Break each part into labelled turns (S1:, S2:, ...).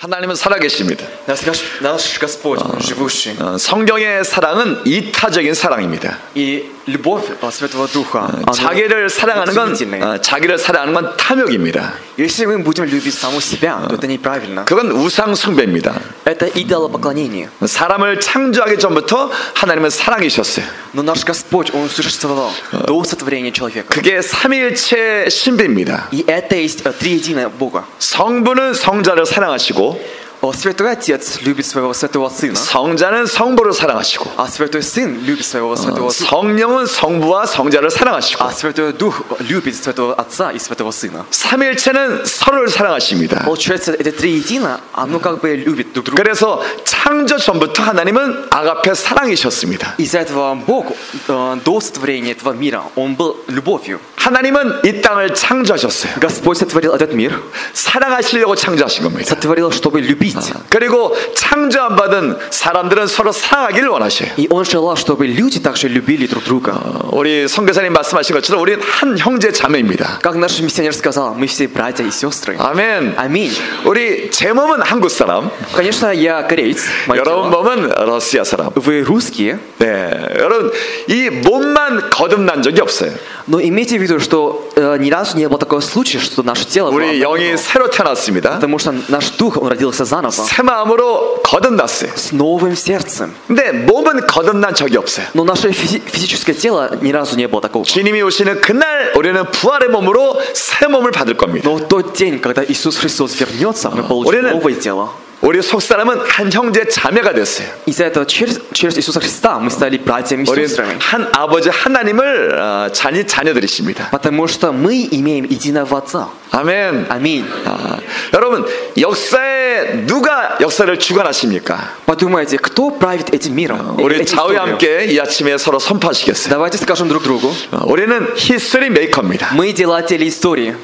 S1: 하나님은 살아계십니다.
S2: Нас Гос- наш Господь живущий.
S1: 어, 성경의 사랑은 이타적인 사랑입니다. 어,
S2: И любовь а, Святого Духа, она
S1: 자기를 사랑하는 건
S2: удивительная.
S1: 어, 자기를 사랑하는 건 탐욕입니다.
S2: Если мы будем любить саму себя, то это неправильно.
S1: 그건 우상 숭배입니다.
S2: Это идолопоклонение.
S1: 사람을 창조하기 전부터 하나님은 사랑이셨어요.
S2: Но наш Господь, Он существовал до сотворения человека.
S1: 그게 삼위일체 신비입니다.
S2: И это есть э, триединое Бога.
S1: 성부는 성자를 사랑하시고
S2: О, Святой Отец любит своего Святого Сына,
S1: 성자는 성부를 사랑하시고
S2: а Святой Сын любит своего Святого Сына,
S1: 성령은 성부와 성자를 사랑하시고
S2: а Святой Дух любит Святого Отца и Святого Сына.
S1: 삼위일체는 서로를 사랑하십니다.
S2: Получается, это триедино, оно как бы любит друг друга.
S1: 그래서 창조 전부터 하나님은 아가페 사랑이셨습니다.
S2: Из-за этого Бог э, до сотворения этого мира, Он был любовью.
S1: 하나님은 이 땅을 창조하셨어요.
S2: Господь сотворил этот мир,
S1: 사랑하시려고 창조하신 겁니다.
S2: сотворил, чтобы любить.
S1: 그리고 창조한 받은 사람들은 서로 사랑하기를 원하셔요.
S2: И Он желал, чтобы люди также любили друг друга.
S1: 어, 우리 선교사님 말씀하신 것처럼 우리는 한 형제 자매입니다.
S2: Как наш миссионер сказал, мы все братья и сестры.
S1: 아멘.
S2: Аминь.
S1: 우리 제 몸은 한국 사람,
S2: Конечно, я кореец. мое
S1: 여러분
S2: тело.
S1: 몸은 러시아 사람.
S2: Вы русские,
S1: 네, 여러분 이 몸만 거듭난 적이 없어요.
S2: но имейте в виду, что э, ни разу не было такого случая, что наше тело было
S1: 우리
S2: обновлено.
S1: 영이 새로 태어났습니다.
S2: потому что наш дух, он родился заново,
S1: 새 마음으로 거듭났어요.
S2: с новым сердцем.
S1: 근데 몸은 거듭난 적이 없어요.
S2: Но наше физи- физическое тело ни разу не было такого.
S1: 주님이 오시는 그날 우리는 부활의 몸으로 새 몸을 받을 겁니다.
S2: Но тот день, когда Иисус Христос вернется, мы получим
S1: Урина.
S2: новое тело.
S1: 우리 속 사람은 한 형제 자매가 됐어요.
S2: Из-за этого через, через Иисуса Христа мы стали братьями и
S1: 우리는
S2: сестрами.
S1: 한 아버지 하나님을 어, 자녀 자녀들이십니다.
S2: Потому что мы имеем единого Отца.
S1: 아멘.
S2: Аминь.
S1: 아, 여러분 역사에 누가 역사를 주관하십니까?
S2: Подумайте, кто правит этим миром?
S1: 우리
S2: Этой
S1: 좌우와
S2: историей?
S1: 함께 이 아침에 서로 선포하시겠어요.
S2: Давайте скажем друг другу.
S1: 어, 우리는 히스토리 메이커입니다.
S2: Мы делатели истории.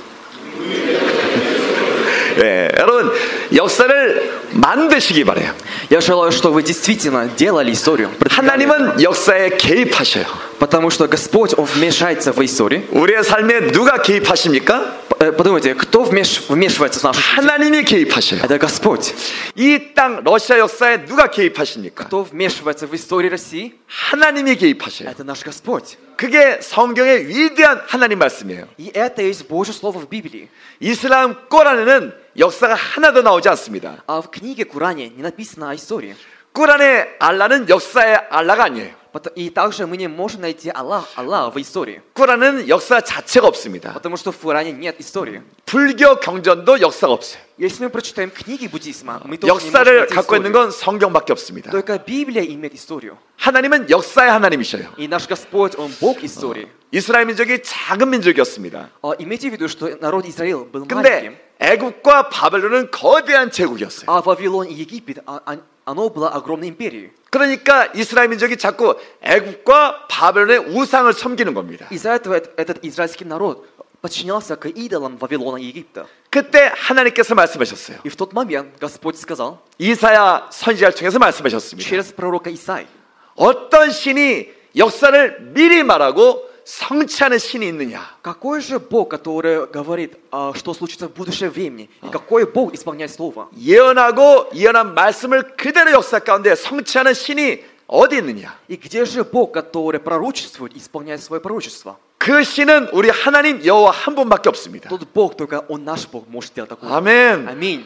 S1: 예, 여러분 역사를 만드시기 바래요.
S2: Я желаю, что вы действительно делали историю.
S1: 하나님은 역사에 개입하셔요.
S2: Потому что Господь, Он вмешается в историю.
S1: 우리의 삶에 누가 개입하십니까?
S2: Э, Подумайте, кто вмеш- вмешивается в нашу жизнь?
S1: 하나님이 개입하셔요.
S2: Это Господь.
S1: 이 땅 러시아 역사에 누가 개입하십니까?
S2: Кто вмешивается в историю России?
S1: 하나님이 개입하셔요.
S2: Это наш Господь.
S1: 그게 성경의 위대한 하나님 말씀이에요.
S2: И это есть Божье Слово в Библии.
S1: 이슬람 꼬란에는 역사가 하나도 나오지 않습니다.
S2: А в книге Куране не написано о истории.
S1: 꼬란의 알라는 역사의 알라가 아니에요.
S2: Пот- И также мы не можем найти Аллах, Аллах в истории.
S1: 꼬란은 역사 자체가 없습니다.
S2: Потому что в Куране нет истории.
S1: 불교 경전도 역사가 없어요.
S2: Если мы прочитаем книги буддизма, мы тоже не можем
S1: 역사를
S2: найти
S1: 갖고 있는
S2: историю.
S1: 건 성경밖에 없습니다.
S2: Только Библия имеет историю.
S1: 하나님은 역사의 하나님이셔요.
S2: И наш Господь, Он Бог истории.
S1: 이스라엘 민족이 작은 민족이었습니다.
S2: А, Имейте в виду, что народ Израил был маленьким,
S1: 근데 애굽과 바벨론은 거대한 제국이었어요.
S2: а Вавилон и Египет, а- а- оно было огромной империей.
S1: 그러니까 이스라엘 민족이 자꾸 애굽과 바벨론의 우상을 섬기는 겁니다.
S2: Из-за этого эт- этот израильский народ подчинялся к идолам Вавилона и Египта.
S1: 그때 하나님께서 말씀하셨어요.
S2: И в тот момент Господь сказал
S1: 이사야 선지자를 통해서 말씀하셨습니다.
S2: через пророка Исаи,
S1: 어떤 신이 역사를 미리 말하고 성취하는 신이 있느냐?
S2: какой же Бог, который говорит, а, что случится в будущем времени, и какой Бог исполняет слово?
S1: 예언하고 예언한 말씀을 그대로 역사 가운데 성취하는 신이 어디 있느냐?
S2: И где же Бог, который пророчествует и исполняет свое пророчество?
S1: 그 신은 우리 하나님 여호와 한 분밖에 없습니다.
S2: Тот Бог, только Он наш Бог, может делать такое.
S1: 아멘.
S2: Аминь.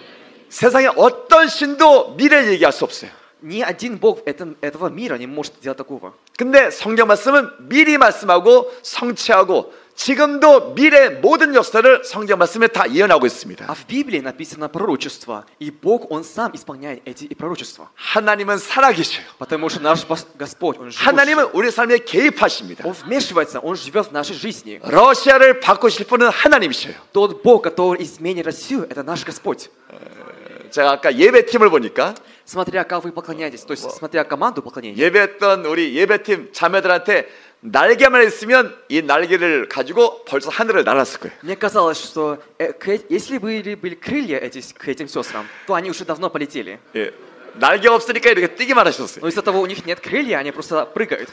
S1: 세상에 어떤 신도 미래 얘기할 수 없어요.
S2: Ни один Бог это- этого мира не может делать такого.
S1: 근데 성경 말씀은 미리 말씀하고 성취하고 지금도 미래 모든 역사를 성경 말씀에 다 예언하고
S2: А
S1: 있습니다.
S2: в Библии написано пророчество, и Бог, Он сам исполняет эти и пророчества.
S1: 하나님은 살아계셔요.
S2: Потому что наш Бос- Господь, Он живущий.
S1: 하나님은 우리 삶에 개입하십니다.
S2: Он вмешивается, Он живет в нашей жизни.
S1: 러시아를 바꾸실 분은 하나님이셔요.
S2: Тот Бог, который изменит Россию, это наш Господь.
S1: 제가 아까 예배팀을 보니까
S2: Смотря как вы поклоняетесь, то есть смотря команду поклонения.
S1: 예배했던 우리 예배팀 자매들한테 날개만 있으면 이 날개를 가지고 벌써 하늘을 날았을 거예요.
S2: Мне казалось, что э, к э- если были, были крылья эти, с- к этим сестрам, то они уже давно полетели.
S1: 예. 날개가 없으니까 이렇게 뛰기만 하셨어요.
S2: Но из-за того, у них нет крылья, они просто прыгают.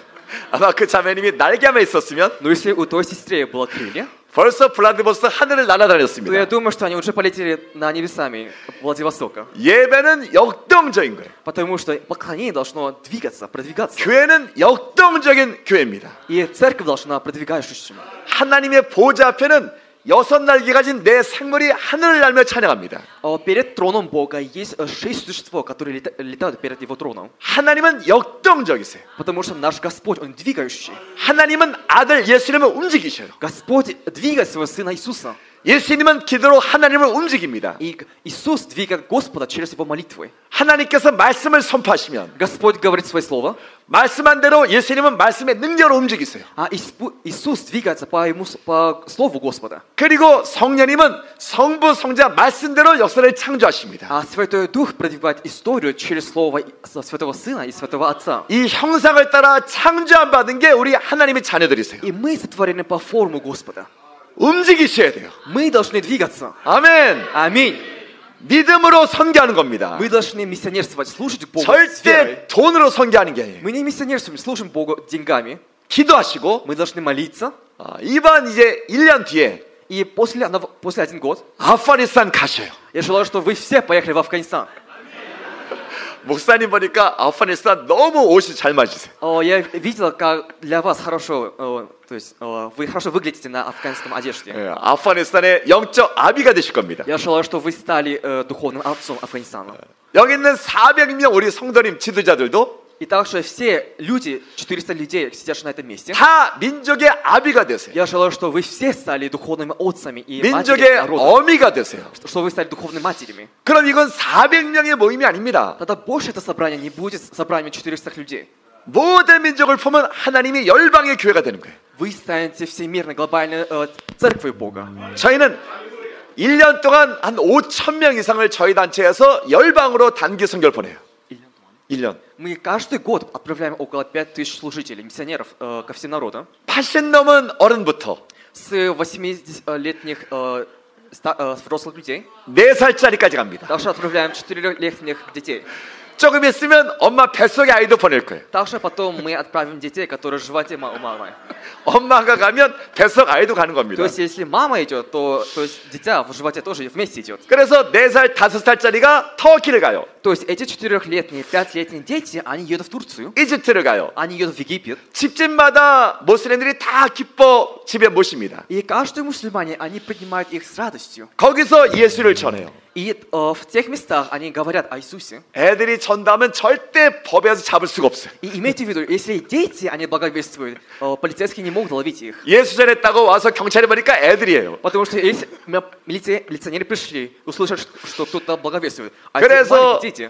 S1: 아마 그 자매님이 날개만 있었으면
S2: Но если у той сестре было крылья,
S1: 벌써 블라디보스토크 하늘을
S2: то я
S1: 날아다녔습니다.
S2: думаю, что они уже полетели на небесами Владивостока.
S1: 예배는 역동적인 거예요.
S2: Потому что поклонение должно двигаться, продвигаться.
S1: 교회는 역동적인 교회입니다.
S2: И церковь должна продвигающимся.
S1: 하나님의 보좌 앞에는 여섯 날개 가진 내 생물이 하늘을 날며 찬양합니다.
S2: А Перед троном Бога есть э, шесть существ, которые лета- летают перед его троном.
S1: 하나님은 역동적이세요.
S2: Потому что наш Господь, Он двигающий.
S1: 하나님은 아들 예수님을 움직이셔요.
S2: Господь двигает своего Сына Иисуса.
S1: 예수님은 기도로 하나님을 움직입니다.
S2: И г- Иисус двигает Господа через его молитвы.
S1: 하나님께서 말씀을 선포하시면
S2: Господь говорит свое слово,
S1: 말씀한 대로 예수님은 말씀의 능력으로 움직이세요.
S2: а Испу- Иисус двигается по, ему, с- по слову Господа.
S1: 그리고 성령님은 성부 성자 말씀대로 역사를 창조하십니다.
S2: А Святой Дух продвигает историю через слово и- со- Святого Сына и Святого Отца.
S1: 이 형상을 따라 창조함 받은 게 우리 하나님의 자녀들이세요.
S2: И мы сотворены по форму Господа.
S1: 움직이셔야 돼요.
S2: Мы должны двигаться.
S1: 아멘.
S2: Аминь.
S1: 믿음으로 선교하는 겁니다.
S2: Мы должны миссионерствовать, слушать Бога с верой.
S1: 절대 돈으로 선교하는 게 아니에요.
S2: Мы не миссионерствуем, служим Богу деньгами.
S1: 기도하시고
S2: Мы должны молиться.
S1: 아, 이번 이제 1년 뒤에
S2: И после, одного- после один год,
S1: 아프가니스탄 가셔요.
S2: я желаю, чтобы вы все поехали в Афганистан.
S1: 목사님 보니까 아프가니스탄 너무 옷이 잘 맞으세요.
S2: О, я видела, как для вас хорошо, о, то есть о, вы хорошо выглядите на афганском одежде.
S1: 예, 아프가니스탄의 영적 아비가 되실 겁니다.
S2: Я желаю, чтобы вы стали э, духовным отцом Афганистана.
S1: 여기 있는 400명 우리 성도님 지도자들도
S2: И также все люди, 400 людей, сидящих на этом месте,
S1: 다 민족의 아비가 되세요.
S2: я желаю, чтобы вы все стали духовными отцами
S1: 예,
S2: и
S1: 민족의
S2: матерями народа.
S1: 어미가 되세요.
S2: Чтобы вы стали духовными матерями.
S1: 그럼 이건 400명의 모임이 아닙니다.
S2: Тогда больше это собрание не будет собранием 400 людей.
S1: 모든 민족을 품은 하나님이 열방의 교회가 되는 거예요.
S2: Вы станете всемирной глобальной э, церковью Бога.
S1: 저희는 1년 동안 한 5천 명 이상을 저희 단체에서 열방으로 단기 선교를 보내요. 1년.
S2: Мы каждый год отправляем около 5000 служителей, миссионеров э, ко всем народам.
S1: 80 넘은 어른부터
S2: с 80-летних э, ста- э, взрослых людей.
S1: 4살짜리까지 갑니다.
S2: Также отправляем 4-летних детей.
S1: 조금 있으면 엄마 뱃속에 아이도 보낼 거예요.
S2: Также потом мы отправим детей, которые в животе ма- у мамы.
S1: 엄마가 가면 뱃속 아이도 가는 겁니다.
S2: То есть, если мама идет, то, то есть дитя в животе тоже вместе идет.
S1: 그래서 4살, 5살짜리가 터키를 가요.
S2: То есть эти 4-летние, 5-летние дети, они едут в Турцию,
S1: 이집트를 가요.
S2: они едут в Египет.
S1: 집집마다 모슬림들이 다 기뻐 집에 모십니다.
S2: И каждый мусульмане, они принимают их с радостью.
S1: 거기서 예수를 전해요.
S2: И э, в тех местах они говорят о Иисусе.
S1: 애들이 전담은 절대 법에서 잡을 수가 없어요.
S2: И имейте в виду, если дети, они благовествуют, э, полицейские не могут ловить их.
S1: 예수 전했다고 와서 경찰에 보니까 애들이에요.
S2: Потому что если мя- милице- милиционеры пришли, услышат, что- что кто-то благовествует. А те
S1: Кресло.
S2: маленькие дети,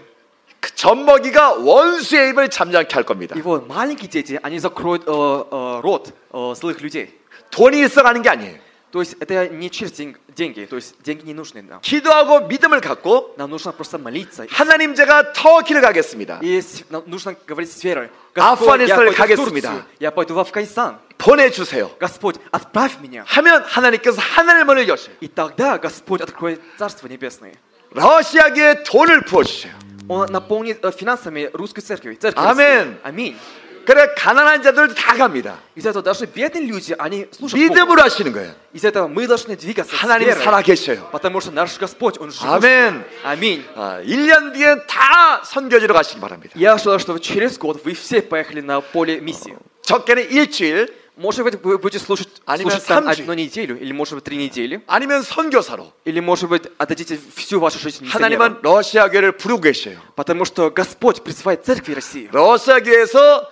S1: 그 젖먹이가 원수의 입을 잠잠케 할 겁니다.
S2: его маленькие дети, они закроют э, э, рот э, злых людей.
S1: 돈이 있어 가는 게 아니에요.
S2: То есть это не через ден- деньги, то есть деньги не нужны нам.
S1: 기도하고 믿음을 갖고
S2: Нам нужно просто молиться. И-
S1: 하나님 제가 터키를 가겠습니다.
S2: И с- нам нужно говорить с верой.
S1: Афганистан
S2: я пойду в
S1: 가겠습니다.
S2: Турцию, я пойду в Афганистан.
S1: 보내주세요.
S2: Господь, отправь меня.
S1: 하면 하나님께서 하늘의 문을 여셔요.
S2: И тогда Господь откроет Царство Небесное.
S1: 러시아계에 돈을 부어주세요.
S2: Он наполнит э, финансами русской церкви. церкви
S1: Амин.
S2: России. Аминь.
S1: 그래 가난한 자들 다 갑니다.
S2: Из-за этого даже бедные люди, они слушают Бога.
S1: 믿음으로 하시는 거예요.
S2: Из этого мы должны двигаться с
S1: 하나님
S2: верой,
S1: 살아 계셔요.
S2: потому что наш Господь, Он живой.
S1: 아멘.
S2: Аминь.
S1: 아, 1년 뒤에 다 선교지로 가시기 바랍니다.
S2: Я желаю, чтобы через год вы все поехали на поле миссии.
S1: 적게는 일주일
S2: Может быть, вы будете слушать,
S1: Аниме
S2: слушать там
S1: самджи.
S2: одну неделю, или может быть три недели,
S1: 아니면 선교사로
S2: или может быть отдадите всю вашу жизнь миссионерам.
S1: 하나님은 러시아 교회를 부르고 계셔요.
S2: Потому что Господь призывает церкви России,
S1: 러시아 교회에서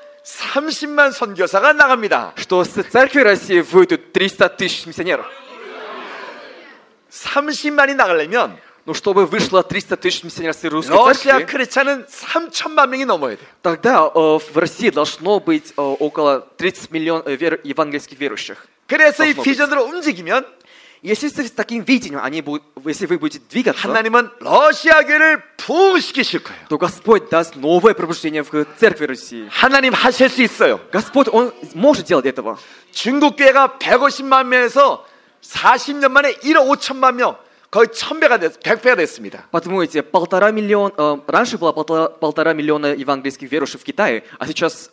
S1: 30만 선교사가 나갑니다.
S2: что с церкви России выйдут 300 тысяч миссионеров.
S1: 30만이 나가려면
S2: Но чтобы вышло 300 тысяч миссионеров с русской
S1: 러시아
S2: церкви,
S1: 크리스찬은 3천만 명이 넘어야 돼요.
S2: тогда э, в России должно быть э, около 30 миллионов евангельских верующих.
S1: 그래서 이
S2: Должно быть.
S1: 비전으로 움직이면
S2: Если с таким видением они будут, если вы будете двигаться,
S1: 하나님은 러시아 교회를 부흥시키실 거예요.
S2: то Господь даст новое пробуждение в церкви России.
S1: 하나님 하실 수 있어요.
S2: Господь, Он может делать этого.
S1: 중국 교회가 150만 명에서 40년 만에 1억 5천만 명, 거의 1000배가 됐, 100배가 됐습니다.
S2: Потому эти полтора миллиона, э, раньше было полтора, полтора миллиона евангельских верующих в Китае, а сейчас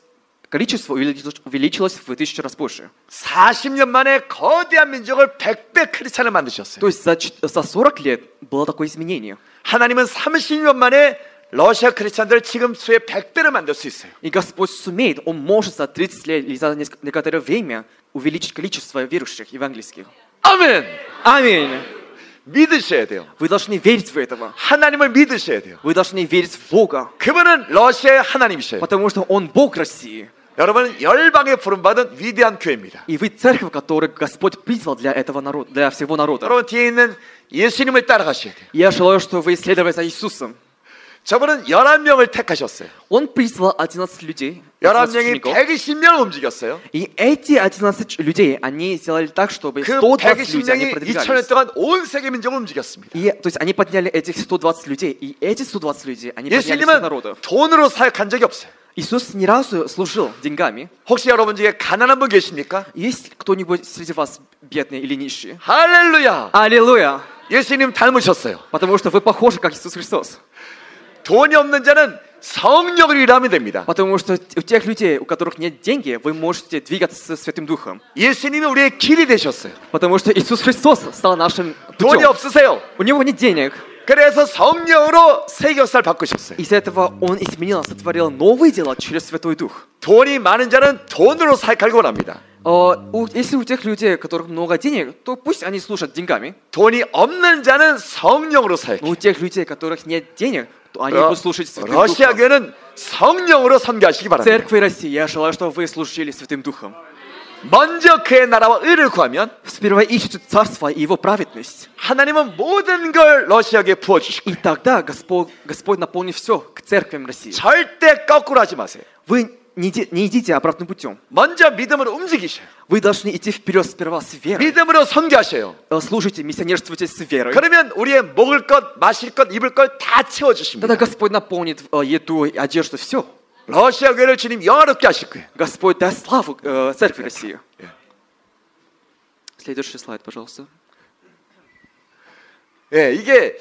S2: количество увеличилось увеличилось в тысячу раз больше.
S1: 40년 만에 거대한 민족을 100배 크리스찬을 만드셨어요.
S2: То есть за, чет- за 40 лет было такое изменение.
S1: 하나님은 30년 만에 러시아 크리스찬들을 지금 수의 100배를 만들 수 있어요.
S2: И Господь сумеет, Он может за 30 лет или за неск- некоторое время увеличить количество верующих евангельских.
S1: 아멘.
S2: Аминь.
S1: 믿으셔야 돼요.
S2: Вы должны верить в этого.
S1: 하나님을 믿으셔야 돼요.
S2: Вы должны верить в Бога,
S1: 그분은 러시아의 하나님이셔요.
S2: потому что Он Бог России.
S1: 여러분은 열방에 부름받은 위대한 교회입니다.
S2: И вы церковь, которую Господь призвал для этого народа, для всего народа.
S1: 여러분 뒤에 있는 예수님을 따라가셔야 돼요.
S2: Я желаю, что вы следовали за Иисусом.
S1: 저분은 11명을 택하셨어요.
S2: Он призвал 11 людей, 11
S1: 11명이
S2: учеников.
S1: 120명을 움직였어요.
S2: И эти 11 людей, они сделали так, чтобы
S1: 그
S2: 120 людей они
S1: 120명이 2000년
S2: продвигались.
S1: 동안 온 세계 민족을 움직였습니다.
S2: И, то есть они подняли этих 120 людей, и эти 120 людей, они подняли всех
S1: 예수님은
S2: народов.
S1: 돈으로 사역한 적이 없어요.
S2: Иисус ни разу служил деньгами.
S1: 혹시 여러분 중에 가난한 분 계십니까?
S2: Есть кто-нибудь среди вас бедный или нищий?
S1: 할렐루야!
S2: Аллилуйя!
S1: 예수님 닮으셨어요.
S2: Потому что вы похожи, как Иисус Христос.
S1: 돈이 없는 자는 성령을 일하면 됩니다.
S2: Потому что т- у тех людей, у которых нет деньги, вы можете двигаться со Святым Духом.
S1: 예수님이 우리의 길이 되셨어요.
S2: Потому что Иисус Христос стал нашим
S1: 돈이
S2: путем.
S1: 없으세요.
S2: У него нет денег.
S1: 그래서 성령으로 세계역사를 바꾸셨어요.
S2: Из-за этого он изменил, сотворил новые дела через Святой Дух.
S1: 돈이 많은 자는 돈으로 사역하기 원합니다.
S2: О, у- Если у тех людей, у которых много денег, то пусть они служат деньгами.
S1: 돈이 없는 자는 성령으로 사역해요.
S2: Но у тех людей, у которых нет денег, то они будут служить Святым
S1: 러시아
S2: Духом.
S1: 교회는 성령으로 선교하시기 바랍니다.
S2: Церкви России, я желаю, чтобы вы служили Святым Духом.
S1: 먼저 그의 나라와 의를 구하면
S2: Сперва ищите царство и его праведность.
S1: 하나님은 모든 걸 러시아에게 부어주시고
S2: И тогда Господь, Господь наполнит все к церквям России.
S1: 절대 거꾸로 하지 마세요.
S2: Вы не, иди- не идите обратным путем.
S1: 먼저 믿음으로 움직이셔요.
S2: Вы должны идти вперед сперва с верой.
S1: 믿음으로 선교하셔요.
S2: Э, Служите, миссионерствуйте с верой.
S1: 그러면 우리의 먹을 것, 마실 것, 입을 것 다
S2: Тогда
S1: 채워주십니다.
S2: Господь наполнит э, еду и одежду, все.
S1: 러시아 교회를 주님 영화롭게 하실 거예요.
S2: Господь даст славу э, церкви России. Следующий слайд, пожалуйста.
S1: 예, 이게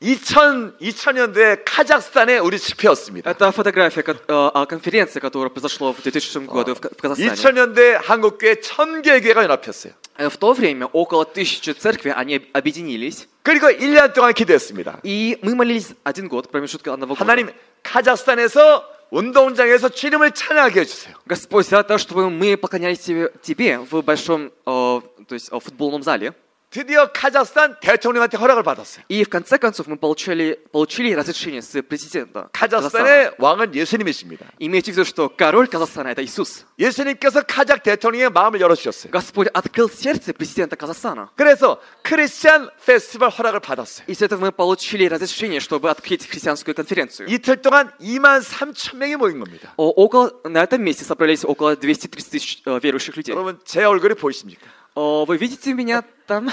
S1: 2000, 2000년대 카자흐스탄의 우리 집회였습니다.
S2: Это фотография ко- э, о конференции, которая произошла в 2006 году в Ка- в Казахстане.
S1: 2000년대 한국교회 1000개 교회가 연합했어요.
S2: Э, В то время около тысячи церквей они об- объединились.
S1: 그리고 1년 동안 기도했습니다.
S2: И мы молились один год, промежутка одного года.
S1: 하나님 카자흐스탄에서 운동장에서 주님을 찬양하게 해주세요.
S2: Господь, за то, чтобы мы поклонялись тебе, тебе в большом, э, то есть э, футбольном зале.
S1: 드디어 카자흐스탄 대통령한테 허락을 받았어요.
S2: И в конце концов мы получили, получили разрешение с президента Казахстана.
S1: 카자흐스탄의 왕은 예수님이십니다.
S2: Имейте в виду, что король Казахстана – это Иисус.
S1: 예수님께서 카자흐 대통령의 마음을 열어주셨어요.
S2: Господь открыл сердце президента Казахстана.
S1: 그래서 크리스천 페스티벌 허락을 받았어요.
S2: И с этого мы получили разрешение, чтобы открыть христианскую конференцию.
S1: 이틀 동안 2만 3천 명이 모인 겁니다.
S2: О, около, на этом месте собрались около 230 тысяч э, верующих людей.
S1: 여러분 제 얼굴이 보이십니까?
S2: О, вы видите меня там?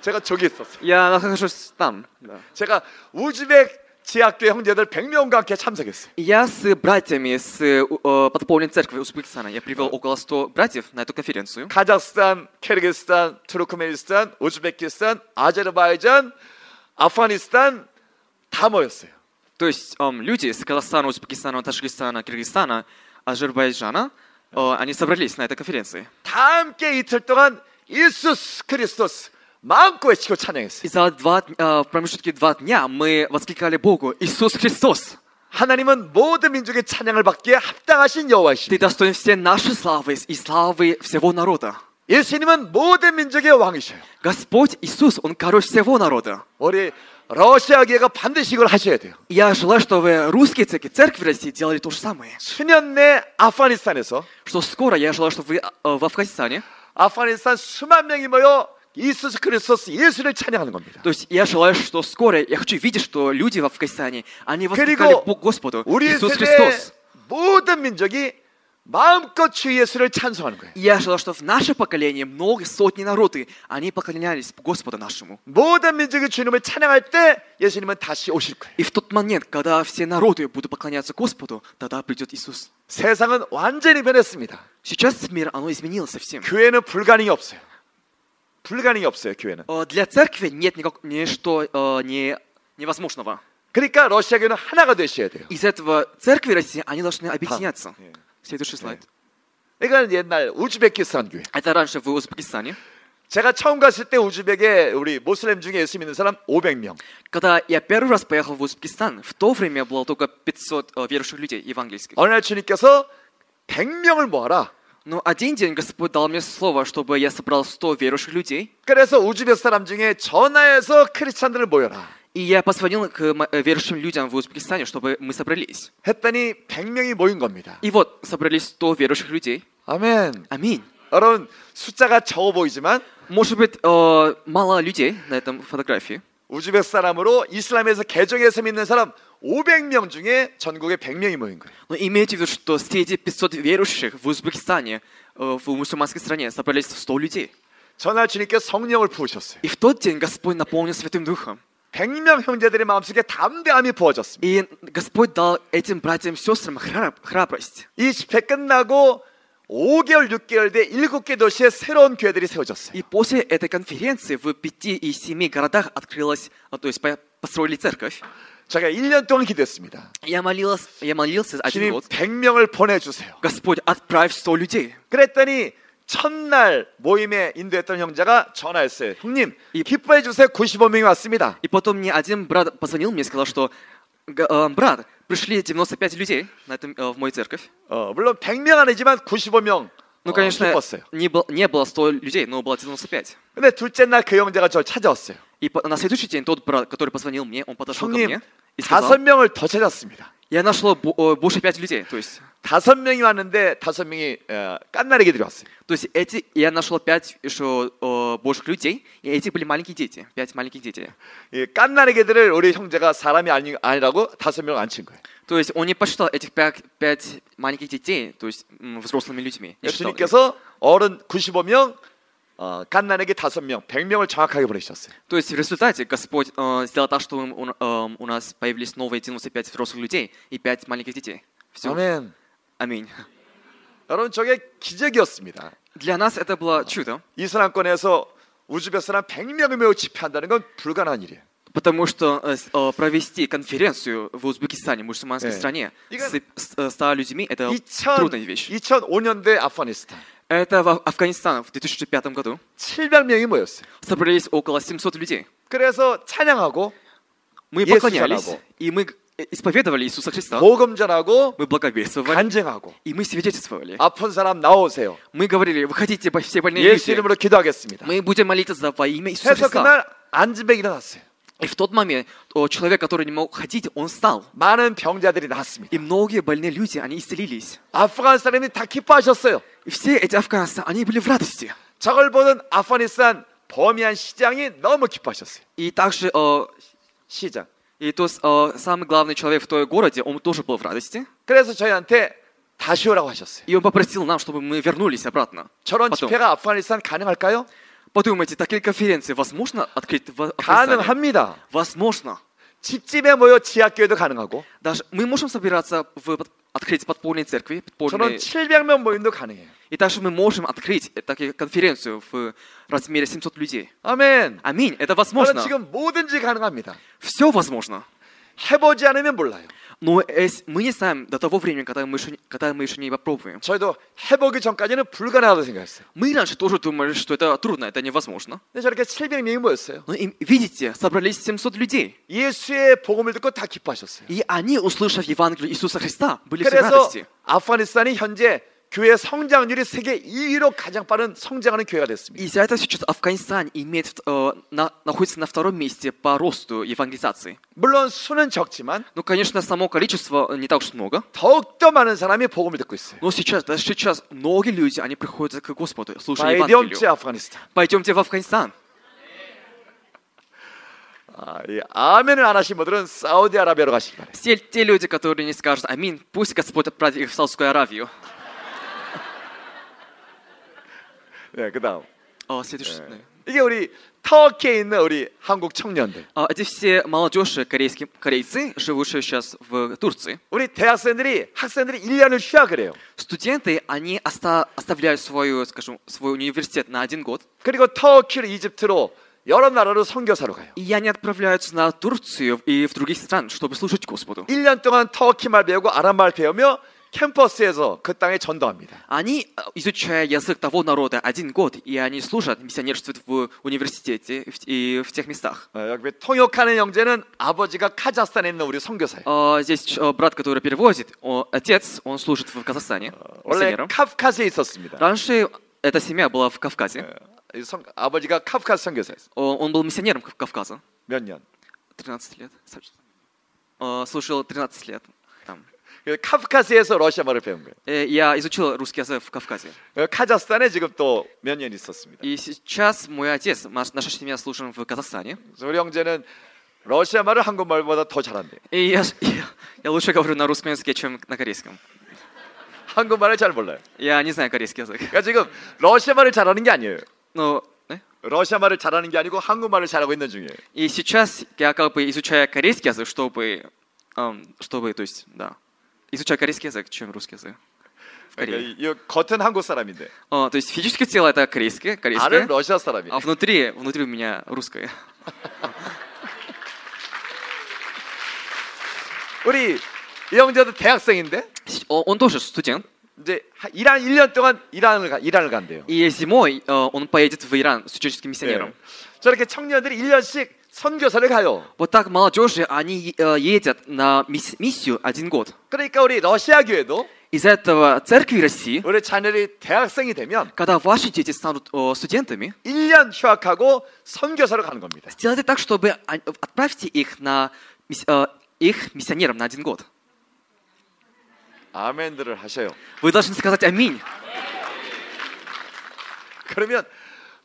S1: 제가 저기 있었어요.
S2: Я нахожусь там. да.
S1: 제가 우즈벡 지학교 형제들 100명과 함께 참석했어요.
S2: Я с братьями с э, у- э, подпольной церкви Узбекистана. Я привел около 100 братьев на эту конференцию.
S1: 카자흐스탄, 키르기스탄, 투르크메니스탄, 우즈베키스탄, 아제르바이잔, 아프가니스탄 다 모였어요.
S2: То есть эм, люди из Казахстана, Узбекистана, Таджикистана, Киргизстана, Азербайджана, э, они собрались на этой конференции.
S1: 다 함께 이틀 동안 예수스 그리스도스 마음껏 외치고 찬양했어요.
S2: И за два, д- э, в промежутке два дня мы воскликали Богу «Иисус Христос!»
S1: 하나님은 모든 민족의 찬양을 받기에 합당하신
S2: Ты
S1: 여호와이십니다.
S2: достоин все наши славы и славы всего народа.
S1: 예수님은 모든 민족의 왕이셔요.
S2: Господь Иисус, Он король всего народа.
S1: 우리 러시아 교회가 반드시 이걸 하셔야 돼요.
S2: И Я желаю, чтобы русские церкви, церкви России делали то же самое.
S1: 수년 내 아프가니스탄에서
S2: Что скоро я желаю, чтобы вы э, в Афганистане,
S1: 아프가니스탄 수만 명이 모여 예수스 그리스도스 예수를 찬양하는 겁니다.
S2: то есть я желаю, что скоро я хочу видеть, что люди в Афганистане, они воскликали
S1: 그리고
S2: Бог Господу,
S1: 우리
S2: Иисус
S1: 세대
S2: Христос.
S1: 모든 민족이 마음껏 주 예수를 찬송하는 거예요.
S2: И я желаю, что в наше поколение много сотни народы, они поклонялись Господу нашему.
S1: 모든 민족이 주님을 찬양할 때 예수님은 다시 오실 거예요.
S2: И в тот момент, когда все народы будут поклоняться Господу, тогда придет Иисус.
S1: 세상은 완전히 변했습니다.
S2: Сейчас мир, оно изменилось совсем.
S1: 교회는 불가능이 없어요. 불가능이 없어요, 교회는.
S2: Э, Для церкви нет никак, ничто э, не, невозможного.
S1: 그러니까 러시아 교회는 하나가 되셔야 돼요.
S2: Из этого церкви России, они должны объединяться.
S1: 예.
S2: Следующий слайд.
S1: 이건 그러니까 옛날 우즈베키스탄 교회.
S2: Это раньше в Узбекистане.
S1: 제가 처음 갔을 때 우즈벡에 우리 모슬렘 중에 예수 믿는 사람 500명.
S2: Когда я первый раз поехал в Узбекистан, в то время было только 500 э, верующих людей евангельских.
S1: 어느 날 주님께서 100명을 모아라.
S2: Но один день Господь дал мне слово, чтобы я собрал 100 верующих людей,
S1: 그래서 우즈벡 사람 중에 전화해서 크리스찬들을 모여라.
S2: и я позвонил к м- э, верующим людям в Узбекистане, чтобы мы собрались.
S1: 했더니 100명이 모인 겁니다.
S2: И вот, собрались 100 верующих людей.
S1: 아멘.
S2: Аминь.
S1: 여러분 숫자가 적어 보이지만
S2: Может быть, э, мало людей на этом фотографии,
S1: 우즈벡 사람으로 이슬람에서 개종해서 믿는 사람 500명 중에 전국에 100명이 모인 거예요.
S2: но имейте в виду, что среди 500 верующих в Узбекистане, э, в мусульманской стране, собрались 100 людей.
S1: 전날 주님께서 성령을 부으셨어요.
S2: И в тот день Господь наполнил Святым Духом.
S1: 100명 형제들의 마음속에 담대함이 부어졌습니다.
S2: И Господь дал этим братьям и сестрам храб- храбрость.
S1: 이 집회 끝나고 5개월, 6개월 뒤에 7개 도시에 새로운 교회들이 세워졌어요.
S2: И после этой конференции в пяти и семи городах открылась, а, то есть по- построили церковь.
S1: 제가 1년 동안 기도했습니다.
S2: Я молилась, я молился
S1: 주님
S2: один год.
S1: 100명을 보내주세요.
S2: Господь, отправь 100 людей.
S1: 그랬더니 첫날 모임에 인도했던 형제가 전화했어요. 형님
S2: 이-
S1: 기뻐해 주세요. 95명이 왔습니다.
S2: И потом мне один брат позвонил мне и сказал, что «Г- э, брат, пришли 95 людей на этом, э, в мою церковь.
S1: 어, 물론 100명 아니지만 95명
S2: Ну,
S1: 어,
S2: конечно,
S1: 기뻤어요.
S2: не, был- не было 100 людей, но было 95.
S1: 근데 둘째 날 그 형제가 저를 찾아왔어요.
S2: И по- на следующий день тот брат, который позвонил мне, он подошел ко
S1: 형님
S2: мне и
S1: 다섯
S2: сказал,
S1: 명을 더 찾았습니다.
S2: я нашел бо- э, больше 5 людей. То есть
S1: 다섯 명이 왔는데 다섯 명이 어, 깐나리기들이 왔어요.
S2: То есть эти, я нашел пять еще э, больших людей, и эти были маленькие дети, пять маленьких детей.
S1: 이 깐나리기들을 우리 형제가 사람이 아니, 아니라고 다섯 명을 안 친 거예요.
S2: То есть он не посчитал этих пять, пять маленьких детей, то есть м, взрослыми людьми. не считал их.
S1: 예수님께서 어른 95명, 어, 깐난에게 다섯 명, 100명을 정확하게 보내셨어요.
S2: То есть в результате Господь э, сделал так, что у, э, у нас появились новые 95 взрослых людей и пять маленьких детей. Все.
S1: 아멘.
S2: Аминь.
S1: 여러분 저게 기적이었습니다.
S2: Для нас это было чудо,
S1: 이슬람권에서 우즈벡 사람 100명을 매우 집회한다는 건 불가능한 일이에요.
S2: потому что э, с- э, провести конференцию в Узбекистане,
S1: Э.
S2: мусульманской стране,
S1: И
S2: с, с, э, 100 людьми,
S1: 어,
S2: это
S1: 2000,
S2: трудная вещь.
S1: 2005년대 아프가니스탄
S2: Это в Аф- Афганистан в 2005 году.
S1: 700명이 모였어요.
S2: собрались около 700 людей.
S1: 그래서 찬양하고
S2: Мы
S1: Иисуса
S2: поклонялись,
S1: раба.
S2: и мы э, исповедовали Иисуса Христа.
S1: 모금 전하고 뭐,
S2: Мы благовествовали,
S1: 간증하고
S2: и мы свидетельствовали.
S1: 아픈 사람 나오세요.
S2: Мы говорили, выходите, бо- все больные
S1: 예수
S2: люди.
S1: 네, 이름으로 기도하겠습니다.
S2: Мы будем молиться за во имя
S1: 뭐,
S2: Иисуса
S1: 그래서
S2: Христа.
S1: 그날 안즈백 일어났어요.
S2: И в тот момент о, человек, который не мог ходить, он встал.
S1: 많은 병자들이 나왔습니다.
S2: И многие больные люди, они исцелились.
S1: 아프간 사람이 다 기뻐하셨어요.
S2: И все эти афганцы, они были в радости.
S1: 저걸 보던 아프가니스탄 범이한 시장이 너무 기뻐하셨어요.
S2: И также э,
S1: 시장.
S2: и тот э, самый главный человек в том городе, он тоже был в радости.
S1: 그래서 저희한테 다시 오라고 하셨어요.
S2: И он попросил нам, чтобы мы вернулись обратно.
S1: 저런
S2: Потом.
S1: 집회가 아프가니스탄 가능할까요?
S2: Подумайте, такие конференции возможно открыть в Афганистане?
S1: 가능합니다.
S2: Возможно.
S1: 집집에 모여 지하교회도 가능하고
S2: Даже мы можем собираться в под- открыть подпольные церкви,
S1: 저런
S2: подпольные,
S1: 700명 모임도 가능해요.
S2: и также мы можем открыть э, такие конференцию в размере 700 людей.
S1: 아멘.
S2: Аминь, это
S1: 저는
S2: возможно.
S1: 지금 뭐든지 가능합니다.
S2: Все возможно.
S1: 해보지 않으면 몰라요.
S2: Но эс- мы не знаем до того времени, когда мы еще, не- когда мы еще не попробуем.
S1: 저희도 해보기 전까지는 불가능하다고 생각했어요.
S2: Мы раньше тоже думали, что это трудно, это невозможно.
S1: 근데 저렇게 700명이 모였어요.
S2: Но им- видите, собрались 700 людей,
S1: 예수의 복음을 듣고 다 기뻐하셨어요.
S2: и они, услышав Евангелие Иисуса Христа, были все в
S1: 그래서
S2: радости.
S1: 아프가니스탄이 현재 교회 성장률이 세계 2위로 가장 빠른 성장하는 교회가 됐습니다.
S2: И за это сейчас Афганистан имеет, в- э, на- находится на втором месте по росту евангелизации.
S1: 물론 수는 적지만
S2: Ну, конечно, само количество не так уж много.
S1: 더욱더 많은 사람이 복음을 듣고 있어요.
S2: Но сейчас, даже сейчас, многие люди, они приходят к Господу, слушая
S1: 바이디엄치
S2: Евангелие.
S1: 아프가니스탄.
S2: Пойдемте в Афганистан.
S1: 아, 예. 아멘을 안 하신 분들은 사우디아라비아로 가시기 바랍니다.
S2: Все те люди, которые не скажут «Аминь», пусть Господь отправит их в Саудовскую Аравию.
S1: 네, 그다음
S2: А, следующий. да.
S1: 이게 우리 터키에 있는 우리 한국 청년들,
S2: А, эти все молодежь корейские, корейцы, живущие сейчас в Турции,
S1: 우리 대학생들이 학생들이 1년을 쉬어 그래요.
S2: студенты, они оста- оставляют свою, скажем, свой университет на один год,
S1: 그리고 터키로 이집트로 여러 나라로 선교사로 가요.
S2: и они отправляются на Турцию и в других стран, чтобы служить Господу.
S1: 1년 동안 터키 말 배우고 아랍 말 배우며 캠퍼스에서 그 땅에 전도합니다.
S2: Они, э, изучая язык того народа один год, и они служат, миссионерствуют в университете в- и в тех местах.
S1: 어, 여기 통역하는 형제는 아버지가 카자흐스탄에 있는 우리 선교사예요.
S2: А, Здесь э, брат, который перевозит, о, отец, он служит в Казахстане
S1: 어, 원래
S2: миссионером.
S1: 카프카스에 있었습니다. 어,
S2: Раньше эта семья была в Кавказе.
S1: 이 선- 아버지가 카프카스 선교사였어요.
S2: О, Он был миссионером Кав- Кавказа.
S1: 몇 년.
S2: 13 лет. Э, Служил 13 лет там.
S1: 그래서 카프카스에서 러시아말을 배운 거예요.
S2: Э, Я изучил русский язык в Кавказе.
S1: 어, 카자흐스탄에 지금 또 몇 년 있었습니다.
S2: И сейчас мой отец, наш- наша семья служит в Казахстане.
S1: 그래서 우리 형제는 러시아말을 한국말보다 더 잘한대요.
S2: И я, ж- я- я лучше говорю на русском языке, чем на корейском.
S1: 한국말을 잘 몰라요.
S2: Я не знаю корейский язык.
S1: 그러니까 지금 러시아말을 잘하는 게 아니에요.
S2: Но, э?
S1: 러시아말을 잘하는 게 아니고 한국말을 잘하고 있는 중이에요.
S2: и сейчас я как бы изучаю корейский язык, чтобы, эм, чтобы, то есть, да, изучаю корейский язык, чем русский язык. В
S1: 그러니까
S2: Корее.
S1: 이, 이 겉은 한국 사람인데
S2: О, то есть физическое тело это
S1: 알은
S2: корейское, корейское,
S1: 러시아 사람이에요.
S2: а внутри, внутри у меня русское.
S1: 우리 이 형제도 대학생인데
S2: С- о- Он тоже студент.
S1: 이제 한- 이란 1년 동안 이란을 가, 이란을 간대요.
S2: И зимой э, он поедет в Иран студенческим
S1: 예.
S2: миссионером.
S1: 저렇게 청년들이 1년씩 선교사를 가요.
S2: Вот так молодежи, они э, едят на мисс- миссию один год.
S1: 그러니까 우리 러시아 교회도
S2: Из-за этого церкви России,
S1: 우리 자녀들이 대학생이 되면
S2: когда ваши дети станут э, студентами,
S1: 1년 휴학하고 선교사로 가는 겁니다.
S2: сделайте так, чтобы они- отправьте их на мисс- э, их миссионером на один год.
S1: 아멘들을 하셔요.
S2: Вы должны сказать аминь.
S1: 그러면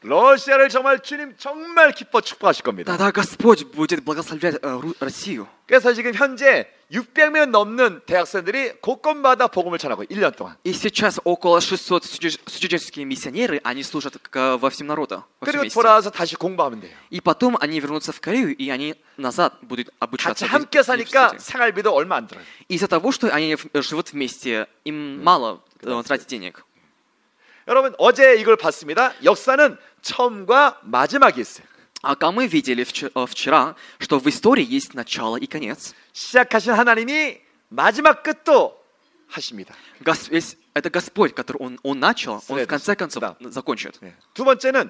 S1: 러시아를 정말 주님 정말 기뻐 축복하실 겁니다.
S2: Тогда Господь будет благословлять э, Ру- Россию.
S1: 그래서 지금 현재 600명 넘는 대학생들이 곳곳마다 복음을 전하고 1년 동안.
S2: И сейчас около 600 студен- студенческие миссионеры, они служат к- э, во всем народу. во всем
S1: 그리고
S2: месте.
S1: 돌아와서 다시 공부하면 돼요.
S2: И потом они вернутся в Корею, и они назад будут
S1: 같이
S2: обучаться. в
S1: 함께 사니까
S2: университете.
S1: 생활비도 얼마 안 들어요.
S2: Из-за того, что они в- живут вместе, им мало э, тратить денег.
S1: 여러분 어제 이걸 봤습니다. 역사는 처음과 마지막이 있어요.
S2: Ага, А мы видели вч- э, вчера, что в истории есть начало и конец.
S1: 시작하신 하나님이 마지막 끝도 하십니다.
S2: Гос- есть- это Господь, который он, он начал,
S1: Следующий.
S2: он в конце концов
S1: Да.
S2: закончит.
S1: 네. 두 번째는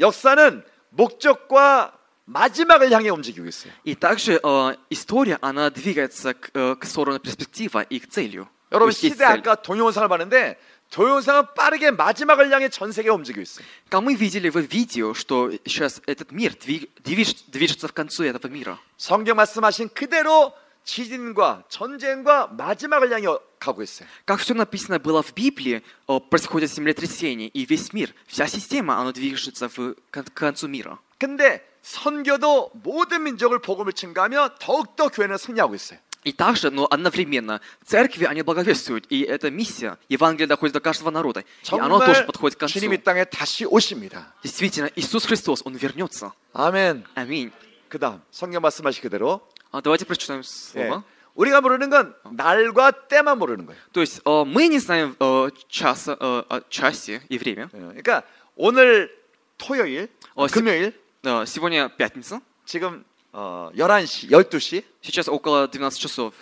S1: 역사는 목적과 마지막을 향해 움직이고 있어요.
S2: И также э, история, она двигается к, э, к сторону перспектива и к целью. То
S1: 여러분
S2: есть есть
S1: 시대
S2: цель.
S1: 아까 동영상을 봤는데 동영상은 빠르게 마지막을 향해 전 세계 움직이고 있어요.
S2: Как мы видели в видео, что сейчас этот мир двиг- движ- движется в концу этого мира.
S1: 성경 말씀하신 그대로 지진과 전쟁과 마지막을 향해 가고 있어요.
S2: Как все написано было в Библии, э, происходит землетрясение, и весь мир, вся система, она движется в, кон- к концу мира.
S1: 근데 선교도 모든 민족을 복음을 증가하며 더욱더 교회는 승리하고 있어요.
S2: И также, но одновременно, церкви, они благовествуют, и эта миссия, Евангелие доходит до каждого народа, и оно тоже
S1: 정말
S2: подходит к концу.
S1: 주님 이 땅에 다시 오십니다.
S2: Действительно, Иисус Христос, Он вернется.
S1: 아멘.
S2: Аминь.
S1: 그다음 성경 말씀하신 그대로
S2: А давайте прочитаем
S1: 예,
S2: слово.
S1: 우리가 모르는 건 날과 때만 모르는 거예요.
S2: То есть э, мы не знаем э, часа, э, о часе и время.
S1: 예, 그러니까 오늘 토요일,
S2: 어,
S1: 금요일
S2: Э, сегодня пятница,
S1: 지금 어, 11시, 12시
S2: сейчас около 12 часов.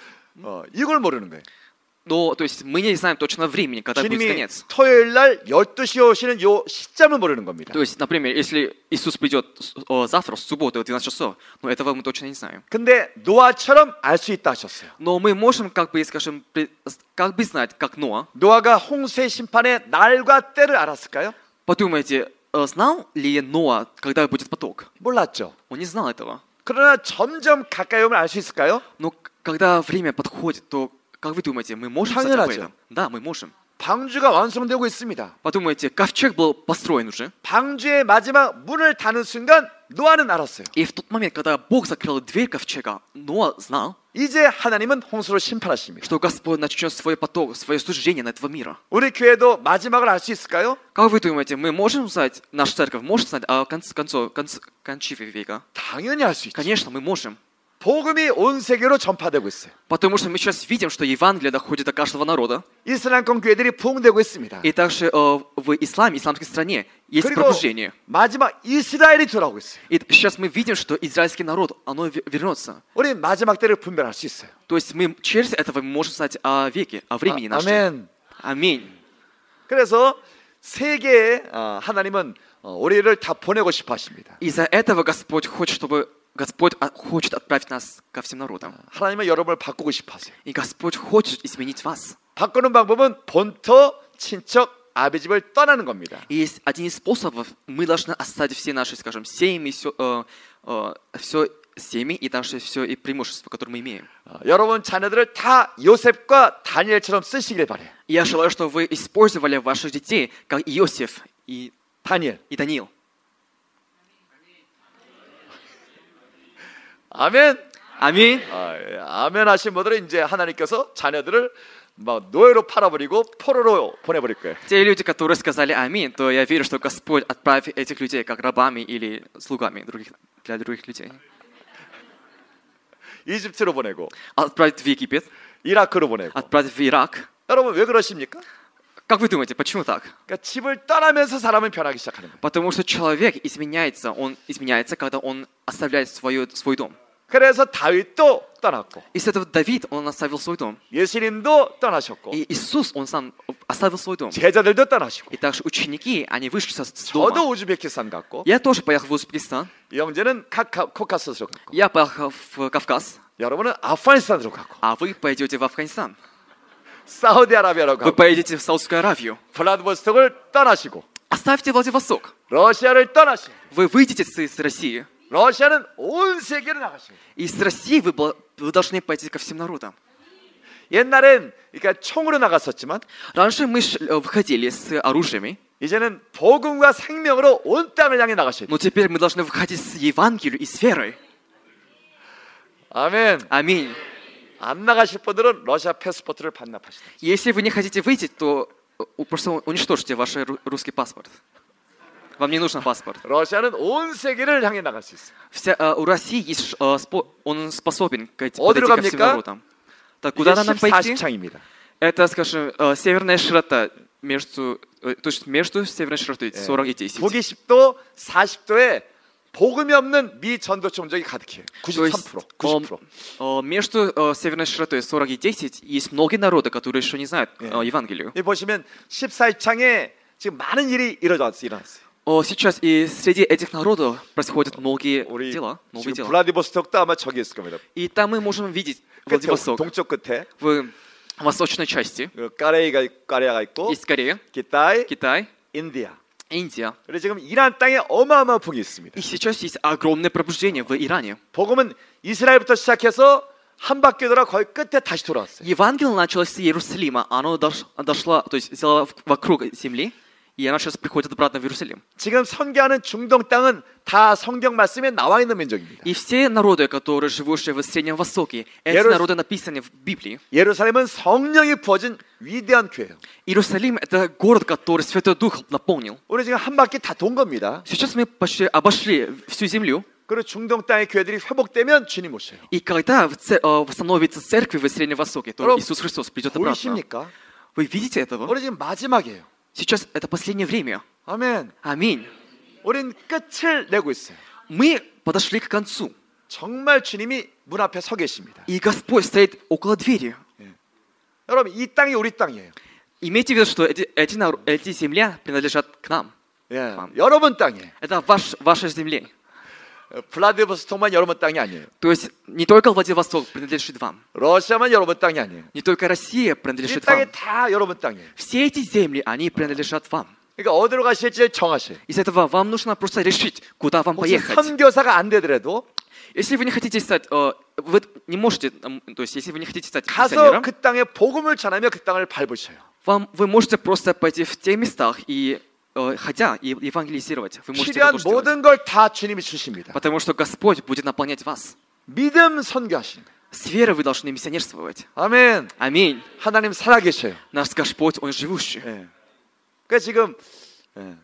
S1: 어, 이걸 모르는 거예요.
S2: Но, то есть мы не знаем точно времени, когда будет
S1: 주님이
S2: конец.
S1: 토요일 날 12시에 오시는 요 시점을 모르는 겁니다.
S2: То есть, например, если Иисус придет с- о, завтра, в субботу, в 12 часов, но этого мы точно не знаем.
S1: 근데 노아처럼 알 수 있다 하셨어요.
S2: Но мы можем, как бы, скажем, при- с- как бы знать, как Ноа.
S1: 노아가 홍수의 심판의 날과 때를 알았을까요?
S2: Подумайте, э, знал ли Ноа, когда будет поток?
S1: 몰랐죠.
S2: Он не знал этого.
S1: 그러나 점점 가까이 오면 알 수 있을까요?
S2: Но к- когда время подходит, то, как вы думаете, мы можем знать об
S1: 당연하죠.
S2: этом? Да, мы можем.
S1: 방주가 완성되고 있습니다.
S2: Подумайте, ковчег был построен уже.
S1: 방주의 마지막 문을 닫는 순간 노아는 알았어요.
S2: И в тот момент, когда Бог закрыл дверь ковчега, Ноа знал,
S1: 이제 하나님은 홍수로 심판하십니다.
S2: что Господь начнет свой поток, свое суждение на этого мира.
S1: 우리 교회도 마지막을 알 수 있을까요?
S2: Как вы думаете, мы можем знать, наша церковь может знать о конце, конце, конце- кончиве века?
S1: 당연히 알 수 있죠.
S2: Конечно, мы можем.
S1: 복음이 온 세계로 전파되고 있어요.
S2: Потому что мы сейчас видим, что Евангелие доходит до каждого народа.
S1: 이슬람권 교회들이 부흥되고 있습니다.
S2: И также э, в исламе, исламской стране есть
S1: 그리고
S2: пробуждение.
S1: 마지막 이스라엘이 돌아오고 있어요.
S2: И сейчас мы видим, что израильский народ, оно ве- вернется.
S1: 우리 마지막 때를 분별할 수 있어요.
S2: То есть мы через этого мы можем знать о веке, о времени
S1: 아,
S2: нашем.
S1: 아멘.
S2: Аминь.
S1: 그래서 세계에 어, 하나님은 어, 우리를 다 보내고 싶어 하십니다.
S2: Из-за этого Господь хочет, чтобы Господь а, хочет отправить нас ко всем народам.
S1: 하나님은 여러분을 바꾸고 싶어 하세요.
S2: И Господь хочет изменить вас.
S1: 바꾸는 방법은 본토, 친척, 아비집을 떠나는 겁니다.
S2: И есть один из способов, мы должны оставить все наши, скажем, семьи, все, все семьи и даже все и преимущества, которые мы имеем.
S1: 어, 여러분 자녀들을 다 요셉과 다니엘처럼 쓰시길 바래요.
S2: И я желаю, чтобы вы использовали ваших детей, как Иосиф и,
S1: 다니엘.
S2: и Даниил.
S1: 아멘.
S2: Аминь.
S1: 아, 예. 아멘 하신 분들은 이제 하나님께서 자녀들을 막 노예로 팔아버리고 포로로 보내버릴 거예요.
S2: Те люди, которые сказали аминь, то я верю, что Господь отправит этих людей как рабами или слугами других, для других людей.
S1: 이집트로 보내고
S2: Отправит в Египет,
S1: 이라크로 보내고.
S2: отправит в Ирак.
S1: 여러분 왜 그러십니까?
S2: Как вы думаете, почему так?
S1: 그러니까 집을 떠나면서 사람은 변하기 시작하는 거예요.
S2: Потому что человек изменяется, он изменяется, когда он оставляет свою, свой дом.
S1: 그래서 다윗도 떠났고
S2: Из этого Давид, он оставил свой дом.
S1: 예수님도 떠나셨고
S2: И Иисус, он сам оставил свой дом.
S1: 제자들도 떠나시고
S2: И также ученики, они вышли со- с
S1: 저도
S2: дома.
S1: 우즈베키스탄 갔고
S2: Я тоже поехал в Узбекистан.
S1: 영재는 카카, 코카스로 갔고
S2: Я поехал в Кавказ,
S1: 여러분은 아프가니스탄으로 가고
S2: а вы поедете в Афганистан.
S1: 사우디아라비아로
S2: Вы
S1: 가고
S2: поедете в Саудовскую Аравию.
S1: 블라디보스톡을 떠나시고
S2: Оставьте Владивосток.
S1: 러시아를 떠나시고
S2: Вы выйдете с, с России.
S1: 러시아는 온 세계로 나가시고
S2: И с России вы, бл- вы должны пойти ко всем народам.
S1: 옛날엔 그러니까 총으로 나갔었지만
S2: Раньше мы ш- э, выходили с оружиями,
S1: 이제는 복음과 생명으로 온 땅을 향해 나가셔야 돼요.
S2: но теперь мы должны выходить с Евангелием и с верой.
S1: 아멘.
S2: Аминь.
S1: 안 나가실 분들은 러시아 패스포트를 반납하시다.
S2: Если вы не хотите выйти, то э, у- просто уничтожьте ваш ру- русский паспорт. Вам не нужен паспорт.
S1: 러시아는 온 세계를 향해 나갈 수 있어요.
S2: Вся, э, у России есть ш- э, спо- он способен к эти-
S1: О,
S2: подойти ко всем
S1: дорогомника.
S2: народам. Так
S1: 이게
S2: куда нам пойти?
S1: 14창입니다.
S2: Это, скажем, э, северная широта между, э, то есть между северной широтой
S1: 예. Э,
S2: 40 и 10.
S1: 북이 10도, 40도에 복음이 없는 미 전도 총적이 가득해요.
S2: То есть,
S1: 93%,
S2: ом,
S1: 90%.
S2: э, между э, северной широтой 40 и 10 есть многие народы, которые еще не знают э, Евангелию.
S1: 이 보시면 14창에 지금 많은 일이 일어났어요. 일어났어요.
S2: О, сейчас и среди этих народов происходят многие
S1: 우리
S2: дела, новые
S1: 지금
S2: дела.
S1: 블라디보스톡도 아마 저기 있을 겁니다.
S2: И там мы можем видеть
S1: 끝에,
S2: Владивосток
S1: 동쪽 끝에
S2: в восточной части.
S1: 그 까레이가 있- 까레아가 있고
S2: Есть Корея,
S1: 기타이,
S2: Китай,
S1: 인디아.
S2: Индия.
S1: 그리고 지금 이란 땅에 어마어마한 풍이 있습니다.
S2: И сейчас есть огромное пробуждение в Иране.
S1: 복음은 이스라엘부터 시작해서 한 바퀴 돌아 거의 끝에 다시 돌아왔어요.
S2: Евангелие началось с Иерусалима, оно дош- дошло, то есть сделало в- вокруг земли, и она сейчас приходит обратно в Иерусалим.
S1: 지금 선교하는 중동 땅은 다 성경 말씀에 나와 있는 민족입니다.
S2: И все народы, которые живущие в Среднем Востоке, эти
S1: Иерус-
S2: народы написаны в Библии.
S1: 예루살렘은 성령이 부어진 위대한 교회예요.
S2: Иерусалим — это город, который Святой Дух наполнил.
S1: 우리 지금 한 바퀴 다 돈 겁니다.
S2: Сейчас мы почти обошли всю землю,
S1: 그리고 중동 땅의 교회들이 회복되면 주님 오셔요.
S2: и когда в цер- э, восстановится церковь в Среднем Востоке, то
S1: Ром,
S2: Иисус Христос придет обратно.
S1: 보이십니까?
S2: Вы видите этого?
S1: 우리 지금 마지막이에요.
S2: Сейчас это последнее время.
S1: 아멘.
S2: Аминь.
S1: 우린 끝을 내고 있어요.
S2: Мы подошли к концу,
S1: 정말 주님이 문 앞에 서 계십니다.
S2: и Господь стоит около двери.
S1: 여러분 이 땅이 우리 땅이에요.
S2: Имейте в виду, что эти, эти, нар- эти земля принадлежат к нам.
S1: 예, 여러분 땅이에요.
S2: Это ваш, ваша земля.
S1: 블라디보스톡만 여러분 땅이 아니에요.
S2: То есть не только Владивосток принадлежит вам,
S1: 러시아만 여러분 땅이 아니에요.
S2: не только Россия
S1: 이
S2: принадлежит
S1: 땅이
S2: вам.
S1: 다 여러분 땅이에요.
S2: Все эти земли, они принадлежат вам.
S1: 그러니까 어디로 가실지 정하세요.
S2: Из этого вам нужно просто решить, куда вам
S1: 혹시
S2: поехать.
S1: 선교사가 안 되더라도
S2: Если вы не хотите стать, э, вы не можете, м, то есть если вы не хотите стать
S1: 가서
S2: миссионером,
S1: 그 땅에 복음을 전하며 그 땅을 밟으셔요.
S2: вам, вы можете просто пойти в те местах и э, ходя и евангелизировать. Вы можете это
S1: 필요한
S2: тоже делать.
S1: 모든 걸 다 주님이 주십니다.
S2: Потому что Господь будет наполнять вас.
S1: 믿음 선교하시는 거예요.
S2: С верой вы должны миссионерствовать.
S1: 아멘.
S2: Аминь.
S1: 하나님 살아계셔요.
S2: Наш Господь, Он живущий.
S1: 예. 그러니까 지금 예.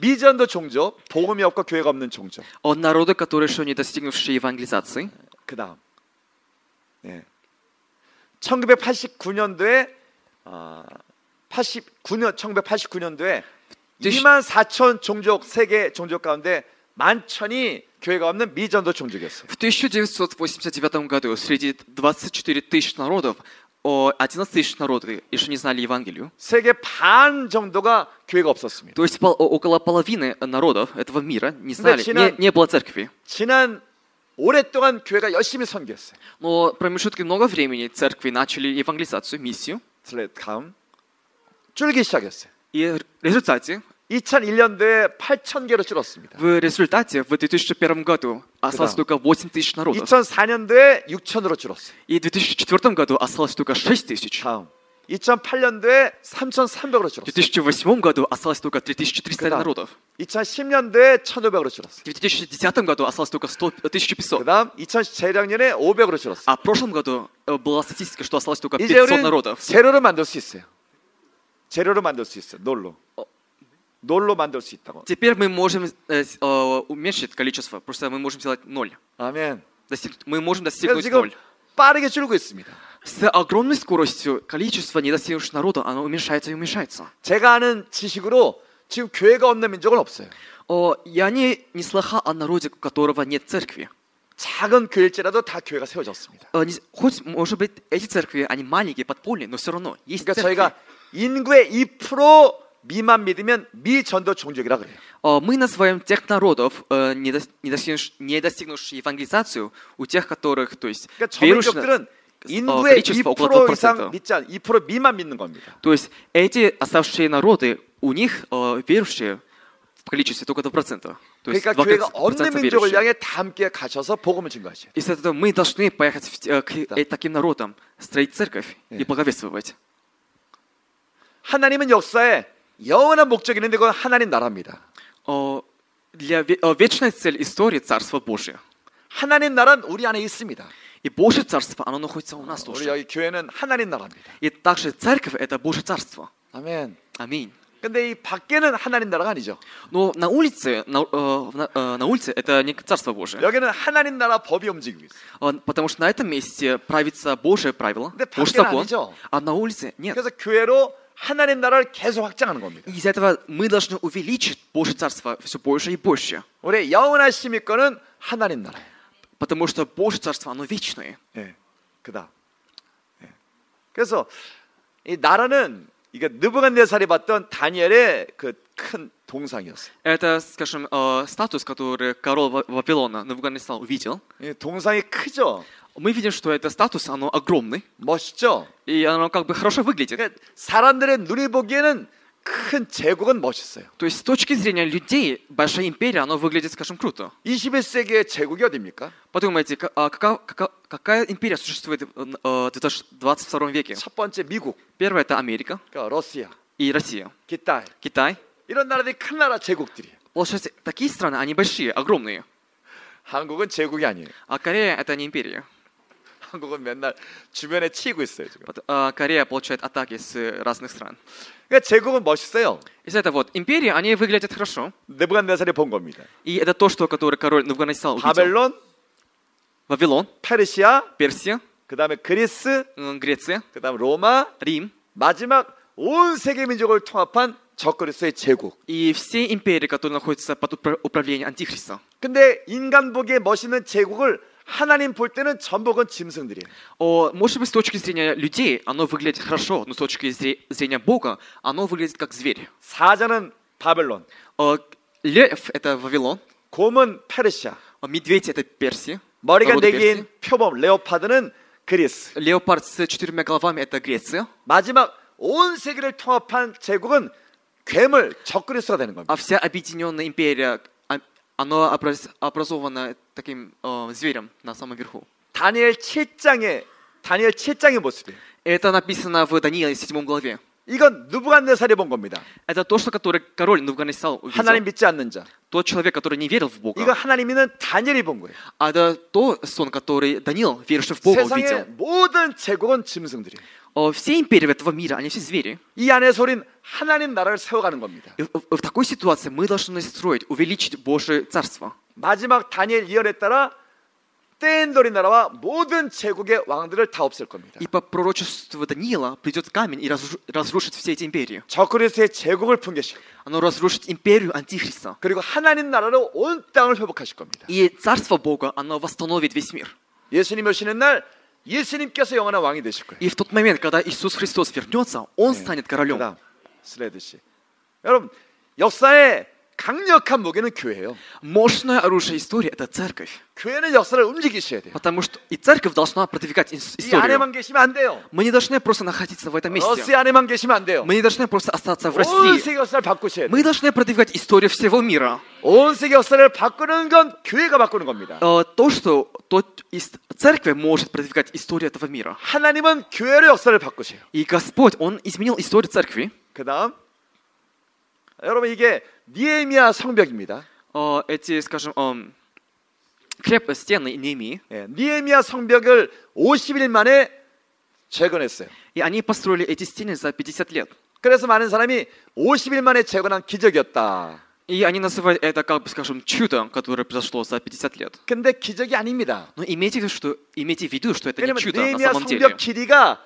S1: 미전도 종족, 복음이 없고 교회가 없는 종족.
S2: О народы, которые еще не достигнувшие евангелизации.
S1: 그 다음. 네. 1989년도에 아, 89년 1989년도에
S2: 이제
S1: 2만 4천 종족 세계 종족 가운데 만 천이 교회가 없는 미전도 종족이었어요.
S2: В 1989 году среди 24 тысяч народов о, 11 тысяч народов еще не знали Евангелию.
S1: 세계 반 정도가 교회가 없었습니다.
S2: То есть пол- о- около половины народов этого мира не знали,
S1: Начина-
S2: не, не было церкви.
S1: 지난 오랫동안 교회가 열심히 선교했어요.
S2: Но промежутки много времени церкви начали евангелизацию, миссию.
S1: 슬레드 다음 줄기 시작했어요.
S2: И р- в результате,
S1: 2001년도에 8천 개로 줄었습니다.
S2: в результате в 2001 году осталось
S1: Да.
S2: только 8 тысяч народов.
S1: 2004년도에 6천으로 줄었어요.
S2: И в 2004 году осталось только 6 тысяч.
S1: 다음 2008년도에 3,300으로
S2: В
S1: 줄었어요.
S2: 2008 году осталось только 3300
S1: Да.
S2: народов.
S1: 2010년도에 1,500으로 줄었어요.
S2: И В 2010 году осталось только 100, 1500.
S1: 그다음 2017년에 500으로 줄었어요.
S2: А в прошлом году э, была статистика, что осталось только
S1: 이제
S2: 500
S1: 우리는
S2: народов.
S1: 재료를 만들 수 있어요. 재료를 만들 수 있어요. 놀로.
S2: 어.
S1: 놀로 만들 수 있다고.
S2: Теперь мы можем э, с- э, уменьшить количество, просто мы можем сделать ноль.
S1: 아멘.
S2: Достиг- мы можем
S1: 그래서
S2: достигнуть
S1: 지금
S2: ноль.
S1: 빠르게 줄고 있습니다.
S2: С огромной скоростью количество недостигнувших народа, оно уменьшается и уменьшается.
S1: 제가 아는 지식으로 지금 교회가 없는 민족은 없어요.
S2: О, я не, не слыха о народе, у которого нет церкви.
S1: 작은 교회일지라도 다 교회가 세워졌습니다.
S2: Э, не- хоть, может быть, эти церкви, они маленькие, подпольные, но все равно есть
S1: 그러니까
S2: церкви.
S1: 저희가 인구의 2% 미만 믿으면 미전도 종족이라 그래요.
S2: Э, Мы называем тех народов, э, не дос- не достигнувш- не достигнувших евангелизацию, у тех, которых, то есть,
S1: 그러니까 그
S2: верующих на-
S1: 저민족들은
S2: 어,
S1: 인구의
S2: количество около
S1: 2%
S2: 2%.
S1: 이상 믿지 않, 2% 미만 믿는 겁니다.
S2: То есть эти оставшие народы, у них э, верующие в количестве только 2%. То есть
S1: 그러니까 교회가
S2: 2%
S1: 없는 민족을
S2: верующие.
S1: 향해 다 함께 가셔서 복음을 증거하셔요.
S2: И с этого мы должны поехать в те- э, к
S1: Да.
S2: э, таким народам, строить церковь
S1: Э.
S2: и благовествовать.
S1: 하나님은 역사에 영원한 목적이 있는데 그건 하나님 나라입니다.
S2: О, Для ве- э, вечная цель истории Царства Божие.
S1: 하나님 나라는 우리 안에 있습니다.
S2: И Божье Царство, оно находится у нас
S1: 우리
S2: тоже.
S1: 여기 교회는 하나님 나라입니다.
S2: И также церковь – это Божье Царство.
S1: 아멘.
S2: Аминь.
S1: 근데 이 밖에는 하나님 나라가 아니죠.
S2: Но на улице, на, э, в на- э, на улице это не Царство Божие.
S1: 여기는 하나님 나라 법이 움직이고 있어요.
S2: Он- Потому что на этом месте правится Божие правило,
S1: 근데
S2: Божий
S1: 밖에는
S2: закон,
S1: 아니죠.
S2: а на улице нет.
S1: 그래서 교회로 하나님 나라를 계속 확장하는 겁니다.
S2: И из-за этого мы должны увеличить Божье Царство все больше и больше.
S1: 우리 영원한 시민권은 하나님 나라예요.
S2: Потому что Божье Царство, оно вечное.
S1: 예, 그다. 예. 그래서 이 나라는 이게 느부갓네살이 봤던 다니엘의 그 큰 동상이었어요.
S2: Это, скажем, э, статус, который король Ва- Вавилона Навуганесал увидел.
S1: 이 동상이 크죠,
S2: Мы видим, что это статус, оно огромный,
S1: 멋있죠.
S2: и оно как бы хорошо выглядит.
S1: 그러니까 사람들의 눈이 보기에는 큰 제국은 멋있어요.
S2: То есть с точки зрения людей, большая империя, оно выглядит, скажем, круто.
S1: 21세기의 제국이 어딥니까?
S2: Подумайте, ка- а кака- кака- какая империя существует э, н- э, в 22 веке?
S1: 첫 번째 미국,
S2: Первая – это Америка
S1: 그러니까 러시아,
S2: и Россия.
S1: 기타
S2: Китай.
S1: 이런 나라들이 큰 나라 제국들이에요.
S2: Получается, такие страны, они большие, огромные.
S1: 한국은 제국이 아니에요.
S2: А Корея – это не империя.
S1: 한국은 맨날 주변에 치이고 있어요 지금.
S2: Пот- а, Корея получает атаки с э, разных стран.
S1: 그러니까 제국은 멋있어요.
S2: Из-за этого вот империи, они выглядят хорошо.
S1: 느부갓네살이 본 겁니다.
S2: И это то, что который король Навуганесал увидел.
S1: 바벨론,
S2: Вавилон,
S1: 페르시아,
S2: Персия,
S1: 그다음에 그리스,
S2: м, Греция,
S1: 그다음 로마,
S2: Рим.
S1: 마지막 온 세계 민족을 통합한 적그리스의 제국.
S2: И все империи, которые находятся под упра- управлением Антихриста.
S1: 근데 인간 보기에 멋있는 제국을 하나님 볼 때는 전부 건 짐승들이에요.
S2: О, может быть, с точки зрения людей оно выглядит хорошо, но с точки зре- зрения Бога оно выглядит как зверь.
S1: 사자는 바벨론,
S2: О, лев — это Вавилон,
S1: 곰은 페르시아,
S2: о, медведь — это Персия,
S1: 머리가
S2: народы
S1: 네 개인
S2: Персии.
S1: 표범 레오파드는 그리스.
S2: леопард с четырьмя головами — это Греция,
S1: 마지막 온 세계를 통합한 제국은 괴물 적그리스가 되는 겁니다.
S2: а вся объединенная империя, а- она образ- образована таким э, зверем на самом верху.
S1: 다니엘 7장의 다니엘 7장의 모습이에요.
S2: Это написано в Данииле 7 главе.
S1: 이건 누부갓네살이 본 겁니다.
S2: Это то, что который король Навуганесал
S1: 하나님
S2: увидел.
S1: 믿지 않는 자.
S2: Тот человек, который не верил в
S1: 이거
S2: Бога.
S1: 하나님이는 다니엘이 본 거예요.
S2: А это то сон, который Даниил, веривший в Бога,
S1: 세상의
S2: увидел.
S1: 모든 제국은 짐승들이에요.
S2: О, Все империи этого мира, они все звери.
S1: 이 안에서 우린 하나님 나라를 세워가는 겁니다.
S2: И В в такой ситуации мы должны строить, увеличить Божье царство.
S1: 마지막 다니엘 예언에 따라 떼인돌이 나라와 모든 제국의 왕들을 다 없앨 겁니다.
S2: И по пророчеству Даниила придет камень и разру- разрушит все эти империи.
S1: 저그리스의 제국을 붕괴시키고
S2: Оно разрушит империю Антихриста.
S1: 그리고 하나님 나라로 온 땅을 회복하실 겁니다.
S2: И царство Бога, оно восстановит весь мир.
S1: 예수님 오시는 날 예수님께서 영원한 왕이 되실 거예요.
S2: И в тот момент, когда Иисус Христос вернется, Он станет королем.
S1: 그다음 슬레드 씨, 여러분 역사의 강력한 무기는 교회예요.
S2: Мощное оружие истории – это церковь.
S1: 교회는 역사를 움직이셔야 돼요.
S2: Потому что и церковь должна продвигать ис-
S1: 이 안에만
S2: историю.
S1: 계시면 안 돼요.
S2: Мы не должны просто находиться в этом
S1: 러시아
S2: месте.
S1: 안에만 계시면 안 돼요.
S2: Мы не должны просто остаться в
S1: 온
S2: России.
S1: 세계 역사를 바꾸셔야 돼요.
S2: Мы должны продвигать историю всего мира.
S1: 온 세계 역사를 바꾸는 건 교회가 바꾸는 겁니다.
S2: Э, То, что тот из церкви может продвигать историю этого мира.
S1: 하나님은 교회로 역사를 바꾸세요.
S2: И Господь, Он изменил историю церкви.
S1: 그다음 여러분 이게 니에미아 성벽입니다.
S2: Э, Эти, скажем, эм, крепкие стены Неемии,
S1: 예, 니에미아 성벽을 50일 만에 재건했어요.
S2: и они построили эти стены за 50 лет.
S1: 그래서 많은 사람이 50일 만에 재건한 기적이었다.
S2: И они называют это, как бы, скажем, чудом, которое произошло за 50 лет.
S1: 근데 기적이 아닙니다.
S2: Но имейте в виду, что, имейте в виду, что это не
S1: 왜냐면
S2: чудо на
S1: 니에미아
S2: самом деле.
S1: 성벽 길이가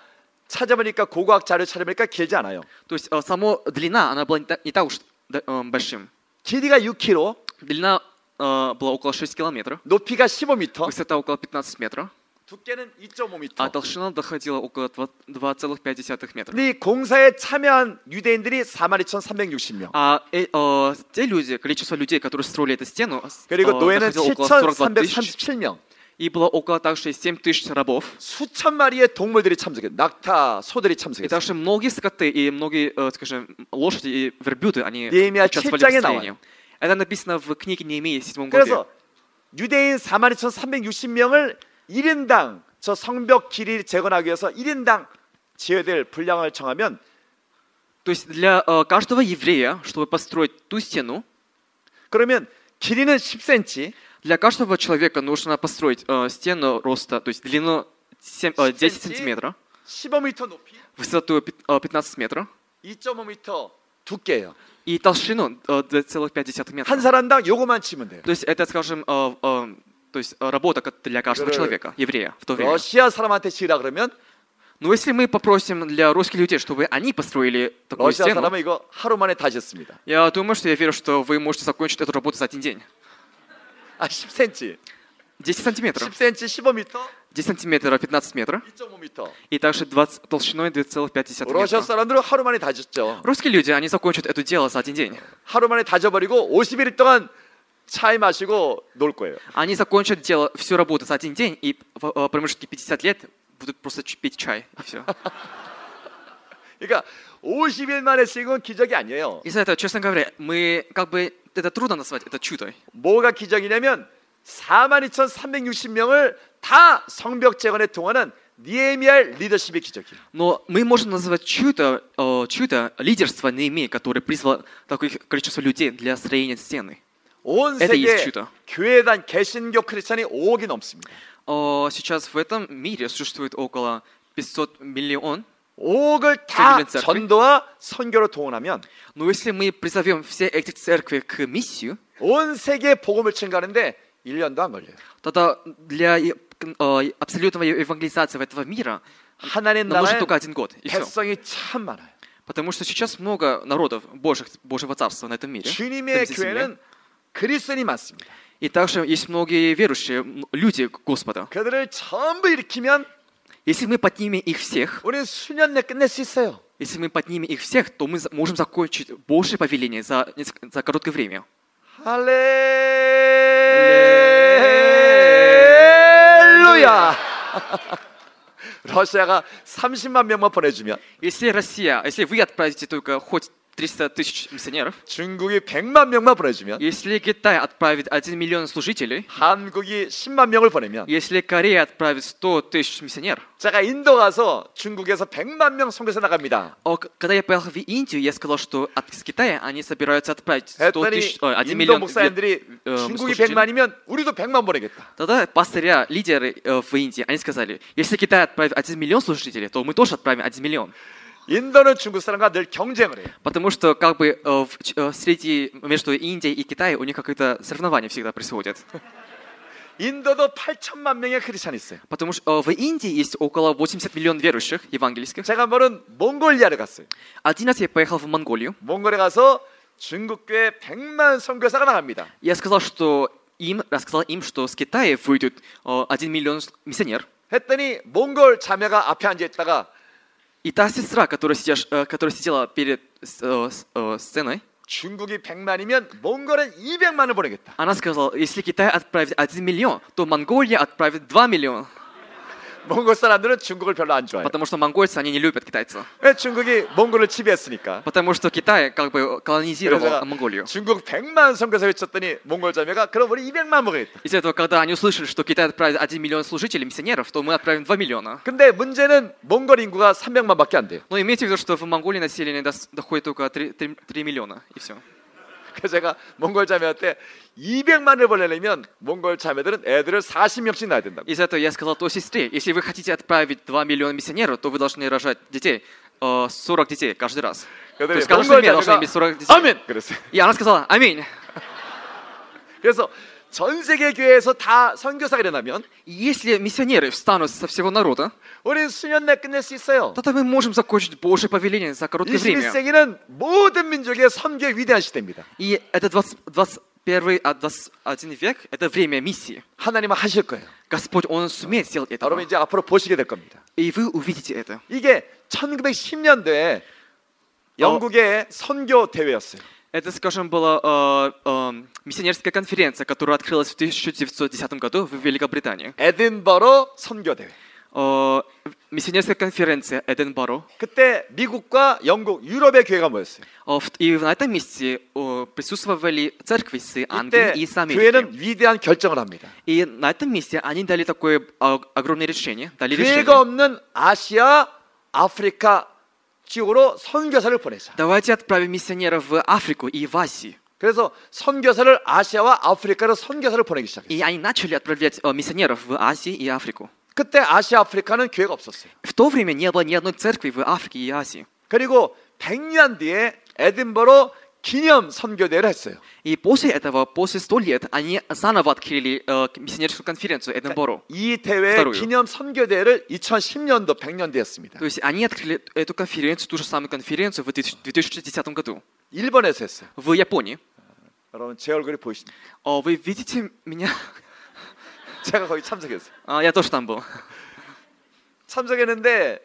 S1: 찾아보니까 고고학 자료 찾아보니까 길지 않아요.
S2: То есть э, само длина, она была не так, не так уж да- эм, большим.
S1: 길이가 6km,
S2: Длина э, была около 6 километров,
S1: 높이가 15m,
S2: высота около 15 метров,
S1: 두께는
S2: а
S1: 2.5m.
S2: толщина доходила около два- 2,5 метра.
S1: 근데 이 공사에 참여한 유대인들이 42,360명.
S2: А э, э, те люди, количество людей, которые строили эту стену,
S1: 어,
S2: с- э,
S1: 그리고 노예는
S2: доходило около 42 тысяч,
S1: 7,337명.
S2: и было около также 7 тысяч рабов.
S1: 수천 마리의 동물들이 참석해 낙타, 소들이
S2: И
S1: 참석했어요.
S2: также многие скоты и многие, э, скажем, лошади и верблюды, они
S1: Неемия
S2: участвовали в
S1: 칠장에
S2: строении. Это написано в книге Неемии, 7 главе.
S1: 그래서 유대인 42,360명을 1인당 저 성벽 길이 재건하기 위해서 1인당 지어야 될 분량을 정하면
S2: То есть для э, каждого еврея, чтобы построить ту стену,
S1: 그러면 길이는 10cm,
S2: для каждого человека нужно построить э, стену роста, то есть длину семь- э, 10
S1: Сантиметров.
S2: сантиметров,
S1: 15m 높이,
S2: высоту пят- э, 15 метров
S1: 2.5m 두께예요.
S2: и толщину э, 2,5 метра.
S1: 한 사람당 요거만 치면 돼요.
S2: То есть это, скажем, э, э, то есть э, работа как для каждого
S1: Гра-
S2: человека, еврея в то время.
S1: 러시아 사람한테 지으라 그러면
S2: Но если мы попросим для русских людей, чтобы они построили такую
S1: 러시아
S2: стену,
S1: 사람은 이거 하루 만에 다 짓습니다.
S2: Я думаю, что я верю, что вы можете закончить эту работу за один день.
S1: 아 10cm,
S2: 10 сантиметров.
S1: 10cm, 15m,
S2: 10 сантиметров, 15 метров.
S1: 2.5m.
S2: И также 20, толщиной 2,5
S1: 러시아
S2: метра.
S1: 사람들은 하루 만에 다 짓죠.
S2: Русские люди, они закончат это дело за один день.
S1: 하루 만에 다져버리고 50일 동안 차에 마시고 놀 거예요.
S2: Они закончат дело, всю работу за один день, и в э, промежутке 50 лет будут просто ч- пить чай, и все.
S1: 그러니까 50일 만에 쓰는 기적이 아니에요.
S2: Из-за этого, честно говоря, мы как бы... Это трудно назвать, это чудо.
S1: 뭐가 기적이냐면 42,360명을 다 성벽 재건에 동원한 니에미알 리더십의 기적이에요.
S2: Но мы можем назвать чудо, э, чудо лидерство Неемии, которое призвало такое количество людей для строения стены.
S1: 온
S2: 에데이
S1: 세계
S2: 스튜더.
S1: 교회에 단 개신교 크리스천이 5억이 넘습니다.
S2: О, Э, Сейчас в этом мире существует около 500 миллион.
S1: 5억을 다
S2: 세계는 사람들이?
S1: 전도와 선교로 동원하면
S2: Но если мы призовем все эти церкви к миссию,
S1: 온 세계 복음을 증가하는데 1년도 안 걸려요.
S2: тогда для э, э, абсолютного евангелизации этого мира
S1: 하나님
S2: нам нужен
S1: 나라에
S2: только один год. И все.
S1: 백성이 참 많아요.
S2: Потому что сейчас много народов Божьих, Божьего Царства на этом мире. на
S1: 주님의
S2: этой земле.
S1: 교회는 그리스도인이 많습니다.
S2: И также есть многие верующие м, люди Господа.
S1: 그들을 전부 일으키면
S2: Если мы поднимем их всех,
S1: 우리는 수년 내 끝낼 수 있어요.
S2: если мы поднимем их всех, то мы за- можем закончить Божье повеление за, неск- за короткое время.
S1: 할렐루야. 러시아가 30만 명만 보내주면
S2: Если Россия, если вы отправите только хоть 300 тысяч миссионеров,
S1: 중국이 100만 명만 보내주면
S2: если Китай отправит 1 миллион служителей,
S1: 한국이 10만 명을 보내면
S2: если Корея отправит 100 тысяч миссионеров,
S1: 제가 인도 가서 중국에서 100만 명 선교사 나갑니다.
S2: О, а к- когда я поехал в Индию, я сказал, что от, из Китая они собираются отправить 100
S1: 했더니
S2: тысяч, ой, 1
S1: 인도
S2: миллион
S1: 목사님들이
S2: ве- э,
S1: 중국이
S2: служителей.
S1: 100만이면 우리도 100만 보내겠다.
S2: Тогда пастыря, лидеры э, в Индии, они сказали, если Китай отправит 1 миллион служителей, то мы тоже отправим 1 миллион.
S1: 인도는 중국 사람과 늘 경쟁을 해요.
S2: Потому что как бы э, в ч- э, среди, между Индией и Китаем у них какое-то соревнование всегда происходит.
S1: 인도도 8천만 명의 크리스찬이 있어요.
S2: Потому что э, в Индии есть около 80 миллионов верующих евангельских.
S1: 제가 한 번은 몽골리아를 갔어요.
S2: Один раз я поехал в Монголию.
S1: 몽골에 가서 중국교회 100만 선교사가 나갑니다.
S2: Я сказал, что им, рассказал им, что с Китая выйдет э, 1 миллион с- миссионер.
S1: 했더니 몽골 자매가 앞에 앉아 있다가
S2: И та сестра, которая, сидяш- э, которая сидела перед с- э, с- э, сценой,
S1: 중국이 100만이면 몽골은 200만을 보내겠다.
S2: она сказала, если Китай отправит 1 миллион, то Монголия отправит 2 миллиона.
S1: 몽골 사람들은 중국을 별로 안 좋아해요.
S2: Потому что монгольцы, они не любят китайцев.
S1: 왜 중국이 몽골을 지배했으니까.
S2: Потому что Китай как бы колонизировал
S1: 그래서
S2: Монголию.
S1: 중국 100만 선교사 외쳤더니 몽골 자매가 그럼 우리 200만 먹어야겠다.
S2: Из этого, когда они услышали, что Китай отправит 1 миллион служителей, миссионеров, то мы отправим 2 миллиона.
S1: 근데 문제는 몽골 인구가 300만밖에 안 돼요.
S2: Но имейте в виду, что в Монголии население дос- доходит только 3, миллиона, и все.
S1: 그래서 제가 몽골 자매한테 200만을 보내려면 몽골 자매들은 애들을 40명씩 낳아야 된다고.
S2: Из этого я сказал той сестре, если вы хотите отправить 2 миллиона миссионеров, то вы должны рожать детей, э, 40 детей каждый раз. То
S1: 그랬더니
S2: есть каждая семья должна иметь 40 детей.
S1: 아멘. 그랬어요.
S2: И она сказала, аминь.
S1: 그래서 전 세계 교회에서 다 선교사가 일어나면
S2: И Если миссионеры встанут со всего народа,
S1: 우리는 수년 내 끝낼 수 있어요.
S2: тогда мы можем закончить Божье повеление за короткое время.
S1: 21세기는 모든 민족의 선교의 위대한 시대입니다.
S2: И это 20, 21 а, 21 век, это время миссии.
S1: 하나님은 하실 거예요.
S2: Господь, Он сумеет сделать это.
S1: 여러분 이제 앞으로 보시게 될 겁니다.
S2: И вы увидите это.
S1: 이게 1910년대에 영국의 선교 대회였어요.
S2: Это, скажем, была э, э, миссионерская конференция, которая открылась в 1910 году в Великобритании.
S1: 에딘버러 선교 대회.
S2: Э, миссионерская конференция Эдинборо.
S1: 그때 미국과 영국, 유럽의 교회가 모였어요.
S2: Э, в- И на этом месте э, присутствовали церкви с
S1: 이때
S2: Англии и с Америки.
S1: 교회는 위대한 결정을 합니다.
S2: И на этом месте они дали такое э, огромное решение. Дали
S1: 교회가
S2: решение.
S1: 없는 아시아, 아프리카 지역으로 선교사를 보내자.
S2: Давайте отправим миссионеров в Африку и в Азию.
S1: 그래서 선교사를 아시아와 아프리카로 선교사를 보내기 시작해요.
S2: И они начали отправлять э, миссионеров в Азию и Африку.
S1: 그때 아시아, 아프리카는 교회가 없었어요.
S2: В то время не было ни одной церкви в Африке и Азии.
S1: 그리고 100년 뒤에 에딘버러 기념 선교대회를 했어요.
S2: И после этого, после 100 лет, они заново открыли э, миссионерскую конференцию Эдинборо.
S1: 이 대회
S2: 따로요.
S1: 기념 선교대회를 2010년도 100년 뒤에 했습니다.
S2: То есть они открыли эту конференцию, ту же самую конференцию в 2000 2010 году
S1: 일본에서 했어요.
S2: в Японии.
S1: 여러분 제 얼굴이 보이십니까?
S2: О, вы видите меня?
S1: 제가 거기 참석했어요.
S2: А, я тоже там был.
S1: 참석했는데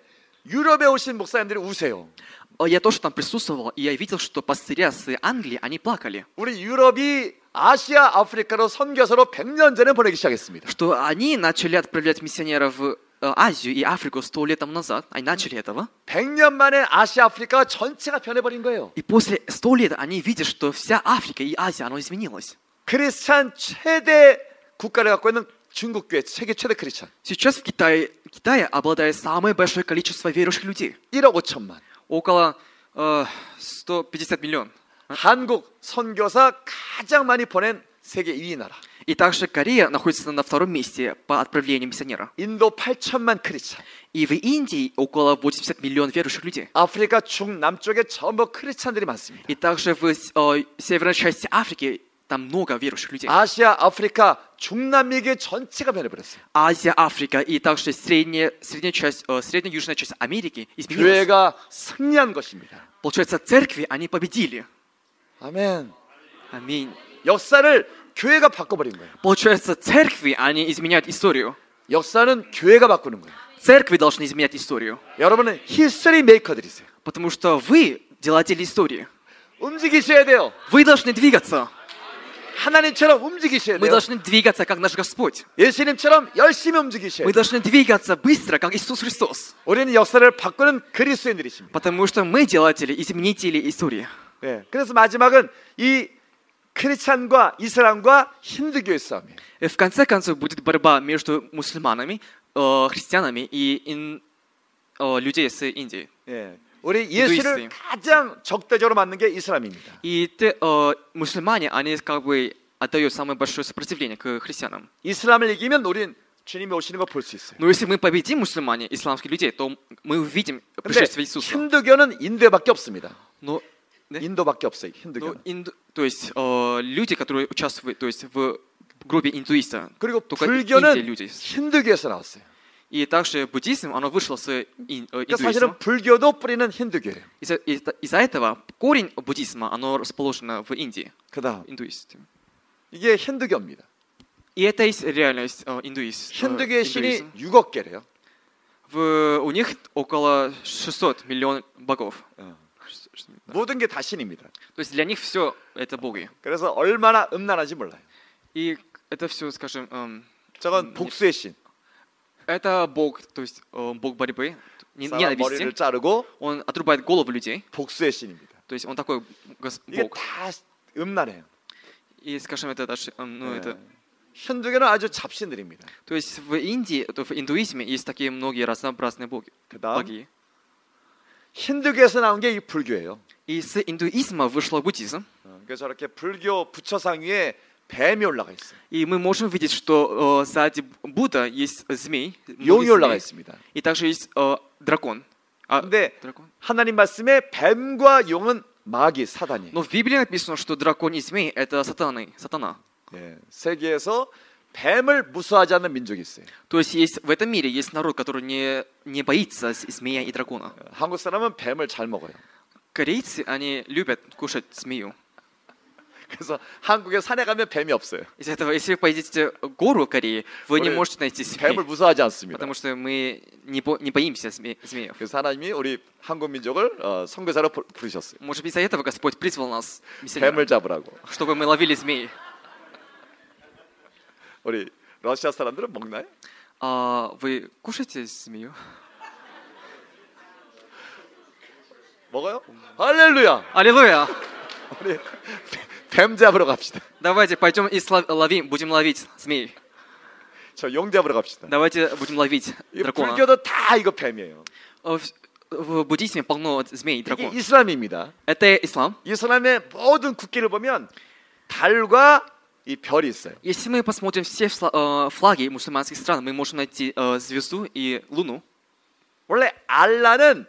S1: 유럽에 오신 목사님들이 우세요.
S2: О, Я тоже там присутствовал, и я видел, что пастыря с Англии, они плакали.
S1: 우리 유럽이 아시아, 아프리카로 선교사로 100년 전에 보내기 시작했습니다.
S2: Что они начали отправлять миссионеров в э, Азию и Африку сто лет тому назад. Они начали этого.
S1: 100년 만에 아시아, 아프리카 전체가 변해버린 거예요.
S2: И после 100 лет они видят, что вся Африка и Азия, она изменилась.
S1: 크리스찬 최대 국가를 갖고 있는 중국 교회 세계 최대 크리스찬
S2: Сейчас в Китае, Китае обладает самое большое количество верующих людей.
S1: 1억 5천만.
S2: Около э, 150 миллионов.
S1: 한국 선교사 가장 많이 보낸 세계 2위 나라.
S2: И также Корея находится на втором месте по отправлению миссионера.
S1: 인도 8천만 크리스찬.
S2: И в Индии около 80 миллионов верующих людей.
S1: 아프리카 중남쪽에 전부 크리스찬들이 많습니다.
S2: И также в с- э, северной части Африки там много верующих людей. А,
S1: 아시아, 아프리카, 중남미계 전체가 변해버렸어요.
S2: Азия, Африка и также средняя, средняя часть, э, средняя южная часть Америки изменилась.
S1: 교회가 승리한 것입니다.
S2: Получается, церкви, они победили.
S1: 아멘.
S2: Аминь.
S1: 역사를 교회가 바꿔버린 거예요.
S2: Получается, церкви, они изменяют историю.
S1: 역사는 교회가 바꾸는 거예요.
S2: Церкви должны изменять историю.
S1: 여러분은 히스토리 메이커들이세요.
S2: Потому что вы делатели истории.
S1: 움직이셔야 돼요.
S2: Вы должны двигаться.
S1: 하나님처럼 움직이셔야
S2: Мы
S1: 돼요.
S2: должны двигаться, как наш Господь.
S1: 예수님처럼 열심히 움직이셔야
S2: Мы
S1: 돼요.
S2: должны двигаться быстро, как Иисус Христос.
S1: 우리는 역사를 바꾸는 그리스도인들이십니다.
S2: Потому что мы делатели, изменители истории.
S1: 예. 그래서 마지막은 이 크리스찬과 이슬람과 힌두교의 싸움이에요.
S2: И Э, в конце концов будет борьба между мусульманами, э, христианами и ин- э, людей с Индии.
S1: 예. 우리 예수를
S2: 힌두이스트예요.
S1: 가장 적대적으로 맞는 게 이슬람입니다.
S2: И те, э, мусульмане, они как бы отдают самое большое сопротивление к христианам.
S1: 이슬람을 이기면 우린 주님이 오시는 걸 볼 수 있어요.
S2: Но если мы победим мусульмане, исламских людей, то мы увидим
S1: 근데
S2: пришествие Иисуса.
S1: 힌두교는 인도에밖에 없습니다.
S2: Но, 네?
S1: 인도밖에 없어요.
S2: но
S1: 힌두교는.
S2: инду- то есть э, люди, которые участвуют то есть, в группе интуиста.
S1: 그리고
S2: Только индия
S1: 불교는
S2: люди.
S1: 힌두교에서 나왔어요.
S2: И также буддизм, оно вышло с ин- э,
S1: 그러니까
S2: индуизма.
S1: 사실은 불교도 뿌리는 힌두교예요.
S2: Из-за из-за- из-за этого корень буддизма, оно расположено в Индии,
S1: 그다음
S2: индуисты.
S1: 이게 힌두교입니다.
S2: И это есть реальность э, индуист. э,
S1: 힌두교의 신이
S2: индуизм.
S1: 6억 개래요.
S2: В- у них около 600 миллионов богов.
S1: 어.
S2: Ш- ш-
S1: 모든 게 다 신입니다.
S2: То есть для них все это боги.
S1: 그래서 얼마나 음란한지 몰라요.
S2: И это все, скажем, эм,
S1: 저건
S2: 음,
S1: 복수의 신.
S2: это бог, то есть э, бог борьбы, не-
S1: 사람 머리를
S2: ненависти.
S1: 자르고
S2: Он отрубает голову людей.
S1: 복수의 신입니다.
S2: То есть он такой гос-
S1: 이게
S2: бог.
S1: 다 음란해요.
S2: И, скажем, это даже, эм, ну,
S1: 예.
S2: это
S1: 힌두교는 아주 잡신들입니다.
S2: То есть в Индии, то в индуизме есть такие многие разнообразные боги.
S1: 그다음
S2: боги.
S1: 힌두교에서 나온 게 이 불교예요.
S2: И с индуизма вышел буддизм.
S1: 어, 그래서 저렇게 불교 부처상 위에 뱀이 올라가 있어요.
S2: И мы можем видеть, что э, сзади Будда есть змей. много
S1: 용이 올라가
S2: змей.
S1: 있습니다. 아,
S2: И также есть э, дракон. А,
S1: 근데
S2: дракон.
S1: 하나님 말씀에 뱀과 용은 마귀 사단이에요.
S2: Но в Библии написано, что дракон и змей – это сатаны, сатана.
S1: 예, 세계에서 뱀을 무서워하지 않는 민족이 있어요.
S2: То есть есть в этом мире есть народ, который не, не боится з- змея и дракона.
S1: 어, 한국 사람은 뱀을 잘 먹어요.
S2: Корейцы, они любят кушать змею.
S1: 그래서 한국에 산에 가면 뱀이 없어요.
S2: Из-за этого, если вы поедете в гору Кореи, вы не
S1: Ой,
S2: можете найти змею.
S1: 뱀을 무서워하지 않습니다.
S2: Потому что мы не, бо- не боимся зме- змеев.
S1: 그래서 하나님이 우리 한국 민족을 어, 선교사로 부- 부르셨어요.
S2: Может быть, из-за этого Господь призвал нас, миссионеров,
S1: 뱀을 잡으라고.
S2: чтобы мы ловили змей.
S1: 우리 러시아 사람들은 먹나요?
S2: А вы кушаете змею?
S1: 먹어요? 할렐루야.
S2: Аллилуйя!
S1: 우리 뱀 잡으러 갑시다.
S2: Давайте пойдем и сла- ловим, будем ловить змей.
S1: 저 용 잡으러 갑시다.
S2: Давайте будем ловить
S1: 이
S2: дракона.
S1: 불교도 다 이거 뱀이에요.
S2: Э, В, в буддизме полно змей и
S1: 이게
S2: дракон.
S1: 이슬람입니다.
S2: Это ислам.
S1: 이슬람의 모든 국기를 보면 달과 이 별이 있어요.
S2: Если мы посмотрим все фла- э, флаги мусульманских стран, мы можем найти э, звезду и луну.
S1: 원래 알라는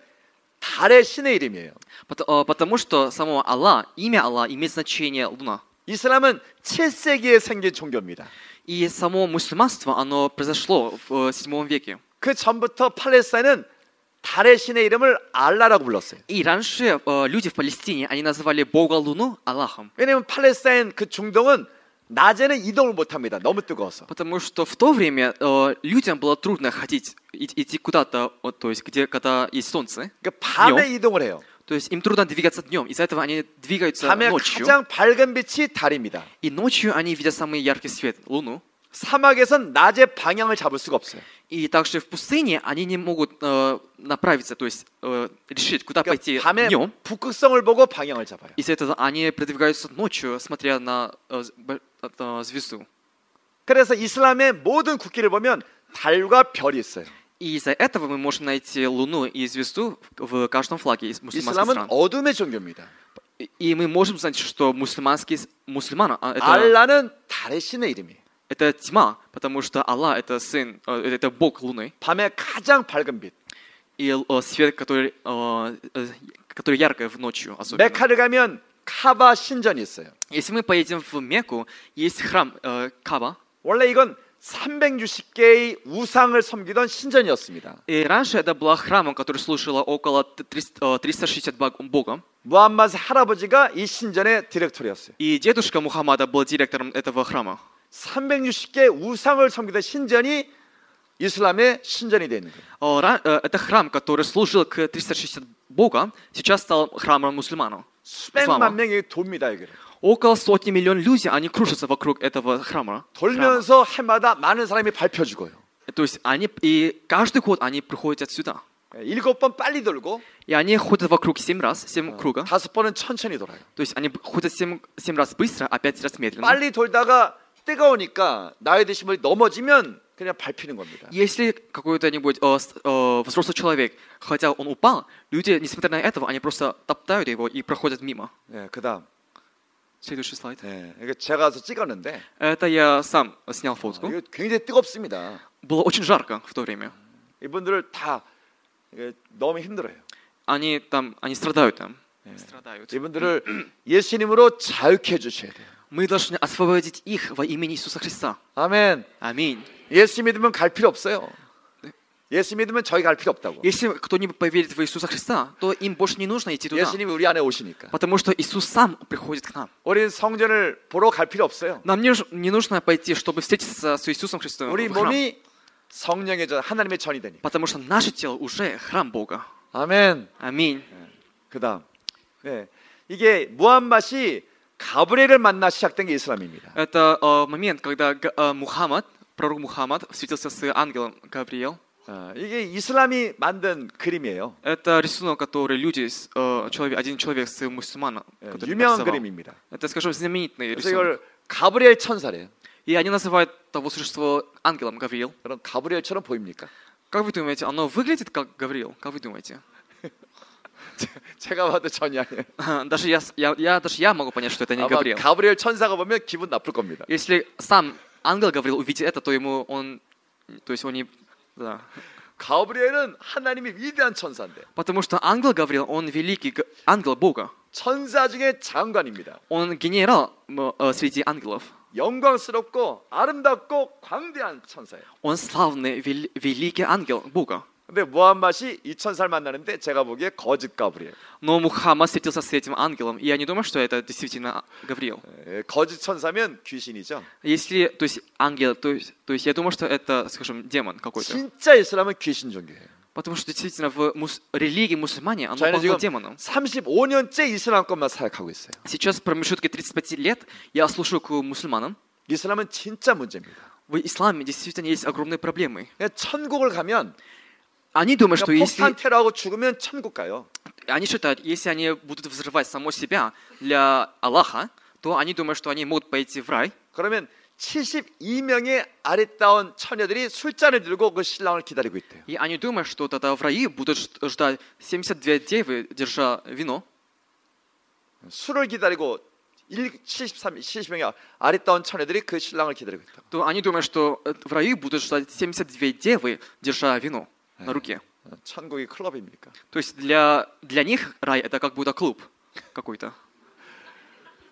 S1: 달의 신의 이름이에요.
S2: Пот- э, Потому что само Аллах, имя Аллах имеет значение луна.
S1: 이슬람은 7세기에 생긴 종교입니다.
S2: И само мусульманство, оно произошло в э, седьмом веке.
S1: 그 전부터 팔레스타인은 달의 신의 이름을 알라라고 불렀어요.
S2: И раньше э, люди в Палестине, они называли Бога Луну Аллахом.
S1: 왜냐하면 팔레스타인 그 중동은 낮에는 이동을 못합니다. 너무 뜨거워서.
S2: Потому что в то время э, людям было трудно ходить, и- идти куда-то, вот, то есть где, когда есть солнце.
S1: 그러니까 밤에 이동을 해요.
S2: То есть им трудно двигаться днем, из-за этого они двигаются
S1: 밤에
S2: ночью.
S1: 가장 밝은 빛이 달입니다.
S2: И ночью они видят самый яркий свет, луну.
S1: 사막에선 낮에 방향을 잡을 수가 없어요.
S2: И также в пустыне они не могут э, направиться, то есть э, решить, куда пойти
S1: 그러니까 밤에
S2: днем.
S1: 북극성을 보고 방향을 잡아요.
S2: Из-за этого они продвигаются ночью, смотря на э, з- б- э, звезду.
S1: 그래서 이슬람의 모든 국기를 보면 달과 별이 있어요.
S2: И из-за этого мы можем найти Луну и звезду в в каждом флаге из мусульманских
S1: 이슬람은
S2: стран.
S1: 어둠의 종교입니다.
S2: И- И мы можем знать, что мусульманские с-
S1: 네,
S2: мусульманы а, это,
S1: 알라는 달의 신의 이름이.
S2: это тьма, потому что Аллах это сын, э, это Бог Луны
S1: 밤에 가장 밝은 빛.
S2: и э, свет, который э, э, который яркое в ночью особенно.
S1: 메카를 가면 카바 신전이 있어요.
S2: Если мы поедем в Мекку, есть храм э, Каба.
S1: 원래 이건 360개의 우상을 섬기던 신전이었습니다.
S2: И раньше это была храмом, который служила около 300, э, 360 баг- богам.
S1: 무함마드 할아버지가 이 신전의 디렉터였어요.
S2: И дедушка Мухаммада был директором этого храма.
S1: 360개의 우상을 섬기던 신전이 이슬람의 신전이 되는 거예요.
S2: О, ра- э, Это храм, который служил к 360 Бога, сейчас стал храмом мусульман.
S1: 수백만 명이 돕니다 여기를.
S2: Около сотни миллион людей, они кружатся вокруг этого храма. храма.
S1: 돌면서 해마다 많은 사람이 밟혀 죽어요.
S2: То есть они и каждый год они приходят отсюда.
S1: 예, 일곱 번 빨리 돌고
S2: И они ходят вокруг семь раз, семь круга.
S1: 다섯 번은 천천히 돌아요.
S2: То есть они ходят семь, семь раз быстро, а пять раз медленно.
S1: 빨리 돌다가 뜨거우니까 나이 드신 분이 넘어지면 그냥 밟히는 겁니다.
S2: Если какой-нибудь э, с- э, взрослый человек, хотя он упал, люди, несмотря на этого, они просто топтают его и проходят мимо.
S1: 예, 그다음
S2: Следующий слайд.
S1: 예, 이거 제가 가서 찍었는데
S2: Это я сам снял
S1: 어,
S2: фотку.
S1: 이거 굉장히 뜨겁습니다.
S2: Было очень жарко в то время.
S1: 이분들을 다 이게 너무 힘들어요.
S2: они 그렇죠. там, они страдают там. Страдают.
S1: 이분들을 예수님으로 자유케 해 주셔야 돼요.
S2: Мы должны освободить их во имени Иисуса Христа.
S1: 아멘.
S2: Аминь.
S1: 예수 믿으면 갈 필요 없어요. 예수 믿으면 저희 갈 필요 없다고.
S2: Если кто-нибудь поверит в Иисуса Христа, то им больше не нужно идти туда.
S1: 예수님이 우리 안에 오시니까.
S2: Потому что Иисус сам приходит к нам.
S1: 우린 성전을 보러 갈 필요 없어요.
S2: Нам не, ж- не нужно пойти, чтобы встретиться с Иисусом Христом.
S1: 우리
S2: в храм.
S1: 몸이 성령의 전 하나님의 전이 되니까.
S2: Потому что наше тело уже храм Бога.
S1: 아멘.
S2: Аминь.
S1: 그다음. 네. 이게 무함맛이 가브리엘을 만나 시작된 게 이슬람입니다.
S2: Это э, момент, когда Г- э, Мухаммад, пророк Мухаммад, встретился с ангелом Гавриил.
S1: 아, 이게 이슬람이 만든 그림이에요.
S2: Это рисунок, который люди, с- э, человек, один человек с мусульмана,
S1: 예,
S2: который
S1: 유명한
S2: нарисовал.
S1: 그림입니다.
S2: Э, Это, скажем, знаменитный
S1: 그래서
S2: рисунок.
S1: 이걸 가브리엘 천사래요.
S2: И они называют того существа ангелом Гавриил.
S1: 그럼 가브리엘처럼 보입니까?
S2: Как вы думаете, оно выглядит как Гавриил? Как вы думаете?
S1: 제가 봐도 전혀 아니에요.
S2: Даже я, с- я, я- даже я могу понять, что это не
S1: 아마
S2: Гавриил.
S1: 가브리엘 천사가 보면 기분 나쁠 겁니다.
S2: Если сам ангел Гавриил увидит это, то ему он, то есть он не, да.
S1: 가브리엘은 하나님의 위대한 천사인데
S2: Потому что ангел Гавриил, он великий г- ангел Бога.
S1: 천사 중에 장관입니다.
S2: Он генерал м, э, среди ангелов.
S1: 영광스럽고 아름답고 광대한 천사예요.
S2: Он славный, вел- великий ангел Бога.
S1: 근데 무함맛이 이 천사를 만나는데 제가 보기에 거짓 가브리엘,
S2: Но Мухаммад встретился с этим ангелом, и я не думаю, что это действительно Гавриил.
S1: 에, 예, 거짓 천사면 귀신이죠.
S2: Если, то есть ангел, то есть, то есть я думаю, что это, скажем, демон какой-то.
S1: 진짜 이슬람은 귀신 종교예요.
S2: Потому что действительно в мус- религии мусульмане оно
S1: 저희는 지금
S2: полно демоном.
S1: 35년째 이슬람 것만 사역하고 있어요.
S2: Сейчас в промежутке 35 лет я слушаю к мусульманам.
S1: 이슬람은 진짜 문제입니다.
S2: В исламе действительно есть огромные проблемы.
S1: 그냥 천국을 가면
S2: Они думают, что
S1: 그냥
S2: если
S1: 폭탄 테러하고 죽으면 천국 가요.
S2: они считают, если они будут взрывать само себя для Аллаха, то они думают, что они могут пойти в рай.
S1: 그러면 72명의 아리따운 처녀들이 술잔을 들고 그 신랑을 기다리고 있대요.
S2: И они думают, что тогда в раю будут ж- ждать 72 девы, держа вино.
S1: 술을 기다리고 1, 73, 70명의 아리따운 처녀들이 그 신랑을 기다리고 있다.
S2: То они думают, что э, в раю будут ждать 72 девы, держа вино на руке.
S1: 천국이 클럽입니까?
S2: То есть для, для них рай это как будто клуб какой-то.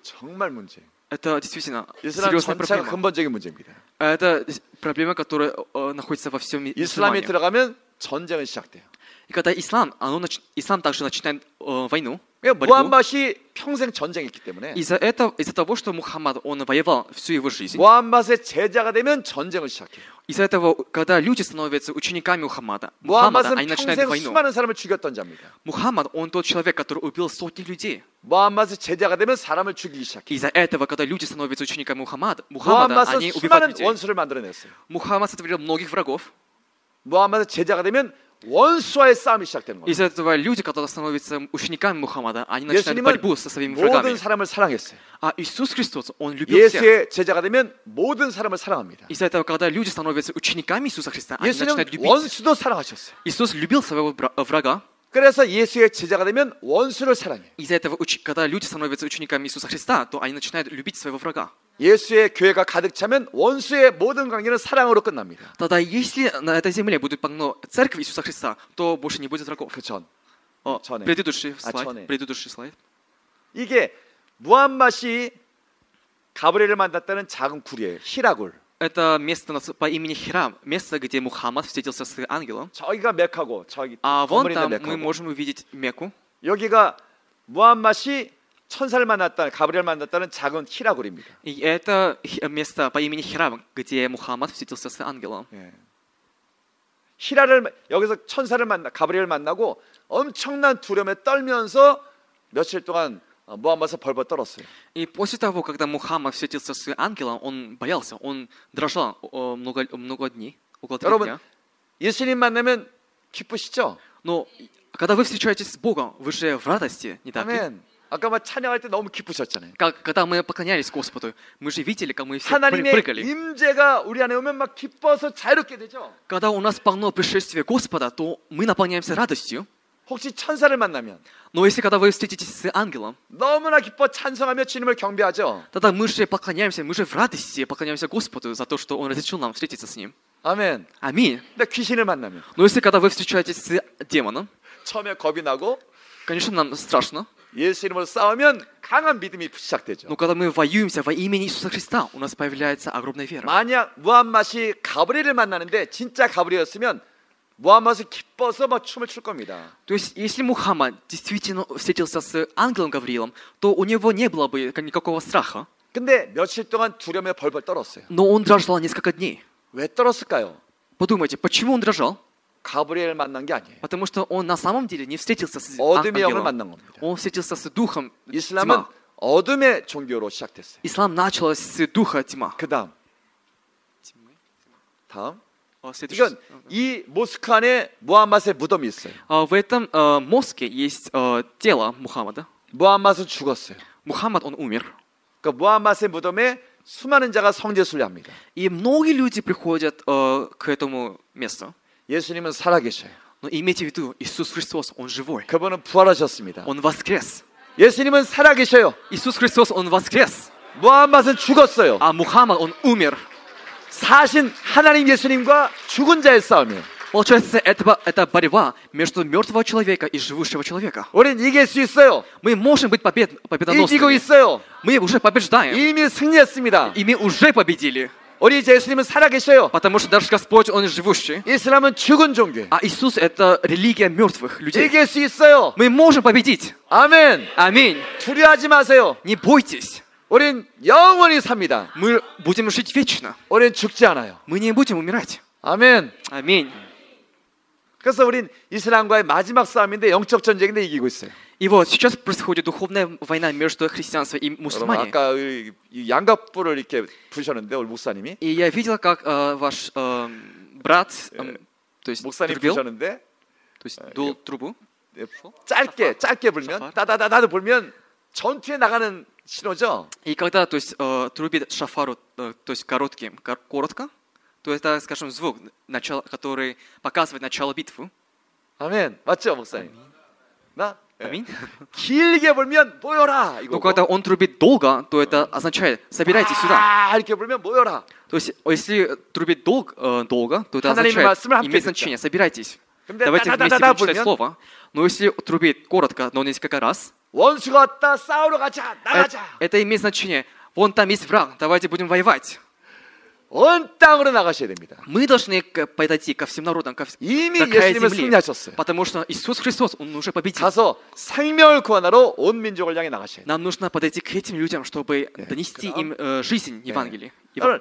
S1: 정말 문제.
S2: Это действительно
S1: 이슬람 전체가
S2: серьезная проблема. А
S1: 근본적인 문제입니다.
S2: Это с- проблема, которая э, находится во всем ми-
S1: 이슬람이
S2: мусульмане.
S1: 들어가면 전쟁은 시작돼요.
S2: И когда ислам, оно нач- ислам также начинает э, войну,
S1: 그러니까
S2: борьбу.
S1: 무함맛이 평생 전쟁했기 때문에
S2: Из-за этого, из-за того, что Мухаммад он воевал всю его жизнь,
S1: 무함맛의 제자가 되면 전쟁을 시작해요.
S2: из-за этого, когда люди становятся учениками Мухаммада, Мухаммада,
S1: 무함맛은
S2: они начинают
S1: 평생
S2: войну.
S1: 수많은 사람을 죽였던 자입니다.
S2: Мухаммад, он тот человек, который убил сотни людей.
S1: 무함맛의 제자가 되면 사람을 죽이기 시작해요.
S2: Из-за этого, когда люди становятся учениками Мухаммада, Мухаммада
S1: 무함맛은
S2: они убивают
S1: 수많은
S2: людей.
S1: 원수를 만들어냈어요.
S2: Мухаммад сотворил многих врагов.
S1: 무함맛의 제자가 되면 원수와의 싸움이 시작되는 거예요.
S2: Из-за этого люди, которые становятся учениками Мухаммада, они начинают
S1: 예수님은
S2: борьбу со своими
S1: 모든
S2: врагами.
S1: 사람을 사랑했어요.
S2: А Иисус Христос, Он
S1: 그
S2: любил всех.
S1: 예수의 제자가 되면 모든 사람을 사랑합니다.
S2: Из-за этого, когда люди становятся учениками Иисуса Христа, они
S1: 예수는
S2: начинают любить.
S1: 원수도 사랑하셨어요.
S2: Иисус любил своего бра- э, врага.
S1: 그래서 예수의 제자가 되면 원수를 사랑해요.
S2: Из-за этого, уч- когда люди становятся учениками Иисуса Христа, то они начинают любить своего врага.
S1: 예수의 교회가 가득 차면 원수의 모든 관계는 사랑으로 끝납니다.
S2: Тогда, если на этой земле будет полно церковь Иисуса Христа, то больше не будет врагов.
S1: 그 전.
S2: О,
S1: Чоне.
S2: предыдущий
S1: А,
S2: слайд.
S1: чоне.
S2: предыдущий слайд.
S1: 이게 무함맛이 가브리엘을 만났다는 작은 굴이에요. 히라굴.
S2: Это место нас- по имени Хирам, место, где Мухаммад встретился с ангелом.
S1: 저기가 메카고 저기
S2: А вон
S1: 건물이
S2: там
S1: 메카고.
S2: мы можем увидеть Мекку.
S1: 여기가 무함맛이 천사를 만났다는 가브리엘 만났다는 작은 히라굴입니다.
S2: И это хи- место по имени Хирам, где Мухаммад встретился с ангелом.
S1: 예. 히라를 여기서 천사를 만나 가브리엘 만나고 엄청난 두려움에 떨면서 며칠 동안 어, 무함마서 벌벌 떨었어요.
S2: И после того, когда Мухаммад встретился с ангелом, он боялся, он дрожал о, много, много дней, около трех
S1: 여러분
S2: дня.
S1: 예수님 만나면 기쁘시죠?
S2: Но когда вы встречаетесь с Богом, вы же в радости, не так ли?
S1: 아멘. 아까 막 찬양할 때 너무 기쁘셨잖아요.
S2: Как, когда мы поклонялись Господу, мы же видели, как мы все пры-
S1: 하나님의
S2: прыгали.
S1: 임재가 우리 안에 오면 막 기뻐서 자유롭게 되죠.
S2: Когда у нас полно пришествия Господа, то мы наполняемся радостью.
S1: 혹시 천사를 만나면
S2: Но если когда вы встретитесь с ангелом,
S1: 너무나 기뻐 찬송하며 주님을 경배하죠.
S2: тогда мы же поклоняемся, мы же в радости поклоняемся Господу за то, что Он разрешил нам встретиться с Ним.
S1: 아멘.
S2: Аминь.
S1: 근데 귀신을 만나면
S2: Но если когда вы встречаетесь с демоном,
S1: 처음에 겁이 나고
S2: Конечно, нам страшно.
S1: 예수 이름으로 싸우면 강한 믿음이 시작되죠.
S2: Но когда мы воюемся во имя Иисуса Христа, у нас появляется огромная вера.
S1: 만약 무함맛이 가브리엘을 만나는데 진짜 가브리엘이었으면 무함맛이 기뻐서 막 춤을 출 겁니다.
S2: То есть, если Мухаммад действительно встретился с ангелом Гавриилом, то у него не было бы никакого страха.
S1: 근데 며칠 동안 두려움에 벌벌 떨었어요.
S2: Но он дрожал несколько дней.
S1: 왜 떨었을까요?
S2: Подумайте, почему он дрожал?
S1: 가브리엘 만난 게 아니에요.
S2: Потому что он на самом деле не встретился с ан-
S1: 어둠의 영을
S2: ангелом.
S1: 만난 겁니다.
S2: Он встретился с духом
S1: 이슬람은
S2: тьма.
S1: 어둠의 종교로 시작됐어요.
S2: Ислам начался с духа тьма.
S1: 그 다음, 다음.
S2: О, А, следующий.
S1: 이건 이 모스크 안에 무함맛의 무덤이 있어요.
S2: А, В этом э, мозге есть э, тело Мухаммада.
S1: 무함맛은 죽었어요.
S2: Мухаммад, он умер.
S1: 그 무함맛의 무덤에 수많은 자가 성제수를 합니다.
S2: И многие люди приходят э, к этому месту.
S1: 예수님은 살아계셔요.
S2: Но имейте в виду, Иисус Христос, Он живой.
S1: 그분은 부활하셨습니다.
S2: Он воскрес.
S1: 예수님은 살아계셔요.
S2: Иисус Христос, Он воскрес.
S1: 무함맛은 죽었어요.
S2: А Мухаммад, Он умер.
S1: 사신 하나님 예수님과 죽은 자의 싸움이에요.
S2: Получается, это, это борьба между мертвого человека и живущего человека.
S1: 우린 이길 수 있어요.
S2: Мы можем быть побед,
S1: 이기고
S2: победоносными.
S1: 있어요.
S2: Мы уже побеждаем.
S1: 이미 승리했습니다.
S2: И мы уже победили.
S1: 우리 이제 예수님은 살아계셔요.
S2: Потому что даже Господь, Он живущий.
S1: 이슬람은 죽은 종교예요.
S2: А Иисус – это религия мертвых людей.
S1: 이길 수 있어요.
S2: Мы можем победить.
S1: 아멘.
S2: Аминь.
S1: 두려워하지 마세요.
S2: Не бойтесь.
S1: 우린 영원히 삽니다.
S2: Мы будем жить вечно.
S1: 우린 죽지 않아요.
S2: Мы не будем умирать.
S1: 아멘.
S2: Аминь.
S1: 그래서 우린 이슬람과의 마지막 싸움인데 영적 전쟁인데 이기고 있어요.
S2: И вот сейчас происходит духовная война между христианством и
S1: 여러분
S2: мусульмане.
S1: 아까 이- 이 양갑불을 이렇게 부셨는데 우리 목사님이
S2: И я видел, как э, ваш э, брат, э, то есть
S1: 목사님
S2: трубил, то
S1: 부셨는데
S2: есть дул трубу.
S1: 예, 짧게 짧게 불면
S2: 샤파.
S1: 따다다다도 불면 전투에 나가는 신호죠.
S2: И когда, то есть э, трубит шафару, э, то есть коротким, кор- коротко, то это, скажем, звук, начало, который показывает начало битвы.
S1: 아멘. 맞죠, 목사님? 나 예.
S2: Аминь.
S1: 길게 불면 모여라. 아,
S2: Но
S1: 이거.
S2: когда он трубит долго, то это означает собирайтесь сюда.
S1: 아 이렇게 불면 모여라.
S2: То есть о, если трубит долг, э, долго, то это
S1: Ханали
S2: означает
S1: Мимасым Рабки
S2: имеет
S1: Битта.
S2: значение собирайтесь.
S1: 근데
S2: Давайте вместе
S1: 따다다다다
S2: будем читать
S1: 불면
S2: слово. Но если трубит коротко, но несколько раз,
S1: 원수가 왔다 싸우러 가자
S2: э,
S1: 나가자
S2: это имеет значение. Вон там есть враг, давайте будем воевать.
S1: 온 땅으로 나가셔야 됩니다.
S2: Мы должны к- подойти ко всем народам, ко вс-
S1: 이미
S2: до края
S1: 예수님은
S2: земли,
S1: 승리하셨어요.
S2: потому что Иисус Христос, Он уже победил.
S1: 가서 생명을 구하러 온 민족을 향해 나가셔야 돼요.
S2: Нам нужно подойти к этим людям, чтобы донести им э, жизнь Евангелия. Еван-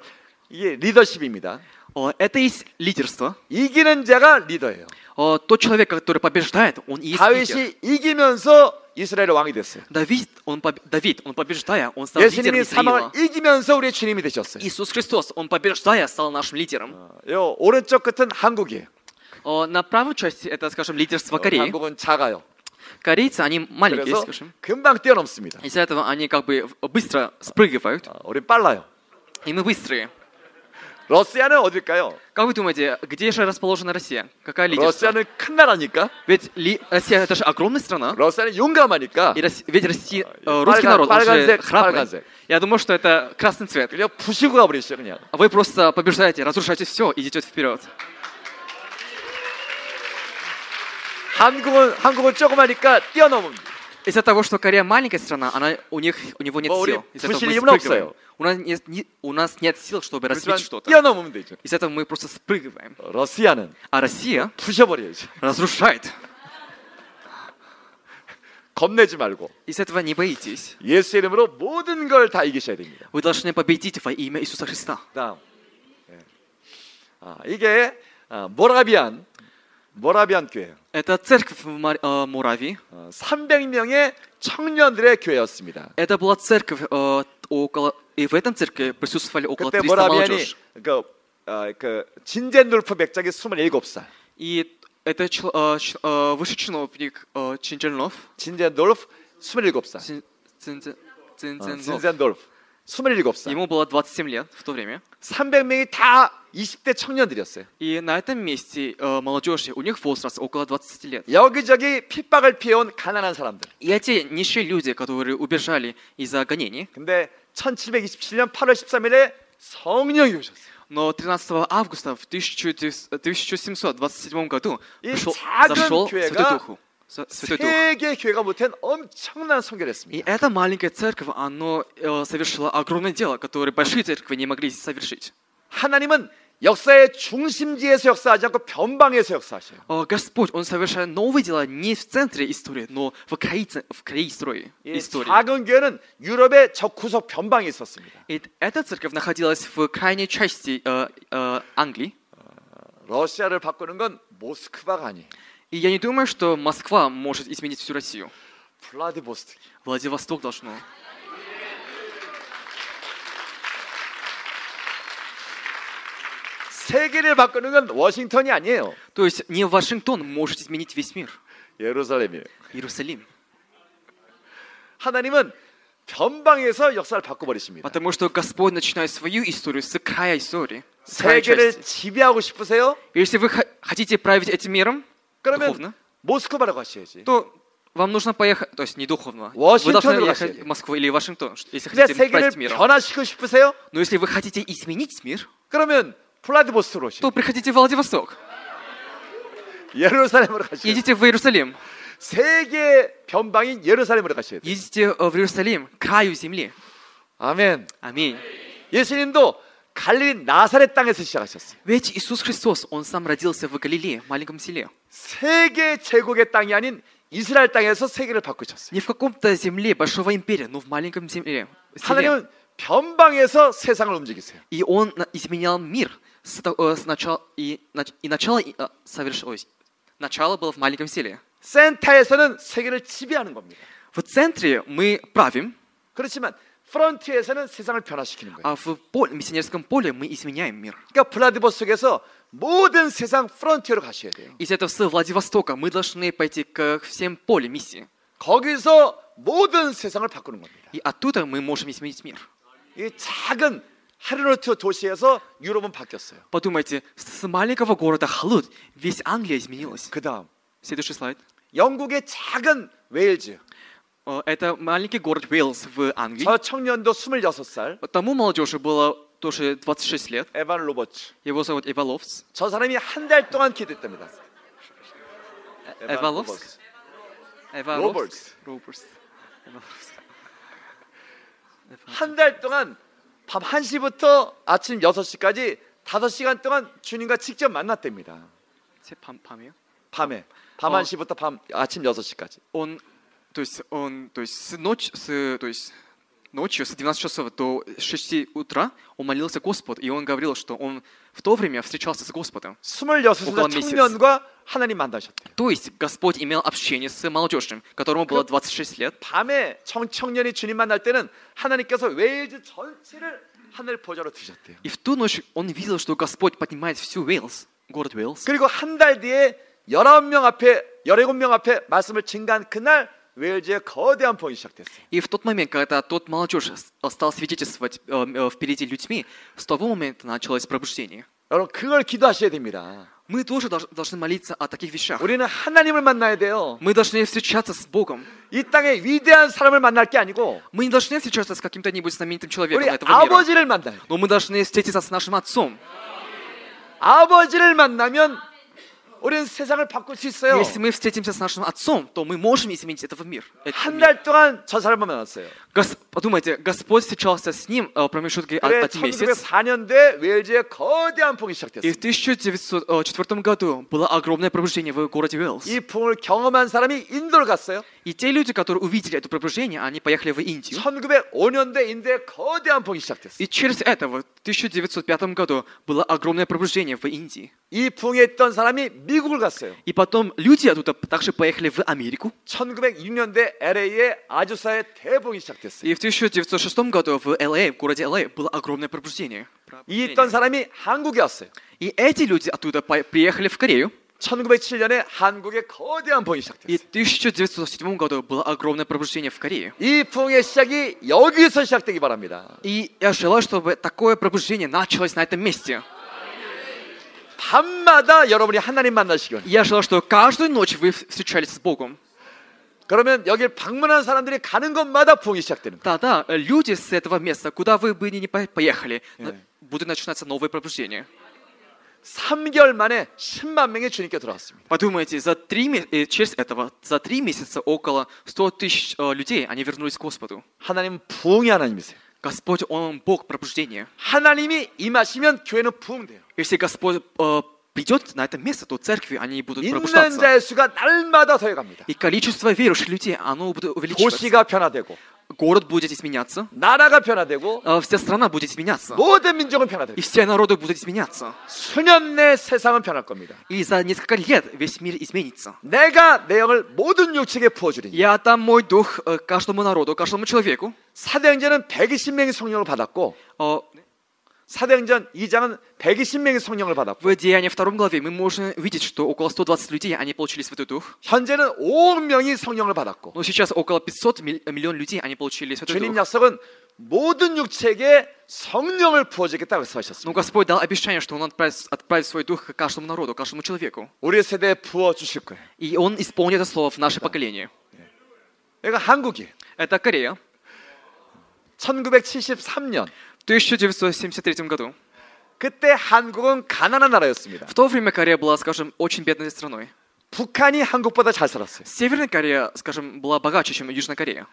S1: 오늘 네. 아, 이게 리더십입니다.
S2: О, Это есть лидерство.
S1: 이기는 자가 리더예요.
S2: О, Тот человек, который побеждает, он и есть лидер.
S1: 다윗이 이기면서 이스라엘의 왕이 됐어요.
S2: Давид, он, поб- Давид, он побеждая, он стал лидером
S1: 예수님이 사망을
S2: Израила.
S1: 이기면서 우리의 주님이 되셨어요. 어,
S2: Иисус Христос, он побеждая, стал нашим лидером.
S1: 요 오른쪽 끝은 한국이에요. 어,
S2: О, На правой части это, скажем, лидерство Кореи.
S1: 한국은 작아요.
S2: Корейцы, они маленькие,
S1: 그래서
S2: скажем.
S1: 금방 뛰어넘습니다.
S2: Из-за этого они как бы в- быстро спрыгивают,
S1: 어, 우린 빨라요.
S2: и мы быстрые.
S1: 러시아는 어딜까요?
S2: Как вы думаете, где же расположена Россия? Какая лидерство?
S1: 러시아는 큰 나라니까.
S2: Ведь ли- Россия это же огромная страна.
S1: 러시아는 용감하니까.
S2: И Рос- ведь Россия, э,
S1: Э,
S2: русский
S1: парган-
S2: народ, он же
S1: парганзек,
S2: храбрый.
S1: парганзек.
S2: Я думаю, что это красный цвет.
S1: 그냥 부시고 가버리죠 그냥.
S2: А Вы просто побеждаете, разрушаете все и идете вперед.
S1: 한국은 한국은 조그마니까 뛰어넘습니다.
S2: Из-за того, что Корея маленькая страна, она, у, них, у него нет
S1: Во, у
S2: сил.
S1: них
S2: Из-за этого мы
S1: усилий много
S2: спрыгиваем.
S1: всего.
S2: У нас, нет, ни- у нас нет сил, чтобы
S1: 그렇지만
S2: развить что-то.
S1: 뛰어넘으면 되죠.
S2: Из-за этого мы просто спрыгиваем.
S1: 러시아는
S2: А Россия
S1: 부셔버려야지.
S2: разрушает.
S1: 겁내지 말고
S2: Из этого не боитесь.
S1: 예수 이름으로 모든 걸 다 이기셔야 됩니다.
S2: Вы должны победить во имя Иисуса Христа.
S1: 다음. 예. 아, 이게 아, 모라비안 모라비안 교회예요.
S2: Это церковь в Мар- э, Моравии.
S1: 어, 300명의 청년들의 교회였습니다.
S2: Это была церковь э, около... И в этом церкви присутствовали около
S1: 그때
S2: 300
S1: 모라비안이
S2: молодежь.
S1: 그, 어, 그 진젠돌프 백작이 27살.
S2: И это чел- э, ч- э, высший чиновник э, Чинчельнов.
S1: 진젠돌프 27살.
S2: Цин- Цин- Цин-
S1: 어,
S2: Цинцинов.
S1: 진젠돌프 27살.
S2: Ему было 27 лет в то время.
S1: 300명이 다 20대 청년들이었어요.
S2: И на этом месте э, молодежи, у них возраст около 20 лет.
S1: 여기저기 핍박을 피해온 가난한 사람들.
S2: И эти нищие люди, которые убежали из-за гонений,
S1: 근데 1727년 8월 13일에 성령이 오셨어요.
S2: но 13 августа в 1900 1727 году
S1: И
S2: пришел-
S1: 작은
S2: зашел
S1: 교회가
S2: Святой Духу. Св- Святой Дух.
S1: 세계 교회가 못한 엄청난 선교를
S2: И
S1: 했습니다.
S2: эта маленькая церковь, она э, совершила огромное дело, которое большие церкви не могли совершить.
S1: 하나님은 역사의 중심지에서 역사하지 않고 변방에서 역사하셔요.
S2: О, Э, Господь, Он совершает новые дела не в центре истории, но в крае, ц- в крае истории.
S1: 이
S2: истории.
S1: 작은 교회는 유럽의 적구석 변방에 있었습니다.
S2: И эта церковь находилась в крайней части э, э, Англии.
S1: 러시아를 바꾸는 건 모스크바가 아니에요.
S2: И я не думаю, что Москва может изменить всю Россию.
S1: 블라디보스토크.
S2: Владивосток должно.
S1: 세계를 바꾸는 건 워싱턴이 아니에요.
S2: То есть не Вашингтон может изменить весь мир.
S1: 예루살렘이에요.
S2: Иерусалим.
S1: 하나님은 변방에서 역사를 바꿔버리십니다.
S2: Потому что Господь начинает свою историю с края истории. с края
S1: 세계를
S2: части.
S1: 지배하고 싶으세요?
S2: Если вы ха- хотите править этим миром,
S1: 그러면
S2: Духовно.
S1: 모스크바라고 하셔야지.
S2: то вам нужно поехать, то есть не духовно.
S1: Вашингтон
S2: Вы должны
S1: или
S2: ехать
S1: Россия?
S2: в Москву или Вашингтон, ш- если
S1: 근데
S2: хотите
S1: 세계를
S2: править миром.
S1: 변화시키고 싶으세요?
S2: Но если вы хотите изменить мир,
S1: 그러면 블라디보스토크로 오시죠.
S2: то приходите в Владивосток,
S1: 예루살렘으로 가시죠.
S2: едите в Иерусалим,
S1: 세계 변방인 예루살렘으로 가셔야 돼요.
S2: едите э, в Иерусалим, к краю земли.
S1: 아멘.
S2: Аминь.
S1: 예수님도 갈릴리 나사렛 땅에서 시작하셨어요.
S2: Ведь Иисус Христос, Он сам родился в Галилее, в маленьком селе.
S1: 세계 제국의 땅이 아닌 이스라엘 땅에서 세계를 바꾸셨어요.
S2: Не в каком-то земле Большого империи, но в маленьком земле. селе.
S1: 하나님은 변방에서 세상을 움직이세요.
S2: И Он на- изменял мир. С то- э, с начала- и, нач- и начало и, э, совершилось. Начало было в маленьком селе.
S1: 센터에서는 세계를 지배하는 겁니다.
S2: В центре мы правим,
S1: 그렇지만 프런트에서는 세상을 변화시키는 거예요.
S2: а в поле, миссионерском поле мы изменяем мир.
S1: 그러니까 블라디보스톡에서 모든 세상 프런티어로 가셔야 돼요.
S2: Из этого с Владивостока мы должны пойти к всем поле миссии.
S1: 거기서 모든 세상을 바꾸는 겁니다.
S2: И оттуда мы можем изменить мир.
S1: 이 작은 하르노트 도시에서 유럽은 바뀌었어요.
S2: Подумайте, с маленького города Халуд весь Англия изменилась.
S1: 그 다음
S2: Следующий слайд.
S1: 영국의 작은 웨일즈
S2: Э, Это маленький город Уэллс в Англии.
S1: 저 청년도 26살
S2: Тому молодежи было тоже 26 лет.
S1: 에반 로버츠
S2: Его зовут Эва Ловс.
S1: 저 사람이 한 달 동안 기도했답니다.
S2: Эва Ловс?
S1: 로버츠.
S2: Эва
S1: Робертс.
S2: Робертс.
S1: 한 달 동안 밤 1시부터 아침 6시까지 5시간 동안 주님과 직접 만났답니다.
S2: Те пам- памя.
S1: 밤에 밤
S2: 어.
S1: 1시부터 밤 아침 6시까지.
S2: Он, то есть, он, то есть, с ночь, с, то есть, ночью с 12 часов до 6 утра он молился Господу, и он говорил, что он в то время встречался с Господом.
S1: 26살
S2: 오건 미시스.
S1: 청년과 하나님 만나셨대요.
S2: То есть Господь имел общение с молодежью, которому было 26 лет.
S1: 밤에 청, 청년이 주님 만날 때는 하나님께서 웨일즈 전체를 하늘 보좌로 드셨대요.
S2: И в ту ночь он видел, что Господь поднимает всю Уэльс, город Уэльс.
S1: 그리고 한 달 뒤에 19명 앞에 17명 앞에 말씀을 증가한 그날 웨일즈의 거대한 복이 시작됐어요.
S2: И в тот момент, когда тот молодежь с- стал свидетельствовать э, э, впереди людьми, с того момента началось пробуждение.
S1: 여러분 그걸 기도하셔야 됩니다.
S2: Мы тоже долж- должны молиться о таких вещах.
S1: 우리는 하나님을 만나야 돼요.
S2: Мы должны встречаться с Богом.
S1: 이 땅에 위대한 사람을 만날 게 아니고
S2: Мы не должны встречаться с каким-то нибудь знаменитым человеком
S1: 우리
S2: этого мира.
S1: 아버지를 만나요.
S2: Но мы должны встретиться с нашим отцом.
S1: 아버지를 만나면 우리는 세상을 바꿀 수 있어요.
S2: Если мы встретимся с нашим отцом, то мы можем изменить этот мир. этот
S1: 한
S2: мир.
S1: 달 동안 저 사람을 만났어요.
S2: Гос- Подумайте, Господь встречался с ним э, в промежутке о-
S1: 그래
S2: один месяц.
S1: 1904년도에 웨일즈의 거대한 폭이
S2: И в
S1: 시작됐어요.
S2: 1904 году было огромное пробуждение в городе Уэллс.
S1: 이 폭을 경험한 사람이 인도를 갔어요.
S2: И те люди, которые увидели это пробуждение, они поехали в Индию.
S1: 1905년도에 인도에 거대한 폭이 시작됐어요.
S2: И через это в 1905 году было огромное пробуждение в Индии.
S1: 이 풍에 있던 사람이 미국을 갔어요.
S2: И потом люди оттуда также поехали в Америку.
S1: 1906년대 LA의 아주사의 대봉이 시작됐어요.
S2: И в 1906 году в Л.А., в городе Л.А., было огромное пробуждение.
S1: 이 네. 있던 사람이 한국에 왔어요.
S2: И эти люди оттуда по- приехали в Корею.
S1: 1907년에 한국의 거대한 봉이
S2: И
S1: 시작됐어요.
S2: в 1907 году было огромное пробуждение в Корее.
S1: 이 풍의 시작이 여기서 시작되기 바랍니다.
S2: И я желаю, чтобы такое пробуждение началось на этом месте.
S1: 밤마다 여러분이 하나님 만나시기 바랍니다.
S2: И я желаю, что каждую ночь вы вс- встречались с Богом.
S1: 그러면 여길 방문한 사람들이 가는 곳마다 부흥이 시작되는 거예요.
S2: Тогда э, люди с этого места, куда вы бы ни ни по- поехали, на- будут начинаться новые пробуждения.
S1: 3개월 만에 10만 명이 주님께 돌아왔습니다.
S2: Подумайте, за три, ме- э, через этого, за три месяца около 100 тысяч э, людей, они вернулись к Господу.
S1: 하나님은 부흥의 하나님이세요.
S2: Господь, Он Бог пробуждения.
S1: 하나님이 임하시면 교회는 부흥돼요.
S2: Если Господь э, придет на это место, то церкви, они
S1: 그
S2: будут
S1: 있는
S2: пробуждаться.
S1: 자의 수가 날마다 더해갑니다.
S2: И количество верующих людей, оно будет увеличиваться.
S1: 도시가 변화되고
S2: Город будет изменяться,
S1: 나라가 변화되고
S2: э, вся страна будет изменяться,
S1: 모든 민족은
S2: и
S1: 변화되고
S2: все народы будут изменяться.
S1: 수년 내 세상은 변할 겁니다.
S2: И за несколько лет весь мир изменится.
S1: 내가 내 영을 모든 육체에 부어주리니
S2: Я дам мой дух э, каждому народу, каждому человеку.
S1: 사도행전은 120명의 성령을 받았고
S2: Э,
S1: 사도행전 2장은 120명의 성령을 받았고
S2: В Деянии 2 главе мы можем видеть, что около 120 людей, они получили Святой Дух.
S1: 현재는 5억 명이 성령을 받았고
S2: Но сейчас около 500 миль- э, миллион людей, они получили Святой
S1: 주님
S2: Дух.
S1: 약속은 모든 육체에게 성령을 부어주겠다고
S2: Но
S1: 말씀하셨습니다.
S2: Господь дал обещание, что Он отправит, отправит Свой Дух к каждому народу, каждому человеку.
S1: 우리 세대에 부어주실 거예요.
S2: И Он исполнит это слово в наше поколение.
S1: 여기가 한국이에요.
S2: Это Корея.
S1: 1973년
S2: В 1973 году.
S1: 그때 한국은 가난한 나라였습니다.
S2: В то время Корея была, скажем, очень бедной страной.
S1: 북한이 한국보다 잘 살았어요.
S2: Северная Корея, скажем, была богаче, чем Южная Корея.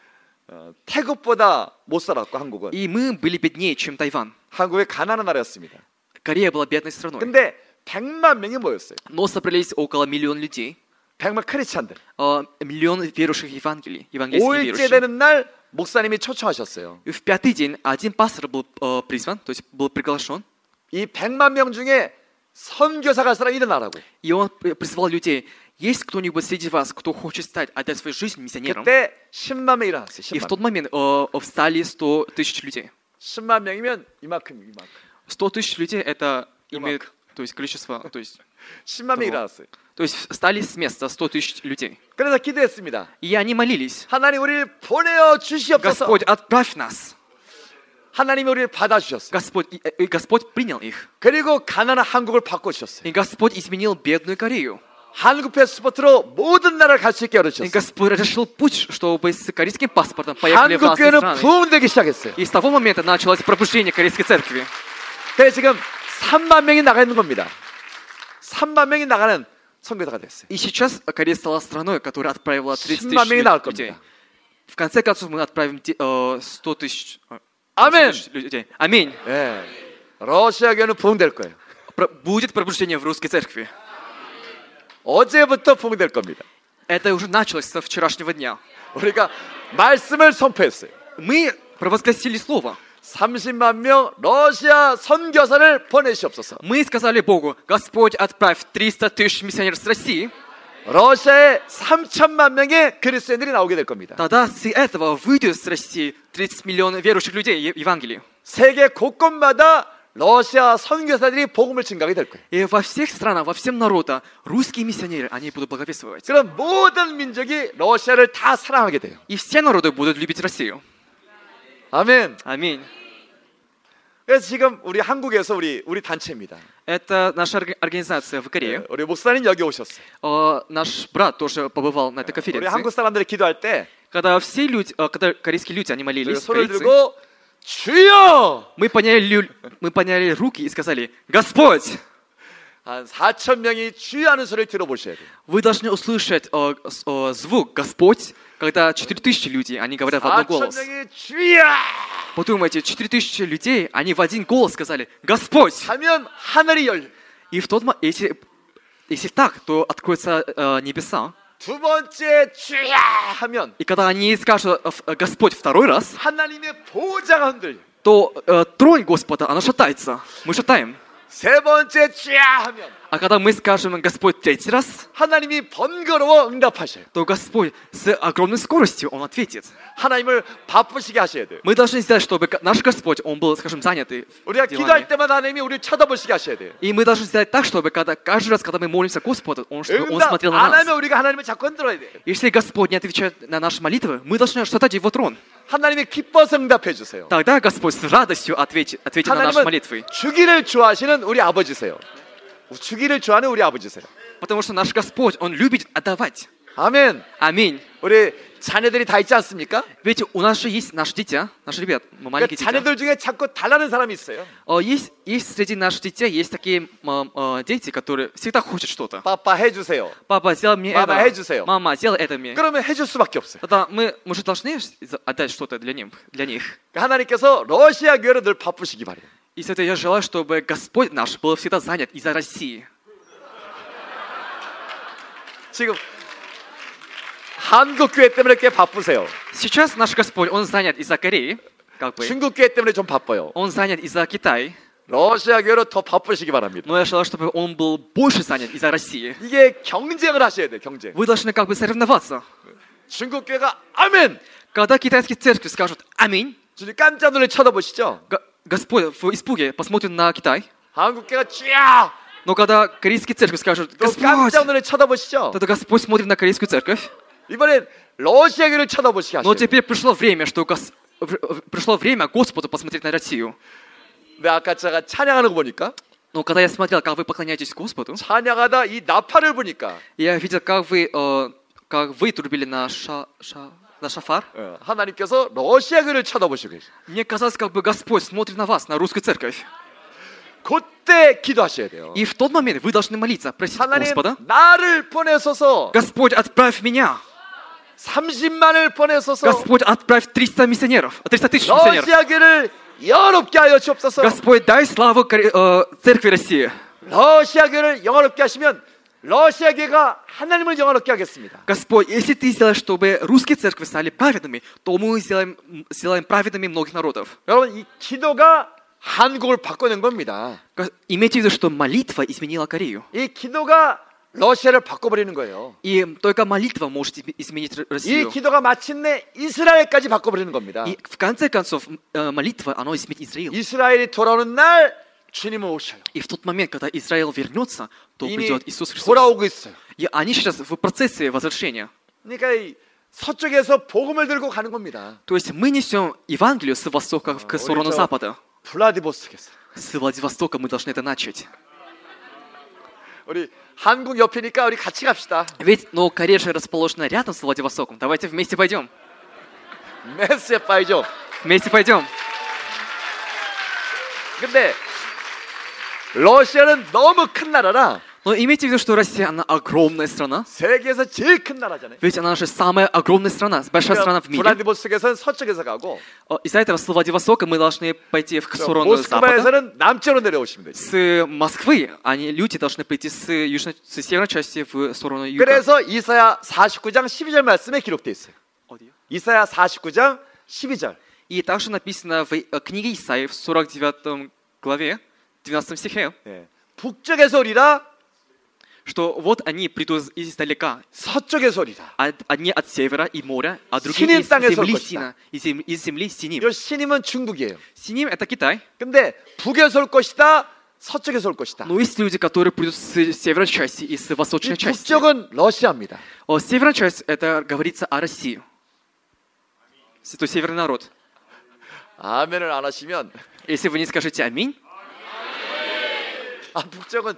S1: 어, 태국보다 못 살았고 한국은
S2: И мы были беднее, чем Тайван.
S1: 한국의 가난한 나라였습니다.
S2: Корея была бедной страной.
S1: 근데 100만 명이 모였어요.
S2: Но собрались около миллиона людей.
S1: 100만 크리스찬들.
S2: э, миллион верующих Евангелий, евангельских
S1: 5일째
S2: верующих.
S1: 되는 날 목사님이 초청하셨어요.
S2: И В пятый день один пастор был э, призван, то есть был приглашен,
S1: 이 100만 명 중에 선교사가 사람 일어나라고.
S2: и он при- призвал людей, есть кто-нибудь среди вас, кто хочет стать, отдать свою жизнь миссионерам?
S1: 그때 10만 명 일어났어요.
S2: И в
S1: 10만,
S2: тот момент э, встали 100 тысяч людей.
S1: 10만 명이면 이만큼 이만큼.
S2: 100 тысяч людей это
S1: Имак.
S2: имеет, то есть количество, то есть,
S1: 10만 명
S2: 어.
S1: 일어났어요.
S2: то есть встали с места 100 тысяч людей.
S1: 그래서 기도했습니다.
S2: И они молились,
S1: 하나님 우리를 보내어 주시옵소서.
S2: Господь, отправь нас.
S1: 하나님이 우리를 받아 주셨어요.
S2: Господь, и, э, и Господь принял их.
S1: 그리고 가난한 한국을 바꿔 주셨어요.
S2: И Господь изменил бедную Корею.
S1: 한국 패스포트로 모든 나라를 갈 수 있게
S2: И
S1: 열어주셨어요.
S2: Господь разрешил путь, чтобы с корейским паспортом поехали в
S1: 한국
S2: разные
S1: 교회는
S2: страны.
S1: 부흥되기 시작했어요.
S2: И с того момента началось пробуждение корейской церкви.
S1: 그래서 지금 3만 명이 나가 있는 겁니다. 3만 명이 나가는 선교사가 됐어요.
S2: И сейчас Корея стала страной, которая отправила 30
S1: 10만
S2: тысяч
S1: 명이
S2: лю-
S1: 나올
S2: людей.
S1: 겁니다.
S2: В конце концов мы отправим те- э, 100 тысяч э, 100
S1: 아멘.
S2: тысяч людей. Аминь.
S1: 예. 러시아 교회는 부흥될 거예요.
S2: Про- Будет пробуждение в русской церкви.
S1: 어제부터 부흥될 겁니다.
S2: Это уже началось со вчерашнего дня.
S1: 우리가 말씀을 선포했어요.
S2: Мы провозгласили слово.
S1: 30만 명 러시아 선교사를 보내시옵소서.
S2: Мы сказали Богу, Господь, отправь 300 тысяч миссионеров с России.
S1: 러시아에 3천만 명의 그리스도인들이 나오게 될 겁니다.
S2: Тогда с этого выйдет с России 30 миллионов верующих людей Е- Евангелия.
S1: 세계 곳곳마다 러시아 선교사들이 복음을 증가하게 될 거예요.
S2: И во всех странах, во всем народе русские миссионеры, они будут благовествовать.
S1: 그럼 모든 민족이 러시아를 다 사랑하게 돼요.
S2: И все народы будут любить Россию.
S1: 아멘.
S2: Аминь.
S1: 그래서 지금 우리 한국에서 우리 우리 단체입니다.
S2: Это наша орг- организация в
S1: 예,
S2: Корее.
S1: 우리 목사님 여기 오셨어요.
S2: Э, Наш брат тоже побывал на этой
S1: 우리
S2: конференции.
S1: 한국 사람들이 기도할 때
S2: Когда все люди, э, когда корейские люди, они
S1: 우리
S2: молились,
S1: 손을
S2: корейцы,
S1: 들고 주여
S2: мы подняли, лю- мы подняли руки и сказали, Господь,
S1: 한 4천 명이 주여하는 소리를 들어보셔야 돼요.
S2: вы должны услышать э, с- э, звук Господь, когда 4000 людей, они говорят в один
S1: 4천
S2: голос.
S1: 명이 주여
S2: Подумайте, 4000 людей, они в один голос сказали, Господь.
S1: 하면 하늘이 열려.
S2: И в тот мо- если, если так, то откроются э, небеса.
S1: 두 번째 주여 하면
S2: И когда они скажут э, ф- э, «Господь» второй раз,
S1: 하나님의 보좌가 흔들려.
S2: то э, тронь Господа, она шатается. Мы шатаем.
S1: 세 번째 주여 하면
S2: А когда мы скажем «Господь» третий раз,
S1: 하나님이 번거로워 응답하셔요.
S2: то Господь с огромной скоростью Он ответит.
S1: 하나님을 바쁘시게 하셔야 돼요.
S2: Мы должны сделать, чтобы г- наш Господь, Он был, скажем, занятый
S1: 우리가
S2: делами.
S1: 기도할 때마다 하나님이 우리를 쳐다보시게 하셔야 돼요.
S2: И мы должны сделать так, чтобы когда, каждый раз, когда мы молимся Господу, Он, чтобы он
S1: 응답
S2: смотрел на
S1: 안
S2: нас.
S1: 하면 우리가 하나님을 자꾸 흔들어야 돼요.
S2: Если Господь не отвечает на наши молитвы, мы должны шатать Его трон.
S1: 하나님이 기뻐서 응답해 주세요.
S2: Тогда Господь с радостью ответит, ответит на наши
S1: 하나님은
S2: молитвы.
S1: 주기를 좋아하시는 우리 아버지세요. 주기를 좋아하는 우리 아버지세요.
S2: Потому что наш Господь, Он любит отдавать.
S1: 아멘.
S2: Аминь.
S1: 우리 자녀들이 다 있지 않습니까?
S2: Ведь у нас же есть наши дитя, наши ребят,
S1: 그러니까
S2: м- маленькие дитя.
S1: 자녀들 중에 자꾸 달라는 사람이 있어요.
S2: Э, Есть, есть среди наших детей есть такие м, э, дети, которые всегда хотят что-то.
S1: 빠빠 해주세요.
S2: Папа, сделай мне
S1: Мама, 해주세요.
S2: это. Мама, сделай это мне.
S1: 그러면 해줄 수밖에 없어요.
S2: Тогда мы, мы же должны за- отдать что-то для них. Для них.
S1: 그러니까 하나님께서 러시아 교회를 늘 바쁘시기 바래요.
S2: И с этой я желаю, чтобы Господь наш был всегда занят из-за России.
S1: 지금 한국 교회 때문에 꽤 바쁘세요.
S2: Сейчас наш Господь, Он занят из-за Кореи, как бы.
S1: 중국 교회 때문에 좀 바빠요.
S2: Он занят из-за Китая.
S1: 러시아 교회로 더 바쁘시기 바랍니다.
S2: Но я желаю, чтобы Он был больше занят из-за России.
S1: 이게 경쟁을 하셔야 돼요. 경쟁.
S2: Вы должны как бы соревноваться.
S1: 중국 교회가 아멘.
S2: Когда китайские церкви скажут «Аминь»,
S1: 주님 깜짝 놀래 쳐다보시죠.
S2: Го- Господь в испуге посмотрит на Китай.
S1: 한국 교회가 쥐야.
S2: Но когда корейские церкви скажут
S1: 또
S2: «Господь»,
S1: 깜짝 놀래 쳐다보시죠.
S2: тогда Господь смотрит на корейскую церковь.
S1: 이번엔 러시아 교회를 쳐다보시게 하셔요.
S2: Но теперь пришло время, что Гос- в- в- пришло время Господу посмотреть на Россию.
S1: 근데 아까 제가 찬양하는 거 보니까
S2: Но когда я смотрел, как вы поклоняетесь Господу,
S1: 찬양하다 이 나팔을 보니까
S2: я видел, как вы, э, как вы трубили на, ша- ша- на шафар.
S1: 어, 하나님께서 러시아 교회를 쳐다보시고 계세요.
S2: Мне казалось, как бы Господь смотрит на вас, на русскую церковь.
S1: 그때 기도하셔야 돼요.
S2: И в тот момент вы должны молиться, просить
S1: 하나님
S2: Господа,
S1: 나를 보내소서
S2: Господь, отправь меня.
S1: 30만을 보내소서
S2: Господь, отправь 300 миссионеров, 300 тысяч миссионеров.
S1: 러시아 교회를 여롭게 하여 주옵소서
S2: Господь, дай славу Коре- э, церкви России.
S1: 러시아 교회를 영원롭게 하시면 러시아 교회가 하나님을 영원롭게 하겠습니다
S2: Господь, если ты сделаешь, чтобы русские церкви стали праведными, то мы сделаем, м, сделаем праведными многих народов.
S1: 여러분 이 기도가 한국을 바꿔낸 겁니다
S2: Га- Имейте в виду, что молитва изменила Корею.
S1: 이 기도가 러시아를 바꿔버리는 거예요
S2: И только молитва может изме- изменить Р-
S1: 이
S2: Россию.
S1: 기도가 마침내 이스라엘까지 바꿔버리는 겁니다
S2: И в конце концов, м, э, молитва, она изменит Израиль.
S1: 이스라엘이 돌아오는 날 주님은 오셔요
S2: И в тот момент, когда Израиль вернется, то
S1: 이미
S2: придет Иисус Христос.
S1: 돌아오고 있어요
S2: И они сейчас в процессе возвращения.
S1: 그러니까 이 서쪽에서 복음을 들고 가는 겁니다
S2: То есть мы несем Евангелие с востока в к
S1: он
S2: сторону
S1: это-
S2: запада.
S1: 블라디보스톡에서
S2: С Владивостока мы должны это начать.
S1: 우리 한국 옆이니까 우리 같이 갑시다.
S2: Ведь, но Корея же расположена рядом с Владивостоком. Давайте вместе пойдем.
S1: 메스에 빠이죠.
S2: Вместе пойдем.
S1: 근데 러시아는 너무 큰 나라라
S2: Но Ну, имейте в виду, что Россия, она огромная страна.
S1: 세계에서 제일 큰 나라잖아요. 그러니까
S2: Ведь она же самая огромная страна, большая страна в мире.
S1: 블라디보스톡에서는 서쪽에서 가고
S2: О, Из-за этого с Владивостока мы должны пойти в сторону запада.
S1: 모스크바에서는 남쪽으로 내려오시면 돼요.
S2: С Москвы они, люди должны пойти с, южной, с северной части в сторону юга.
S1: 그래서 이사야 49장 12절 말씀에 기록돼 있어요.
S2: Одея.
S1: 이사야 49장 12절.
S2: И также написано в э, книге Исаии в 49 главе, 12 стихе,
S1: 예. 북쪽에서 오리라
S2: что вот они придут издалека,
S1: 서쪽에서 오리라.
S2: Од- одни от севера и моря, а
S1: Синим
S2: другие из
S1: 땅에서
S2: земли
S1: 올 것이다.
S2: Сина, из, зем- из земли Синим.
S1: 이 신임은 중국이에요.
S2: Синим это Китай,
S1: 근데 북에서 올 것이다. 서쪽에서 올 것이다.
S2: но есть люди, которые придут с северной части и с
S1: 이
S2: восточной части.
S1: 북쪽은 러시아입니다.
S2: О, северная часть это говорится о России. С- То есть северный народ.
S1: 아멘을 안 하시면
S2: Если вы не скажете аминь,
S1: 아 북쪽은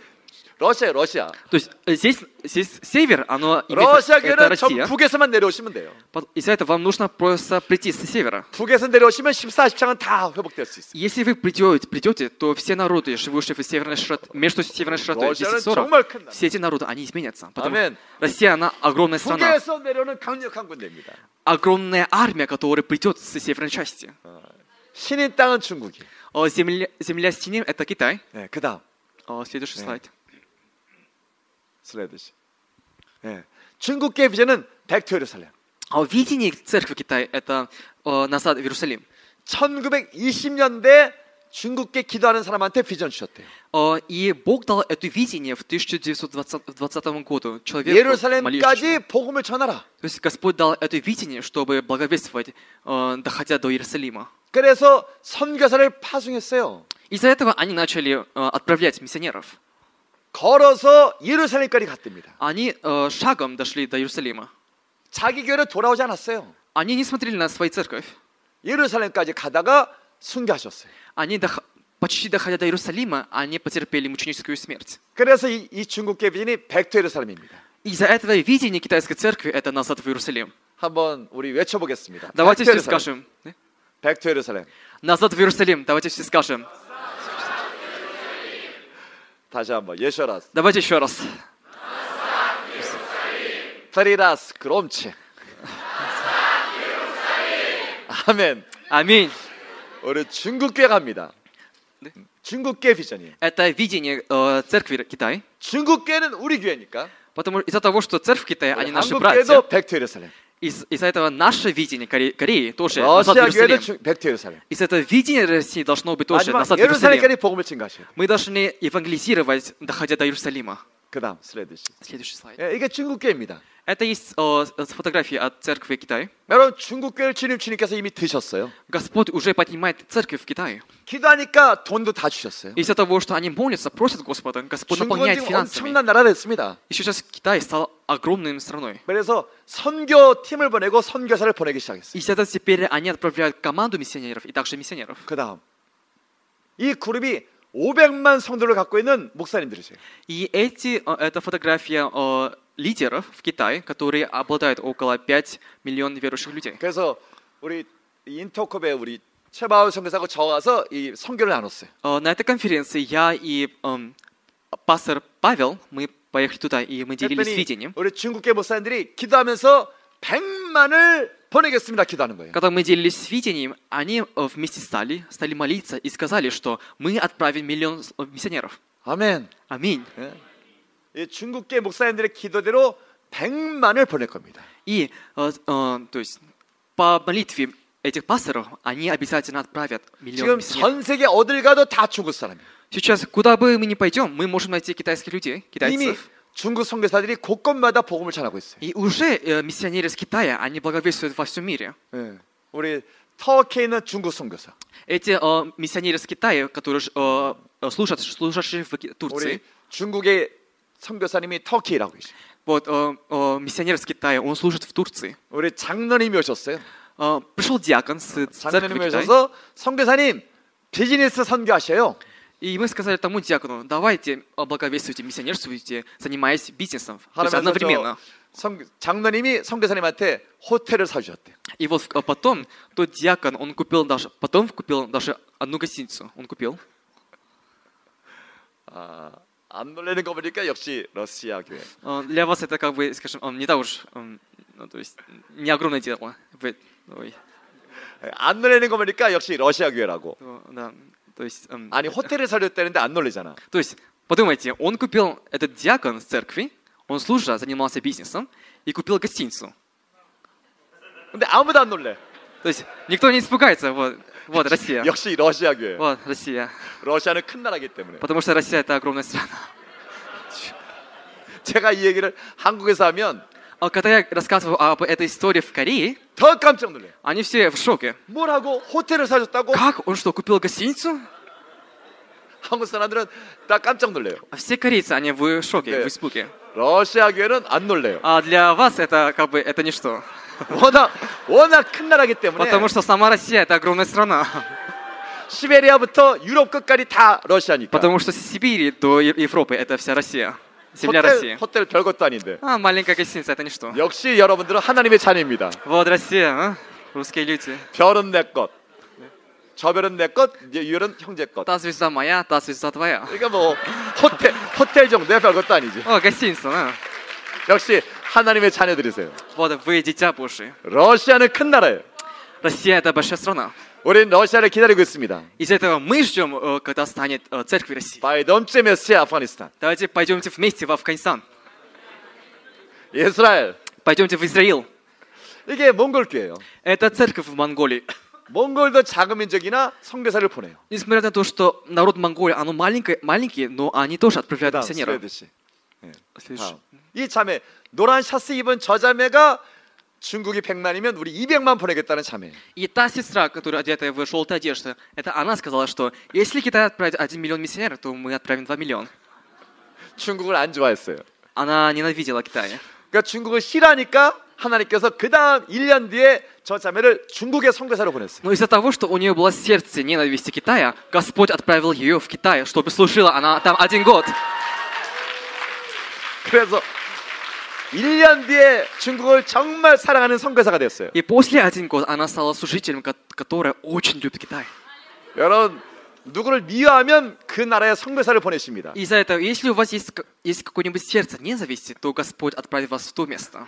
S1: 러시아 러시아
S2: то есть э, здесь, здесь север, оно имеется,
S1: 네, 러시아
S2: это
S1: 교회는 전
S2: Россия.
S1: 북에서만 내려오시면 돼요.
S2: Под- Из-за этого вам нужно просто прийти с севера.
S1: 북에서 내려오시면 14, 10장은 다 회복될 수 있어요.
S2: Если вы придете, придете, то все народы, живущие в северной широт- между северной широтой и
S1: Россия
S2: 1040,
S1: 정말 큰 народ.
S2: все эти народы, они изменятся. Потому
S1: Амин.
S2: Россия, она огромная страна,
S1: 북에서 내려오는 강력한 군대입니다.
S2: огромная армия, которая придет с северной части.
S1: 신인 땅은 중국이.
S2: О, Земля, земля с синим — это Китай.
S1: 네, 그다음
S2: О, Следующий
S1: 네.
S2: слайд.
S1: 슬라이드 씨. 네. 중국계 비전은 백투 예루살렘.
S2: О, А, видение церкви Китая — это о, назад в Иерусалим.
S1: 1920년대 중국계 기도하는 사람한테 비전 주셨대요.
S2: О, А, и Бог дал это видение в 1920 в 20 году человеку, молившемуся.
S1: 예루살렘까지 복음을 전하라.
S2: То есть Господь дал это видение, чтобы благовествовать, э, доходя до Иерусалима.
S1: 그래서 선교사를 파송했어요.
S2: Из-за этого они начали э, отправлять миссионеров.
S1: 걸어서 예루살렘까지 갔답니다.
S2: Они э, шагом дошли до Иерусалима.
S1: 자기 교회로 돌아오지 않았어요.
S2: Они не смотрели на свою церковь.
S1: 예루살렘까지 가다가 순교하셨어요.
S2: Они, дох- почти доходя до Иерусалима, они потерпели мученическую смерть.
S1: 그래서 이, 이 중국 개비인이 백토 예루살렘입니다.
S2: Из-за этого видение китайской церкви — это назад в Иерусалим.
S1: 한번 우리 외쳐보겠습니다.
S2: Давайте все
S1: 백두예루살렘,
S2: скажем. э,
S1: 백두예루살렘.
S2: Назад в Иерусалим. Давайте все скажем.
S1: 다시 한번 예셔라스.
S2: Давайте еще раз.
S1: 트리라스 그롬체. 아멘.
S2: Аминь.
S1: 우리 중국계 갑니다.
S2: 네?
S1: 중국계 비전이에요.
S2: Это видение э, церкви Китая.
S1: 중국계는 우리 교회니까.
S2: Потому из-за того, что церковь Китая,
S1: Э,
S2: они наши братья,
S1: 한국계도 백두예루살렘.
S2: из- из-за этого наше видение Коре- Кореи тоже назад в
S1: 러시아 교회도
S2: Иерусалим.
S1: 중- 백두예루살ем.
S2: Из этого видения России должно быть тоже
S1: 마지막
S2: назад в Иерусалим.
S1: 예루살렘까지 복음을 증가하셔요.
S2: Мы должны евангелизировать, доходя до Иерусалима.
S1: 그다음 슬라이드 씨.
S2: Следующий слайд.
S1: 예, 이게 중국계입니다.
S2: Это есть э, с- с фотографии от церкви Китая.
S1: 여러분 중국계를 주님 주님께서 이미 드셨어요.
S2: Господь уже поднимает церковь в Китае.
S1: 기도하니까 돈도 다 주셨어요.
S2: Из-за того, что они молятся, просят Господа, Господь
S1: 중국은
S2: наполняет
S1: 지금
S2: финансами.
S1: 엄청난 나라 됐습니다.
S2: Еще сейчас Китай стал огромной страной.
S1: 그래서 선교 팀을 보내고 선교사를 보내기 시작했어요.
S2: И сейчас теперь они отправляют команду миссионеров и также миссионеров.
S1: 그 다음 이 그룹이 500만 성도를 갖고 있는 목사님들이세요.
S2: И эти, э, это фотография э, лидеров в Китае, которые обладают около 5 миллионов верующих людей.
S1: 그래서 우리 이 인터컵에 우리 최바울 선교사하고 저 와서 이 선교를 나눴어요.
S2: Э, На этой конференции я и эм, пастор Павел, мы поехали туда и мы делились
S1: 그랬더니
S2: видением.
S1: 우리 중국계 목사님들이 기도하면서 100만을 보내겠습니다. 기도하는 거예요.
S2: Когда мы делились видением, они э, вместе стали, стали молиться и сказали, что мы отправим миллион с- э, миссионеров.
S1: 아멘.
S2: Аминь.
S1: 예. 이 중국계 목사님들의 기도대로 100만을 보낼 겁니다.
S2: И э, э, то есть по молитве этих пасторов они обязательно отправят миллион
S1: 지금
S2: миссионеров.
S1: 전 세계 어딜 가도 다 중국 사람이에요.
S2: Сейчас, куда бы мы ни пойдем, мы можем найти китайских людей,
S1: 이미
S2: китайцев.
S1: 중국 선교사들이 곳곳마다 복음을 전하고 있어요.
S2: И уже э, миссионеры из Китая, они благовествуют во всем мире.
S1: 예. 우리 터키에 있는 중국 선교사,
S2: Эти э, миссионеры из Китая, которые ж- э, э, служат, служащие в Ки-
S1: 우리
S2: Турции,
S1: 중국의 선교사님이 터키라고 계세요.
S2: вот э, э, миссионер из Китая, он служит в Турции.
S1: 우리 장로님이 오셨어요.
S2: Э, пришел диакон с церкви
S1: 장로님이
S2: Китая,
S1: 오셔서 선교사님 비즈니스 선교하셔요.
S2: и мы сказали тому диакону, давайте э, благовествуйте, миссионерствуйте, занимаясь бизнесом, то есть
S1: 하면서
S2: одновременно.
S1: 선, 장로님이 선교사님한테 호텔을 사주셨대.
S2: И вот э, потом тот диакон, он купил даже, потом купил даже одну гостиницу, он купил.
S1: 아, 안 놀래는 거 보니까 역시 러시아 교회.
S2: Э, Для вас это как бы, скажем, э, не так уж, э, ну, то есть не огромное дело. Вы- ой,
S1: 예, 안 놀래는 거 보니까 역시 러시아 교회라고.
S2: то, да, то есть, эм,
S1: 아니 호텔을 사줬다는데 안 놀래잖아.
S2: то есть, подумайте, он купил этот диакон с церкви, он служа, занимался бизнесом и купил гостиницу.
S1: 근데 아무도 안 놀래.
S2: То есть никто не испугается, вот, вот Россия,
S1: 역시 러시아 교회.
S2: вот Россия,
S1: 러시아는 큰 나라기 때문에.
S2: потому что Россия это огромная страна.
S1: 제가 이 얘기를 한국에서 하면
S2: А когда я рассказываю об этой истории в Корее,
S1: 더 깜짝 놀래.
S2: они все в шоке.
S1: 뭐라고 호텔을 사줬다고
S2: Как? Он что, купил гостиницу?
S1: 한국 사람들은 다 깜짝 놀래요.
S2: А все корейцы, они в шоке,
S1: Да.
S2: в испуге.
S1: 러시아 교회는 안 놀래요.
S2: А для вас это как бы это ничто.
S1: 워낙 워낙 큰 나라기 때문에
S2: Потому что сама Россия это огромная страна.
S1: 시베리아부터 유럽 끝까지 다 러시아니까.
S2: Потому что с Сибири до Е- Европы это вся Россия. Земля
S1: 호텔,
S2: России.
S1: 호텔 별것도 아닌데.
S2: А, маленькая гостиница это ничто.
S1: 역시 여러분들은 하나님의 자녀입니다.
S2: Вот Россия, а? русские люди.
S1: 별은 내 것. 네. 저 별은 내 것, 이제 유열은 형제 것.
S2: Та звезда моя, та звезда тво야.
S1: 그러니까 뭐 호텔 호텔 정도의 별것도 아니지.
S2: О, гостиница, да.
S1: 역시 하나님의 자녀들이세요.
S2: Вот вы дитя Божие.
S1: 러시아는 큰 나라예요.
S2: Россия это большая страна.
S1: 우린 러시아를 기다리고 있습니다.
S2: Из этого мы ждем, э, когда станет э, церковь России.
S1: 바이덤쯤 메시아 아프가니스탄,
S2: Давайте пойдемте вместе в Афганистан.
S1: 이스라엘.
S2: Пойдемте в Израил.
S1: 이게 몽골 교회예요.
S2: Это церковь в Монголии.
S1: 몽골도 작은 민족이나 선교사를 보내요.
S2: Несмотря на то, что народ Монголии, оно маленькое, маленький, но они тоже отправляют
S1: 그다음
S2: миссионеров.
S1: 스웨드 씨.
S2: Следующий.
S1: 다음. 이 자매 노란 샤스 입은 저 자매가 중국이 100만이면 우리 200만 보내겠다는 자매예요.
S2: И та сестра, которая одетая в желтую одежду, это она сказала, что если Китай отправит 1 миллион миссионеров, то мы отправим 2 миллиона.
S1: 중국을 안 좋아했어요.
S2: Она ненавидела Китай.
S1: 그러니까 중국을 싫어하니까 하나님께서 그 다음 1년 뒤에 저 자매를 중국의 선교사로 보냈어요.
S2: Но из-за того, что у нее было сердце ненависти Китая, Господь отправил ее в Китай, чтобы служила она там один год.
S1: 그래서 1년 뒤에 중국을 정말 사랑하는 선교사가 됐어요.
S2: И после один год она стала служителем, ко- которая очень любит Китай.
S1: 여러분 누구를 미워하면 그 나라에 선교사를 보내십니다.
S2: И за это, если у вас есть, ка- есть какое-нибудь сердце ненависти, то Господь отправит вас в то место.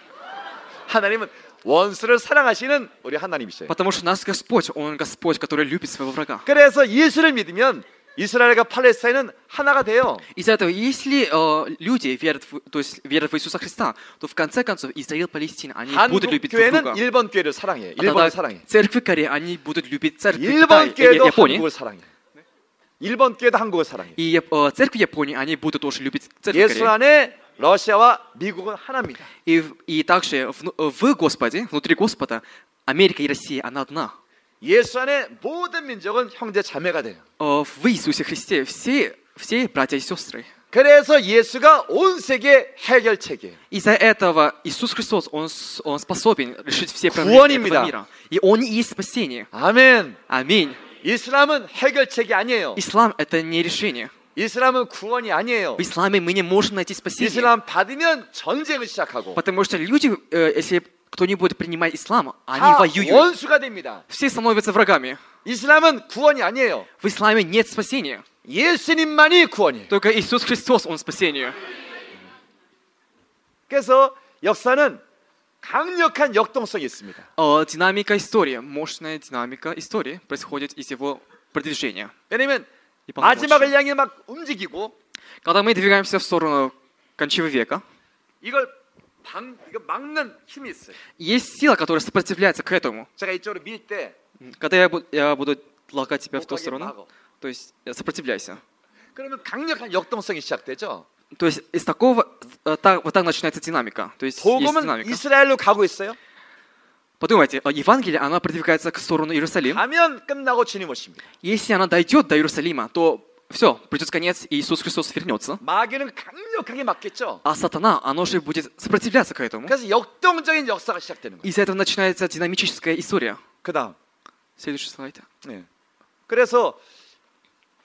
S1: 하나님은 원수를 사랑하시는 우리 하나님이세요.
S2: Потому что наш Господь, Он Господь, который любит своего врага.
S1: 그래서 예수를 믿으면 이스라엘과 팔레스타인은 하나가 돼요.
S2: Из-за этого, если э, люди верят в, то есть верят в Иисуса Христа, то в конце концов Израиль и Палестина, они
S1: 한국
S2: будут любить друг
S1: 교회는
S2: друга.
S1: 일본 교회를 사랑해.
S2: А
S1: 일본을
S2: тогда
S1: 사랑해.
S2: церкви Кореи, они будут любить церковь Китая
S1: 일본
S2: и Я-
S1: 교회도
S2: Японии.
S1: 한국을 사랑해. 일본 교회도 한국을 사랑해.
S2: И э, церковь Японии, они будут тоже любить церковь
S1: 예수
S2: Кореи.
S1: 안에 러시아와 미국은 하나입니다.
S2: И, в- и также вну- э, в Господе, внутри Господа, Америка и Россия, она одна.
S1: 예수 안에 모든 민족은 형제 자매가 돼요.
S2: Э, В Иисусе Христе все, все братья и сестры.
S1: 그래서 예수가 온 세계 해결책이에요.
S2: Из-за этого Иисус Христос, Он, с- он способен решить все проблемы
S1: Гуонимида.
S2: этого мира. И Он и есть спасение.
S1: 아멘.
S2: Аминь.
S1: 이슬람은 해결책이 아니에요.
S2: Ислам — это не решение.
S1: 이슬람은 구원이 아니에요.
S2: В исламе мы не можем найти спасение.
S1: 이슬람 받으면 전쟁을 시작하고
S2: Потому что люди, э, если кто-нибудь принимает ислам, они
S1: 다
S2: воюют.
S1: 원수가 됩니다.
S2: Все становятся врагами.
S1: 이슬람은 구원이 아니에요.
S2: В исламе нет спасения.
S1: 예수님만이 구원이에요.
S2: Только Иисус Христос, Он спасение.
S1: 그래서 역사는 강력한 역동성이 있습니다.
S2: Э, Динамика истории, мощная динамика истории происходит из его продвижения.
S1: 왜냐면
S2: И полномочий.
S1: 마지막을 향해 막 움직이고
S2: Когда мы двигаемся в сторону кончины века,
S1: 이걸 방, 이거 막는 힘이 있어요.
S2: есть сила, которая сопротивляется к этому.
S1: 제가 이쪽으로 밀 때
S2: Когда я, бу- я буду толкать тебя в ту
S1: 못하게
S2: сторону,
S1: 막어.
S2: то есть э, сопротивляйся.
S1: 그러면 강력한 역동성이 시작되죠.
S2: То есть из такого, э, так, вот так начинается динамика. То есть есть
S1: 복음은
S2: динамика.
S1: 이스라엘로 가고 있어요.
S2: Подумайте, э, Евангелие, она продвигается к сторону Иерусалима.
S1: 가면 끝나고 주님 오십니다.
S2: Если она дойдет до Иерусалима, то все, придет конец, и Иисус Христос вернется.
S1: 마귀는 강력하게 막겠죠.
S2: А сатана, оно же будет сопротивляться к этому.
S1: 그래서 역동적인 역사가 시작되는 거예요.
S2: Из этого начинается динамическая история.
S1: 그다음.
S2: Следующий слайд.
S1: 네. 그래서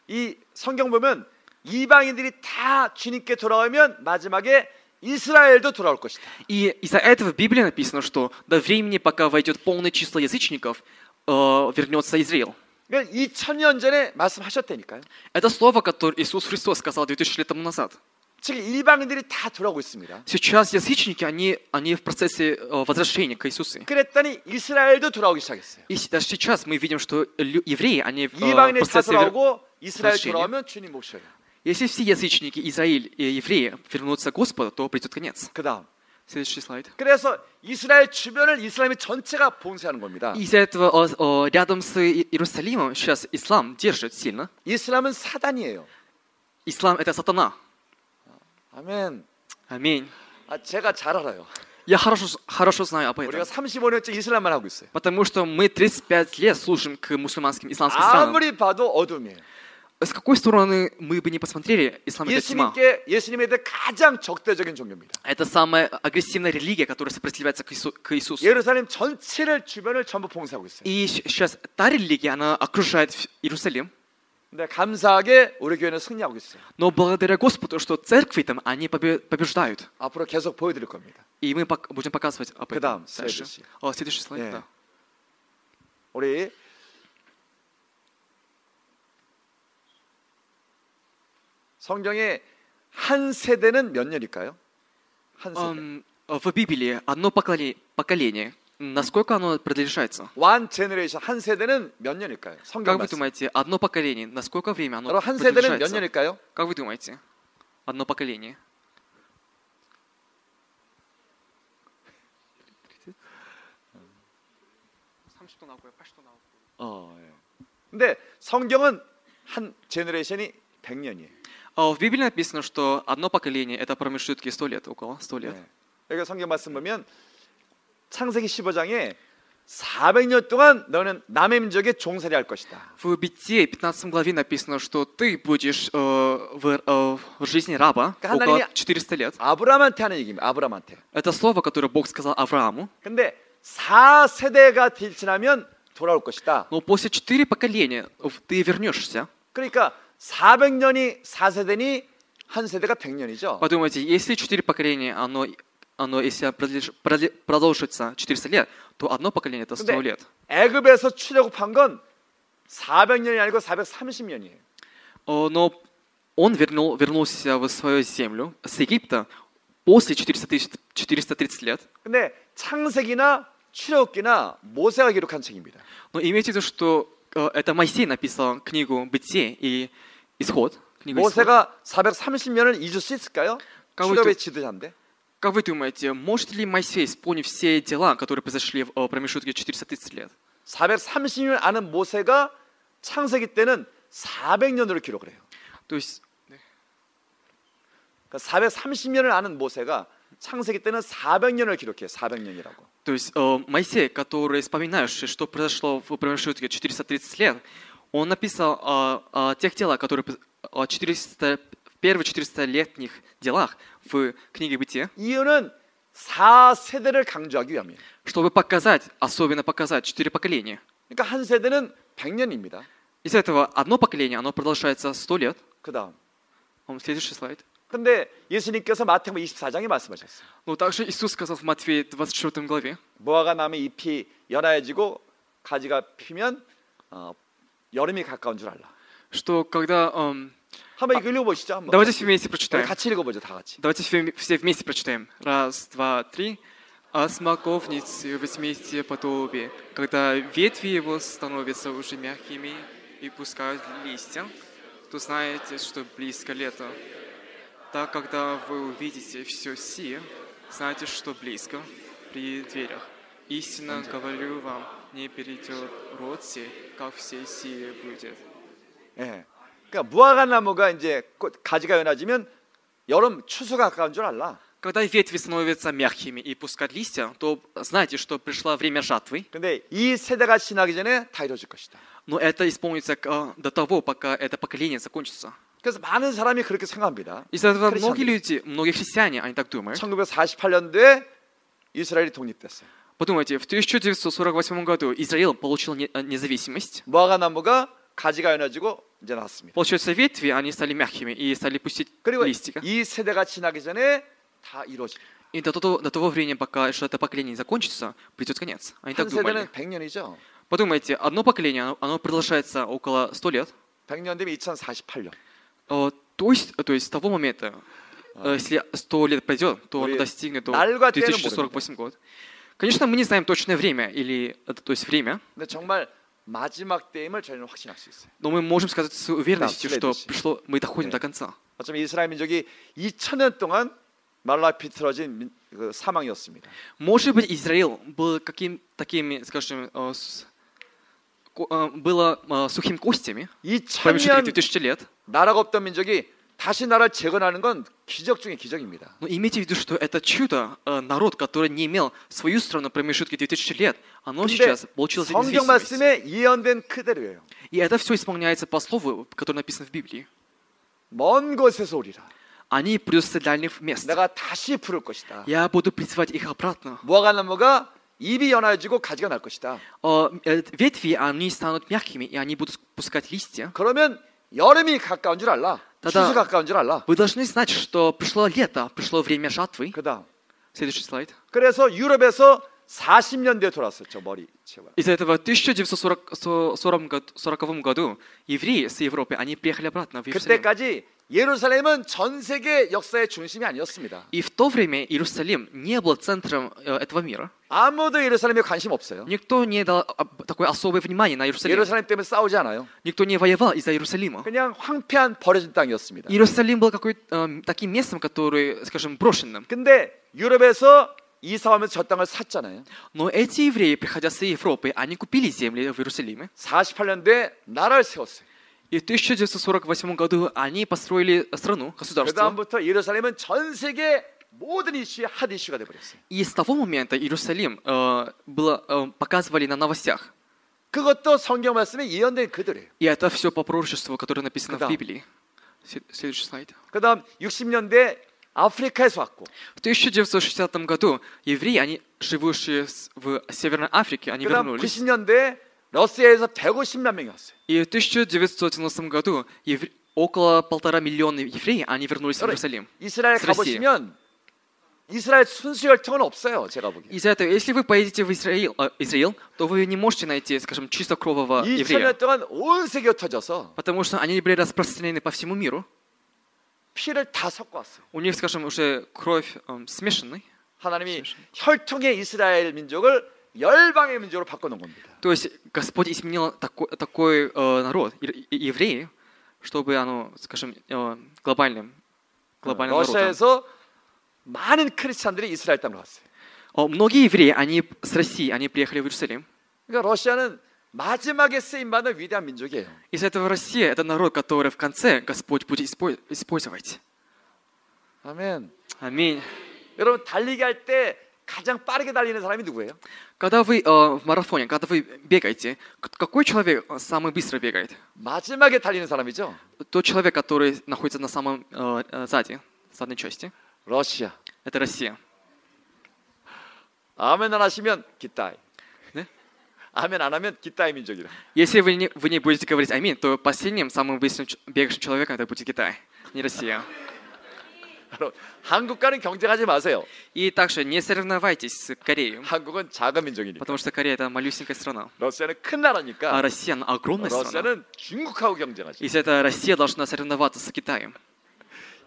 S1: 이 성경 보면 이방인들이 다 주님께 돌아오면 마지막에 이스라엘도 돌아올 것이다.
S2: И из-за этого в Библии написано, что до времени, пока войдет полное число язычников, э, вернется Израиль.
S1: 그러니까 2000년 전에 말씀하셨다니까요.
S2: Это слово, которое Иисус Христос сказал 2000 лет тому назад.
S1: 지금 일방인들이 다 돌아오고 있습니다.
S2: Сейчас язычники, они, они в процессе э, возвращения к Иисусу.
S1: 그랬더니 이스라엘도 돌아오기 시작했어요.
S2: И с- даже сейчас мы видим, что лю- евреи, они э, в
S1: 이방인이 다
S2: процессе... вер-
S1: 돌아오고 이스라엘
S2: возвращения.
S1: 돌아오면 주님 오셔요.
S2: Если все язычники, Израиль и евреи вернутся к Господу, то придет конец.
S1: 그다음.
S2: Следующий слайд.
S1: 그래서 이스라엘 주변을 이슬람이 전체가 봉쇄하는 겁니다.
S2: И А. Из-за этого э, э, рядом с И- Иерусалимом сейчас ислам держит сильно.
S1: 이슬람은 사단이에요.
S2: Ислам — это сатана.
S1: 아멘.
S2: Аминь.
S1: 아, 제가 잘 알아요.
S2: Я хорошо, з- хорошо знаю об этом.
S1: 우리가 35년째 이슬람만 하고 있어요.
S2: Потому что мы 35 лет служим к мусульманским исламским
S1: А,
S2: странам.
S1: 아무리 봐도 어둠이에요.
S2: С какой стороны мы бы не посмотрели, ислам это тьма.
S1: 예수님께 예수님에 대해 가장 적대적인 종교입니다.
S2: Это самая агрессивная религия, которая сопротивляется к, Иису- к Иисусу.
S1: 예루살렘 전체를 주변을 전부 봉쇄하고 있어요.
S2: И сейчас та религия, она окружает вс- Иерусалим.
S1: 근데 감사하게 우리 교회는 승리하고 있어요.
S2: Но благодаря Господу, что церкви там, они побе- побеждают.
S1: 앞으로 계속 보여드릴 겁니다.
S2: И мы пок- будем показывать об этом
S1: Кадам,
S2: дальше.
S1: следующий.
S2: О, следующий слайд,
S1: Э.
S2: да.
S1: 우리 성경에 한 세대는 몇 년일까요? 한 세대.
S2: Ам, э, в Библии одно поколе- поколение. Насколько оно продолжается?
S1: 완 제너레이션 한 세대는 몇 년일까요? 성경
S2: Как вы
S1: 말씀.
S2: думаете, одно поколение, на сколько время оно
S1: 여러분 한 세대는 몇
S2: продолжается?
S1: 년일까요?
S2: Как вы думаете? Одно поколение.
S1: 어. 예. 근데 성경은 한 제너레이션이 100년이에요.
S2: А В Библии написано, что одно поколение — это промежутки 100 лет, около 100 лет.
S1: 네. 여기 성경 말씀 보면 창세기 15장에 400년 동안 너는 남의 민족에 종살이 할 것이다.
S2: В Бытие 15 главе написано, что ты будешь э, в, э, в жизни раба
S1: Канале-
S2: около 400 лет.
S1: 아브라함한테 하는 얘기입니다. 아브라함한테.
S2: Это слово, которое Бог сказал Аврааму.
S1: 근데 4세대가 지나면 돌아올 것이다.
S2: Но после четыре поколения в- ты вернешься.
S1: 그러니까 400년이 4세대니 한 세대가 100년이죠.
S2: Подумайте, если четыре поколения, оно оно, если продлиш- продли- продолжится 400 лет, то одно поколение это 100
S1: 근데
S2: лет.
S1: 애굽에서 출애굽한 건 400년이 아니고 430년이에요.
S2: О, Но он вернул, вернулся в свою землю с Египта после 400 тысяч- 430 лет.
S1: 근데 창세기나 출애굽기나 모세가 기록한 책입니다.
S2: Но имейте в виду, что э, это Моисей написал книгу «Бытие» и «Исход». Книгу «Исход».
S1: 모세가 430년을 잊을 수 있을까요?
S2: 가고
S1: 출애굽의
S2: 있죠.
S1: 지도자인데.
S2: Как вы думаете, может ли Моисей исполнить все дела, которые произошли в э, промежутке 430 лет?
S1: 430년 아는 모세가 창세기 때는 400년으로 기록을 해요.
S2: То есть
S1: 그러니까 430년을 아는 모세가 창세기 때는 400년을 기록해요. 400년이라고.
S2: То есть э, Моисей, который вспоминаешь, что произошло в промежутке 430 лет, он написал о, о тех делах, которые пос- о 400, в первых 400-летних делах в книге Бытия,
S1: 이유는 4세대를 강조하기 위함이에요.
S2: чтобы показать, особенно показать, четыре поколения.
S1: 그러니까 한 세대는 100년입니다.
S2: Из этого одно поколение, оно продолжается 100 лет.
S1: 그다음.
S2: Ам, Следующий слайд.
S1: 근데 예수님께서 마태복음 24장에 말씀하셨어요.
S2: Но Ну, также Иисус сказал в Матфея 24 главе,
S1: 무화과 나무 잎이 연하여지고 가지가 피면 어, 여름이 가까운 줄 알라.
S2: что когда... ам,
S1: 한번 이거 읽어보시죠. 한번.
S2: Давайте все вместе
S1: 우리
S2: прочитаем.
S1: 같이 네, 읽어보죠. 다 같이.
S2: Давайте все, все вместе прочитаем. Раз, два, три. А смоковницы возьмите подобие, когда ветви его становятся уже мягкими и пускают листья, то знаете, что близко лето. Так, когда вы увидите все сие, знайте, что близко, при дверях. Истинно говорю вам, не перейдет род сей, как все сие будет.
S1: 예. 그러니까 무화과 나무가 이제 꽃- 가지가 연해지면 여름 추수가 가까운 줄 알라.
S2: Когда ветви становятся мягкими и пускают листья, то знайте, что пришло время жатвы,
S1: 근데 이 세대가 지나기 전에 다 이루어질 것이다.
S2: Но это исполнится к- а, до того, пока это поколение закончится.
S1: 그래서 많은 사람이 그렇게 생각합니다.
S2: Из-за этого
S1: Христиане.
S2: многие люди, многие христиане, они так думают.
S1: 1948년도에 이스라엘이 독립됐어요.
S2: Подумайте, в 1948 году Израиль получил не- э, независимость.
S1: 무화과 나무가 가지가 연해지고 이제 나왔습니다.
S2: Получается, ветви, они стали мягкими и стали пустить
S1: 그리고
S2: листика.
S1: 이 세대가 지나기 전에 다 이루어질. 거예요.
S2: И до того, до того времени, пока что это поколение не закончится, придет конец. Они
S1: 한
S2: так думали.
S1: 세대는 100년이죠.
S2: Подумайте, одно поколение, оно, оно продолжается около 100 лет.
S1: 100년 되면 2048년.
S2: Э, То есть, то есть с того момента,
S1: А.
S2: э, если 100 лет пройдет, то оно
S1: Ой,
S2: достигнет до
S1: 날과 때는
S2: 2048 год. Конечно, мы не знаем точное время, или, э, то есть время,
S1: 근데 정말 마지막 때임을 저희는 확신할 수 있어요.
S2: но мы можем сказать с уверенностью,
S1: Да,
S2: что
S1: следующий.
S2: пришло, мы доходим
S1: Да.
S2: до конца.
S1: 어쩌면 이스라엘 민족이 2000년 동안 말라 비틀어진 민- 그 사망이었습니다.
S2: Может быть, Израиль был каким такими, скажем, э, с- ко- э, было э, сухим костями в промежутке
S1: 2000년
S2: 2000 лет,
S1: 나라가 없던 민족이 다시 나라를 재건하는 건 기적 중의 기적입니다.
S2: но имейте в виду, что это чудо, э, народ, который не имел свою страну в промежутке 2000 лет, оно
S1: 근데
S2: сейчас получило
S1: 성경
S2: независимость.
S1: 말씀에 예언된 그대로예요.
S2: И это все исполняется по слову, которое написано в Библии.
S1: 먼 곳에서 오리라.
S2: Они придут с дальних мест.
S1: 내가 다시 부를 것이다.
S2: Я буду призвать их обратно.
S1: 무화과 나무가 잎이 연하여지고 가지가 날 것이다.
S2: О, э, Ветви, они станут мягкими, и они будут пускать листья.
S1: 그러면 여름이 가까운 줄 알라.
S2: 다다.
S1: 추수 가까운 줄 알라.
S2: Вы должны знать, что пришло лето, пришло время жатвы.
S1: 그다음.
S2: Следующий слайд.
S1: 그래서 유럽에서 40년대에 돌아왔었죠 머리 제발.
S2: Из-за этого в 1940 году евреи с Европы, они приехали обратно в Иерусалим.
S1: 그때까지 예루살렘은 전 세계 역사의 중심이 아니었습니다.
S2: И в то время Иерусалим не был центром э, этого мира.
S1: 아무도 예루살렘에 관심 없어요.
S2: Никто не дал об- такое особое внимание на Иерусалим.
S1: 예루살렘 때문에 싸우지 않아요.
S2: Никто не воевал из-за Иерусалима.
S1: 그냥 황폐한 버려진 땅이었습니다.
S2: Иерусалим был какой эм, таким местом, который, скажем, брошенным.
S1: 근데 유럽에서 이사하면서 저 땅을 샀잖아요.
S2: Но эти евреи, приходя с Европы, они купили земли в Иерусалиме.
S1: 48년대 나라를 세웠어요.
S2: И в 1948 году они построили страну,
S1: 그
S2: государство.
S1: 다음부터 예루살렘은 전 세계 모든 이슈의 핫 이슈가 돼버렸어요.
S2: И с того момента Иерусалим э, было, э, показывали на новостях.
S1: 그것도 성경 말씀에 예언된 그들이에요.
S2: И это все по пророчеству, которое написано
S1: Да.
S2: в Библии. Се- Следующий слайд.
S1: 그다음 60년대 아프리카에서 왔고
S2: В 1960 году евреи, они живущие с- в Северной Африке, они
S1: 그다음
S2: вернулись.
S1: 90년대 러시아에서 150만 명이 왔어요.
S2: И в 1990 году евре- около полтора миллиона евреев, они вернулись в
S1: Sorry.
S2: Иерусалим.
S1: 이스라엘
S2: 쓰레쉬.
S1: 가보시면 이스라엘 순수 혈통은 없어요. 제가 보기에.
S2: Из-за этого, если вы поедете в Израиль, э, Израиль, то вы не можете найти, скажем, чистокрового
S1: 아, 이
S2: еврея,
S1: 2000년 동안 온 세계가 흩어져서
S2: потому что они были распространены по всему миру.
S1: 피를 다 섞어 왔어요.
S2: У них, скажем, уже кровь эм, смешанная.
S1: 하나님이 혈통의 이스라엘 민족을 열방의 민족으로 바꿔 놓은 겁니다.
S2: То есть Господь изменил тако- такой, э, народ, и- и- евреи, чтобы оно, скажем, э, глобальным,
S1: Э, 그
S2: глобальным народом.
S1: 러시아에서 많은 크리스찬들이 이스라엘 땅으로 갔어요.
S2: О, Многие евреи, они с России, они приехали в Иерусалим.
S1: 그러니까 러시아는 마지막에 쓰임 받는 위대한 민족이에요.
S2: Из этого Россия – это народ, который в конце Господь будет испо- использовать.
S1: 아멘.
S2: Аминь.
S1: 여러분 달리기 할 때 가장 빠르게 달리는 사람이 누구예요?
S2: Когда вы э, в марафоне, когда вы бегаете, к- какой человек э, самый быстро бегает?
S1: 마지막에 달리는 사람이죠.
S2: Тот человек, который находится на самом э, э, сзади, задней части.
S1: 러시아.
S2: Это Россия.
S1: 아멘 안 하시면 기타이.
S2: 네?
S1: 아멘 안 하면 기타이 민족이라.
S2: Если вы не, вы не будете говорить «Аминь», то последним, самым быстрым ч- бегающим человеком это будет Китай, не Россия.
S1: 여러분, 한국과는 경쟁하지 마세요.
S2: И также не соревновайтесь с Кореей,
S1: 한국은 작은 민족이니까.
S2: потому что Корея – это малюсенькая страна,
S1: 러시아는 큰
S2: а
S1: 나라니까.
S2: Россия – она огромная страна.
S1: 러시아는 중국하고 경쟁하죠.
S2: Если это Россия должна соревноваться с Китаем,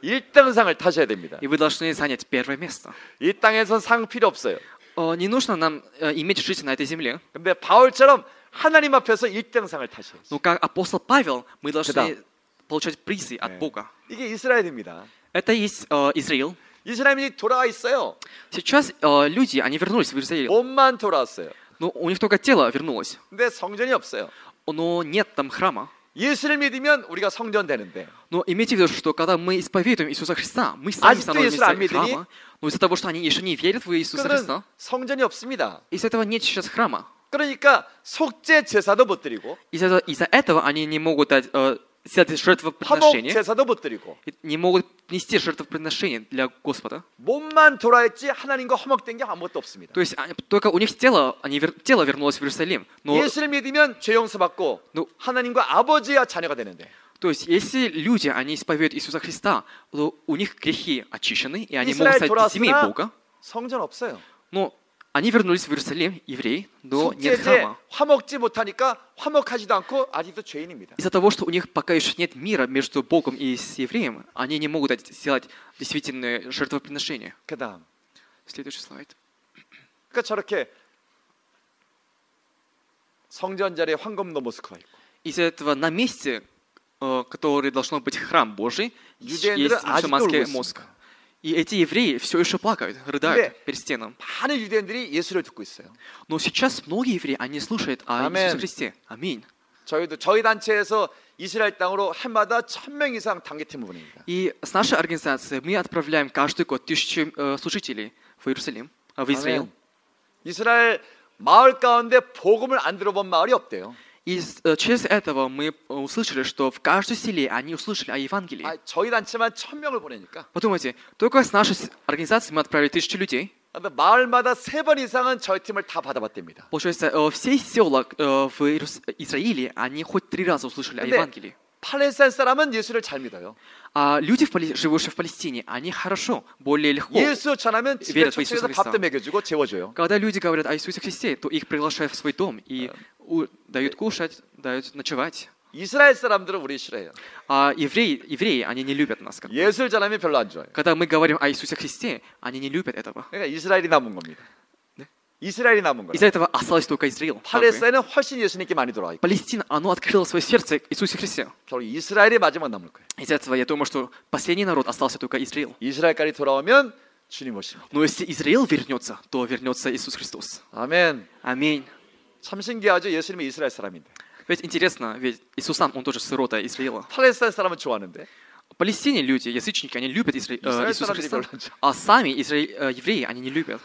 S1: 1등상을 타셔야 됩니다.
S2: и вы должны занять первое место.
S1: 이 땅에선 상 필요 없어요.
S2: Э, Не нужно нам э, иметь жизнь на этой земле,
S1: 근데 바울처럼 하나님 앞에서 1등상을 타셔야 돼요.
S2: но Ну, как апостол Павел мы должны
S1: Китам.
S2: получать призы от
S1: Э.
S2: Бога.
S1: 이게 이스라엘입니다.
S2: Это есть э, Израиль.
S1: 이스라엘이 돌아와 있어요.
S2: Сейчас э, люди, они вернулись в Израиль,
S1: 몸만 돌아왔어요.
S2: но у них только тело вернулось,
S1: 근데 성전이 없어요.
S2: но нет там храма.
S1: 예수를 믿으면 우리가 성전 되는데
S2: Но имейте в виду, что когда мы исповедуем Иисуса Христа, мы сами
S1: Аж
S2: становимся
S1: ты срам,
S2: храма.
S1: Медведь.
S2: Но из-за того, что они еще не верят в Иисуса
S1: 그들은
S2: Христа,
S1: 성전이 없습니다.
S2: из-за этого нет сейчас храма.
S1: 그러니까 속죄 제사도 못 드리고
S2: Из-за этого, из-за этого они не могут дать, э, сделать
S1: 화목
S2: жертвоприношение,
S1: 제사도 못 드리고
S2: и не могут нести жертвоприношение для Господа.
S1: 몸만 돌아있지 하나님과 허목된 게 아무것도 없습니다.
S2: То есть а, только у них тело, они вер- тело вернулось в Иерусалим. Но,
S1: 예수를 믿으면 죄 용서받고
S2: но-
S1: 하나님과 아버지와 자녀가 되는데
S2: то есть если люди, они исповедуют Иисуса Христа, то у них грехи очищены, и они могут
S1: Израиль
S2: стать семьей
S1: 돌아왔으나
S2: Бога.
S1: 성전 없어요.
S2: Но они вернулись в Иерусалим, евреи, но нет
S1: 속죄제
S2: храма.
S1: 화목지 못하니까 화목하지도 않고 아직도 죄인입니다.
S2: Из-за того, что у них пока еще нет мира между Богом и с евреем, они не могут дать- сделать действительное жертвоприношение.
S1: 그다음
S2: Следующий слайд.
S1: 그러니까 저렇게 성전 자리에 황금도 모스크가 있고
S2: Из-за этого на месте, э, которое должно быть храм Божий, есть
S1: Юдеи
S2: есть
S1: а,
S2: мусульманский
S1: Азидор
S2: мозг. И эти евреи все еще плакают, рыдают
S1: Да.
S2: перед стеном.
S1: 많은 유대인들이 예수를 듣고 있어요.
S2: Но сейчас многие евреи, они слушают о
S1: Амен.
S2: Иисусе Христе. Аминь.
S1: 저희도 저희 단체에서 이스라엘 땅으로 해마다 천 명 이상 단계팀을 보냅니다.
S2: И с нашей организацией мы отправляем каждый год тысячу э, служителей в Иерусалим, э, в Израиль.
S1: 아멘. 이스라엘 마을 가운데 복음을 안 들어본 마을이 없대요.
S2: И с- э, через этого мы э, услышали, что в каждом селе они услышали о Евангелии.
S1: 아, 저희 단체만 천 명을 보내니까
S2: Подумайте, только с нашей с- организацией мы отправили тысячи людей.
S1: 근데 마을마다 세 번 이상은 저희 팀을 다 받아봤답니다.
S2: Получается, э, все села э, в Иерус- Израиле, они хоть три раза услышали о
S1: 근데
S2: Евангелии.
S1: 팔레스타인 사람은 예수를 잘 믿어요.
S2: А люди, в Пале- живущие в Палестине, они хорошо, более легко.
S1: 예수 전하면 집에
S2: 위에다 또
S1: 초청해서
S2: 있어서
S1: 밥도 그러니까
S2: 그랬어.
S1: 먹여주고 재워줘요.
S2: Когда люди говорят о Иисусе Христе, то их приглашают в свой дом и у- дают кушать, дают ночевать.
S1: 이스라엘 사람들은 우리 싫어해요.
S2: А евреи, евреи, они не любят нас. как бы.
S1: 예수를 전하면 별로 안 좋아해요.
S2: Когда мы говорим о Иисусе Христе, они не любят этого.
S1: 그러니까 이스라엘이 남은 겁니다. 네? 이스라엘이 남은 거예요.
S2: Из-за этого осталось только Израил. как бы.
S1: 팔레스타인은 훨씬 예수님께 많이 돌아와 있고
S2: Палестина, оно открыло свое сердце к Иисусу Христе.
S1: 결국 이스라엘이 마지막 남을 거예요.
S2: Из-за этого я думаю, что последний народ остался только Израил.
S1: 이스라엘까지 돌아오면 주님 오십니다.
S2: Но если Израил вернется, то вернется Иисус Христос.
S1: 아멘.
S2: Аминь.
S1: 참 신기하죠. 예수님이 이스라엘 사람인데
S2: Ведь интересно, ведь Иисус сам, он тоже сырота Израила.
S1: 팔레스타인 사람은 좋아하는데
S2: В Палестине люди, язычники, они любят Изра- э,
S1: Израиль
S2: Иисуса
S1: сразу
S2: Христа,
S1: ребеночек.
S2: а сами изра- э, евреи, они не любят.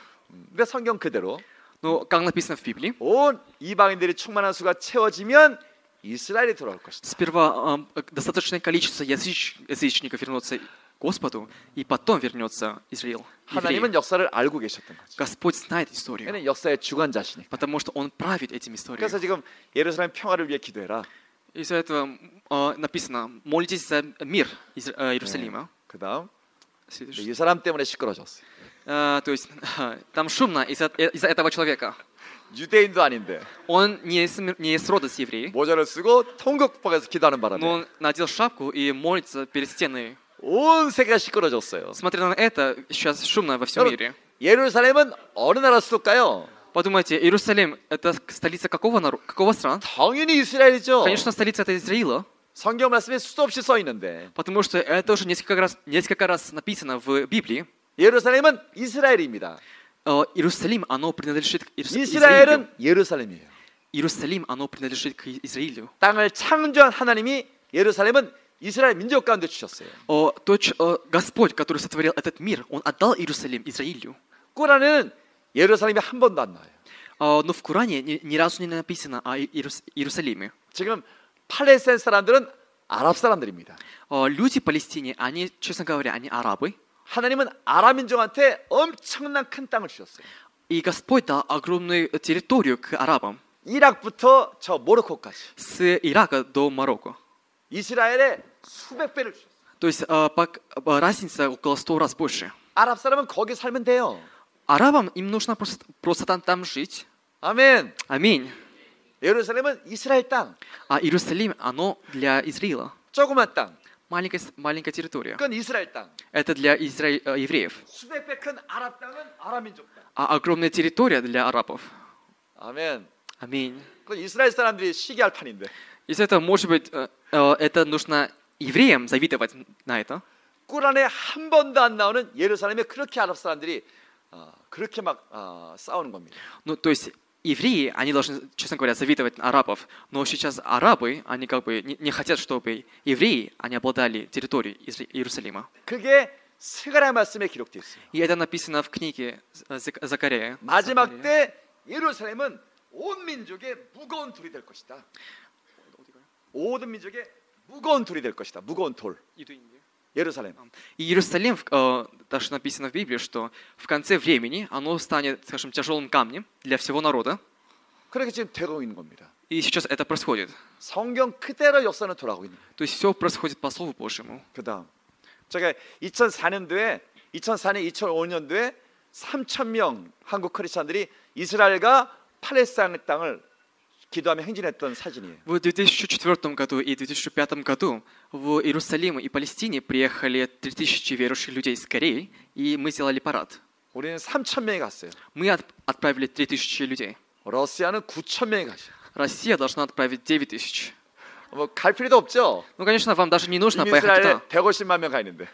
S1: 근데 성경 그대로
S2: Но, как написано в Библии,
S1: 온 이방인들이 충만한 수가 채워지면 이스라엘이 돌아올 것이다.
S2: сперва эм, достаточное количество языч- язычников вернется к Господу, и потом вернется Израил. евреи.
S1: 하나님은 역사를 알고 계셨던 거죠.
S2: Господь знает историю,
S1: 얘는 역사의 주관자시니까.
S2: потому что Он правит этим историей.
S1: 그래서 지금 예루살렘 평화를 위해 기도해라.
S2: Из-за этого э, написано, молитесь за мир Изра- э, Иерусалима.
S1: 그다음 네.
S2: Следующий.
S1: 이 사람 때문에 시끄러졌어요.
S2: э, то есть там шумно из-за из-за этого человека.
S1: 유대인도 아닌데
S2: Он не, из м- не из рода с евреей,
S1: 모자를 쓰고 통곡방에서 기도하는
S2: но
S1: 바람에
S2: он надел шапку и молится перед стеной.
S1: 온 세계가 시끄러졌어요.
S2: Смотря на это, сейчас шумно во всем
S1: 여러분,
S2: мире.
S1: 예루살렘은 어느 나라 수도일까요?
S2: Подумайте, Иерусалим — это столица какого народа, какого стран?
S1: 당연히 이스라엘이죠.
S2: Конечно, столица — это Израила,
S1: 성경 말씀에 수도 없이 써 있는데
S2: потому что это уже несколько раз, несколько раз написано в Библии.
S1: 예루살렘은 이스라엘입니다.
S2: Э, Иерусалим, оно принадлежит к Иерус- Израилю.
S1: 이스라엘은 예루살렘이에요.
S2: Иерусалим, оно принадлежит к Израилю.
S1: 땅을 창조한 하나님이 예루살렘은 이스라엘 민족 가운데 주셨어요.
S2: О, тот ч- о, Господь, который сотворил этот мир, Он отдал Иерусалим Израилю.
S1: 꾸란에는 예루살렘이 한 번도 안 나와요.
S2: А, Но в Коране ни, ни разу не написано о И- Иерус- Иерусалиме.
S1: 지금 팔레스타인 사람들은 아랍 사람들입니다.
S2: А, Люди в Палестине, они, честно говоря, они арабы.
S1: 하나님은 아랍 민족한테 엄청난 큰 땅을 주셨어요.
S2: И Господь дал огромную территорию к арабам.
S1: 이락부터 저 모로코까지
S2: С Ирака до Марокко.
S1: 이스라엘에 수백 배를 주셨어요.
S2: То есть а, пак- а, разница около 100 раз больше.
S1: 아랍 사람은 거기 살면 돼요.
S2: Арабам им нужно просто, просто там, там жить.
S1: 아멘.
S2: Аминь.
S1: 예루살렘은 이스라엘 땅,
S2: А Иерусалим, оно для Израила.
S1: 조그만 땅.
S2: Маленькая, с- маленькая территория.
S1: 그건 이스라엘 땅.
S2: Это для Изра- э, евреев.
S1: 수백 배 큰 아랍 땅은 아랍 민족 땅.
S2: А огромная территория для арабов.
S1: 아멘.
S2: Аминь.
S1: 그건 이스라엘 사람들이 시기할 판인데.
S2: Из этого, может быть, э, э, это нужно евреям завидовать на это.
S1: 꾸란에 한 번도 안 나오는 예루살렘에 그렇게 아랍 사람들이 어, 그렇게 막 어, 싸우는 겁니다.
S2: Ну, то есть евреи, они должны, честно говоря, завидовать на арабов. Но сейчас арабы, они как бы не, не хотят, чтобы евреи, они обладали территорией Изра- Иерусалима.
S1: 그게 스가랴 말씀에 기록돼 있어요.
S2: И это написано в книге э, Зак- Закария.
S1: 마지막 때 예루살렘은 온 민족의 무거운 돌이 될 것이다. 모든 민족의 무거운 돌이 될 것이다. 무거운 돌. 예루살렘.
S2: И Иерусалим, в- э, даже написано в Библии, что в конце времени оно станет, скажем, тяжелым камнем для всего народа.
S1: 그렇게 지금 되고 있는 겁니다.
S2: И сейчас это происходит.
S1: 성경 그대로 역사는 돌아가고 있는.
S2: То есть все происходит по Слову Божьему.
S1: 그다음 제가 2004년도에 2004년 2005년도에 3천 명 한국 크리스천들이 이스라엘과 팔레스타인 땅을 기도하며 행진했던 사진이에요.
S2: В 2004 году и 2005 году в Иерусалим и Палестине приехали 3000 верующих людей из Кореи, и мы сделали парад.
S1: 우리는 3천 명이 갔어요.
S2: Мы от- отправили 3000 людей.
S1: 러시아는 9천 명이 갔어요.
S2: Россия должна отправить 9000.
S1: 뭐 갈 필요도 없죠.
S2: Ну, конечно, вам даже не нужно
S1: 이미 이스라엘에
S2: поехать туда,
S1: 150만 명 가 있는데.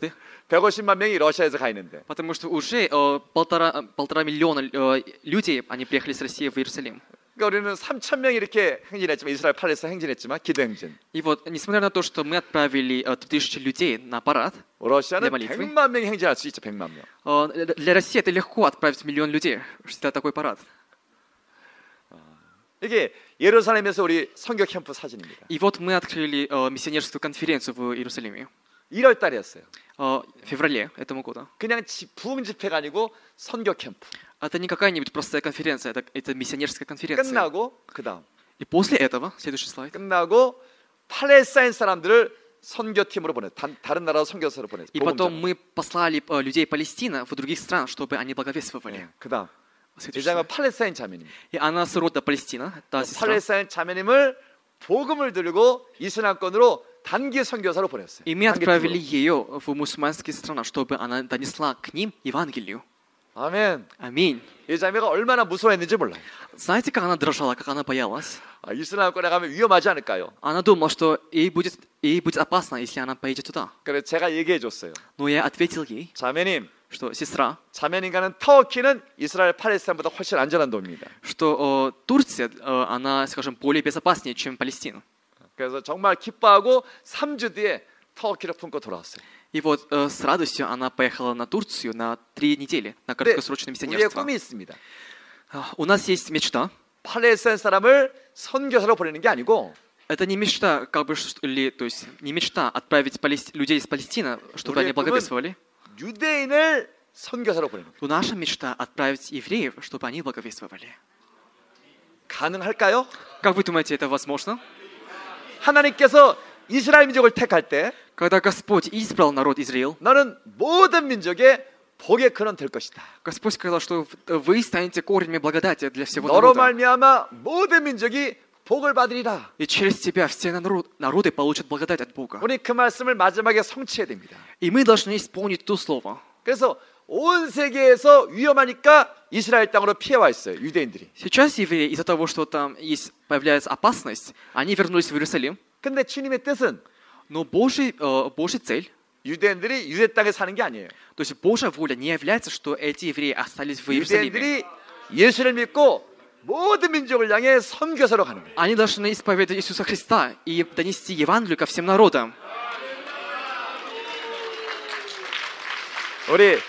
S2: 네?
S1: 150만 명이 러시아에서 가 있는데.
S2: потому что уже э, полтора, э, полтора миллиона э, людей, они приехали с России в Иерусалим.
S1: 그러니까 우리는 3천 명이 이렇게 행진했지만 이스라엘 팔레스타인 행진했지만 기도 행진.
S2: И вот, несмотря на то, что мы отправили э, 3000 людей на парад,
S1: 러시아는
S2: 네, 말리트니?
S1: 100만 명이 행진할 수 있죠. 100만 명.
S2: э, для России это легко отправить миллион людей для такой парад.
S1: 이게 예루살렘에서 우리 선교 캠프 사진입니다.
S2: И вот мы открыли э, миссионерскую конференцию в Иерусалиме
S1: 1월 달이었어요.
S2: э, в феврале этого года.
S1: 그냥 지- 부흥 집회가 아니고 선교 캠프.
S2: Это не какая-нибудь простая конференция, это, это миссионерская конференция.
S1: 끝나고 그다음
S2: И после этого, следующий слайд,
S1: 끝나고 팔레스타인 사람들을 선교팀으로 보내 단, 다른 나라 선교사로 보내.
S2: и потом мы послали э, людей Палестина в других стран, чтобы они благовествовали.
S1: 네, 그다음 이
S2: Следующий
S1: 장은
S2: слайд.
S1: 팔레스타인 자매님입니다.
S2: И она с рода Палестина, та сестра.
S1: 팔레스타인 자매님을 복음을 들고 이슬람권으로 단기 선교사로 보냈어요.
S2: И мы
S1: 단기 팀으로.
S2: отправили ее в мусульманские страны, чтобы она донесла к ним Евангелию.
S1: 아멘.
S2: Аминь.
S1: 이 자매가 얼마나 무서워했는지 몰라요.
S2: Знаете, как она дрожала, как она боялась?
S1: 아, 이슬람권에 가면 위험하지 않을까요?
S2: Она думала, что ей будет, ей будет опасно, если она поедет туда.
S1: 그래서 제가 얘기해 줬어요.
S2: Но я ответил ей,
S1: 자매님,
S2: что сестра,
S1: 자매님과는 터키는 이스라엘 팔레스타인보다 훨씬 안전한 도입니다.
S2: что э, Турция, э, она, скажем, более безопаснее, чем Палестина.
S1: 그래서 정말 기뻐하고 3주 뒤에 터키를 품고 돌아왔어요.
S2: И вот э, с радостью она поехала на Турцию на три недели на
S1: 근데
S2: краткосрочное
S1: 우리의
S2: миссионерство.
S1: 꿈이 있습니다.
S2: А, У нас есть мечта.
S1: 팔레스타인 사람을 선교사로 보내는 게 아니고
S2: Это не мечта, как бы, что ли, то есть не мечта отправить палес- людей из Палестины, чтобы
S1: Более
S2: они благовествовали.
S1: 유대인을 선교사로 보내는 거예요.
S2: Но наша мечта отправить евреев, чтобы они благовествовали.
S1: 가능할까요?
S2: Как вы думаете, это возможно?
S1: 하나님께서 이스라엘 민족을 택할 때
S2: Когда Господь избрал народ Израил,
S1: 너는 모든 민족에 복의 근원 될 것이다.
S2: Господь сказал, что вы станете корнями благодати для всего
S1: 너로
S2: народа.
S1: 말미암아 모든 민족이 복을 받으리라.
S2: И через тебя все народ- народы получат благодать от Бога.
S1: 우리 그 말씀을 마지막에 성취해야 됩니다.
S2: И мы должны исполнить то слово.
S1: 그래서 온 세계에서 위험하니까 이스라엘 땅으로 피해 와 있어요. 유대인들이.
S2: Сейчас евреи из-за того, что там есть, появляется опасность, они вернулись в Иерусалим.
S1: 근데 주님의 뜻은
S2: Но Божий, э, Божья цель,
S1: 유대인들이 유대 땅에 사는 게 아니에요.
S2: то есть Божья воля не является, что эти евреи остались в Иерусалиме.
S1: 유대인들이 예수를 믿고 모든 민족을 향해 선교사로 가는 거예요.
S2: Они должны исповедовать Иисуса Христа и донести Евангелие ко всем народам.
S1: 우리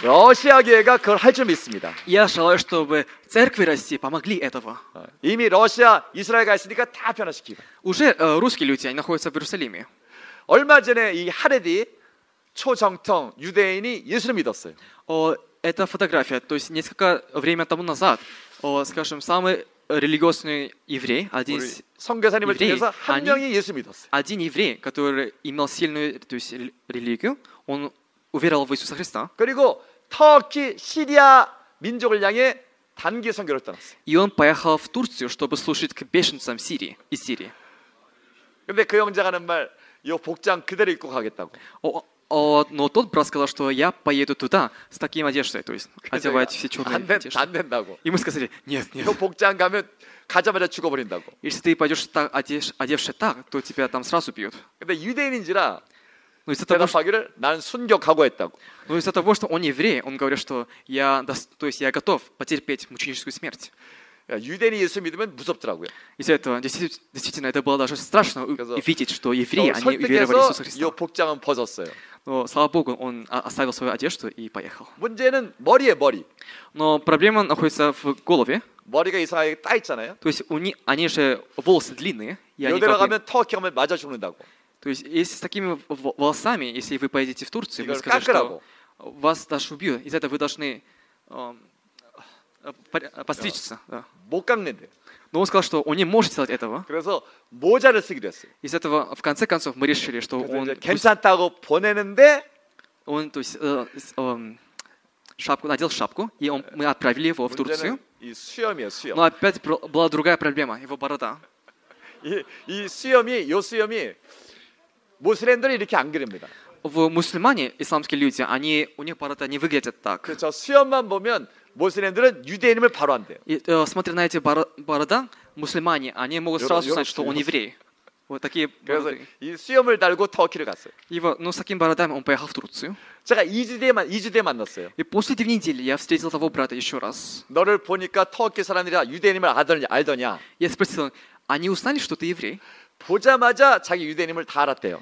S1: 러시아 교회가 그걸 할 줄 믿습니다.
S2: Я желаю, чтобы церкви России помогли этого.
S1: 어, 이미 러시아 이스라엘 가 있으니까 다 변화시키고.
S2: Уже э, русские люди, они находятся в Иерусалиме.
S1: 얼마 전에 이 하레디 초정통 유대인이 예수를 믿었어요.
S2: О, это фотография, то есть несколько время тому назад, о, скажем, самый религиозный еврей, один,
S1: 우리
S2: из-
S1: 선교사님을
S2: 유대인,
S1: 통해서 한
S2: 아니?
S1: 명이 예수 믿었어요.
S2: один еврей, который имел сильную то есть, рели- религию, он уверовал в Иисуса Христа,
S1: 그리고 터키, 시리아 민족을 향해 단기 선교를 떠났어요.
S2: и он поехал в Турцию, чтобы служить к беженцам Сирии, из Сирии.
S1: 근데 그 형제가 하는 말, 요 복장 그대로 입고 가겠다고.
S2: О, о, но тот брат сказал, что я поеду туда с таким одеждой, то есть
S1: 그래서
S2: одевать все черные
S1: 안, 된,
S2: одежды.
S1: 안 된다고.
S2: И мы сказали, нет,
S1: 이
S2: нет,
S1: 복장 가면 가자마자 죽어버린다고.
S2: если ты пойдешь так, одеш- одевши так, то тебя там сразу бьют. Ну,
S1: 근데 유대인인지라
S2: Но из-за того,
S1: 대답하기를 나는 순교 각오했다고.
S2: Но Ну, из-за того, что он еврей, он говорит, что я, дос- то есть я готов потерпеть мученическую смерть.
S1: 그러니까 유대인이 예수 믿으면 무섭더라고요.
S2: Из-за этого действи- действительно это было даже страшно у-
S1: Сказал.
S2: видеть, что евреи,
S1: 그래서
S2: они веровали в Иисуса
S1: 설득해서
S2: Христа.
S1: 이 복장은 벗었어요.
S2: Но, слава Богу, он о- оставил свою одежду и поехал.
S1: 문제는 머리에 머리.
S2: Но проблема находится в голове.
S1: 머리가 이상하게 따 있잖아요.
S2: То есть у них, они же волосы длинные. И они
S1: 요대로
S2: как бы-
S1: 가면 터키 가면 맞아 죽는다고.
S2: то есть если с такими во- волосами, если вы поедете в Турцию,
S1: 이걸
S2: вы скажете, что
S1: 깎으라고.
S2: вас даже убьют. Из-за этого вы должны эм, э, пор- постричься. да.
S1: 못 깎는데.
S2: Но он сказал, что он не может сделать этого.
S1: 그래서 모자를 쓰기로 했어요.
S2: Из этого, в конце концов, мы решили, что
S1: 그래서
S2: он,
S1: 이제
S2: пусть-
S1: 괜찮다고 보내는데
S2: он то есть, э, с- эм, шапку, надел шапку, и он, мы отправили его в
S1: 문제는
S2: Турцию.
S1: 이 수염이에요, 수염.
S2: Но опять про- была другая проблема, его борода.
S1: 이, 이 수염이 요 수염이 모슬렘들이 이렇게 안 그립니다.
S2: В мусульмане, исламские люди, они, у них борода не выглядит
S1: 그저
S2: так.
S1: 그렇죠. 수염만 보면 모슬렘들은 유대인임을 바로 안대요.
S2: И, э, смотря на эти боро- борода, мусульмане, они могут
S1: Юра-
S2: сразу
S1: Юра
S2: знать, что он
S1: Симонов.
S2: еврей. Вот такие
S1: 그래서
S2: бороды.
S1: 이 수염을 달고 터키를 갔어요.
S2: Его, ну, с такими бородами он поехал в Турцию.
S1: 제가 2주대만 2주대 만났어요.
S2: И после две недели я встретил того брата еще раз.
S1: 너를 보니까 터키 사람들이라 유대인임을 알더냐, 알더냐?
S2: Я спросил, они узнали, что ты еврей?
S1: 보자마자 자기 유대인임을 다 알았대요.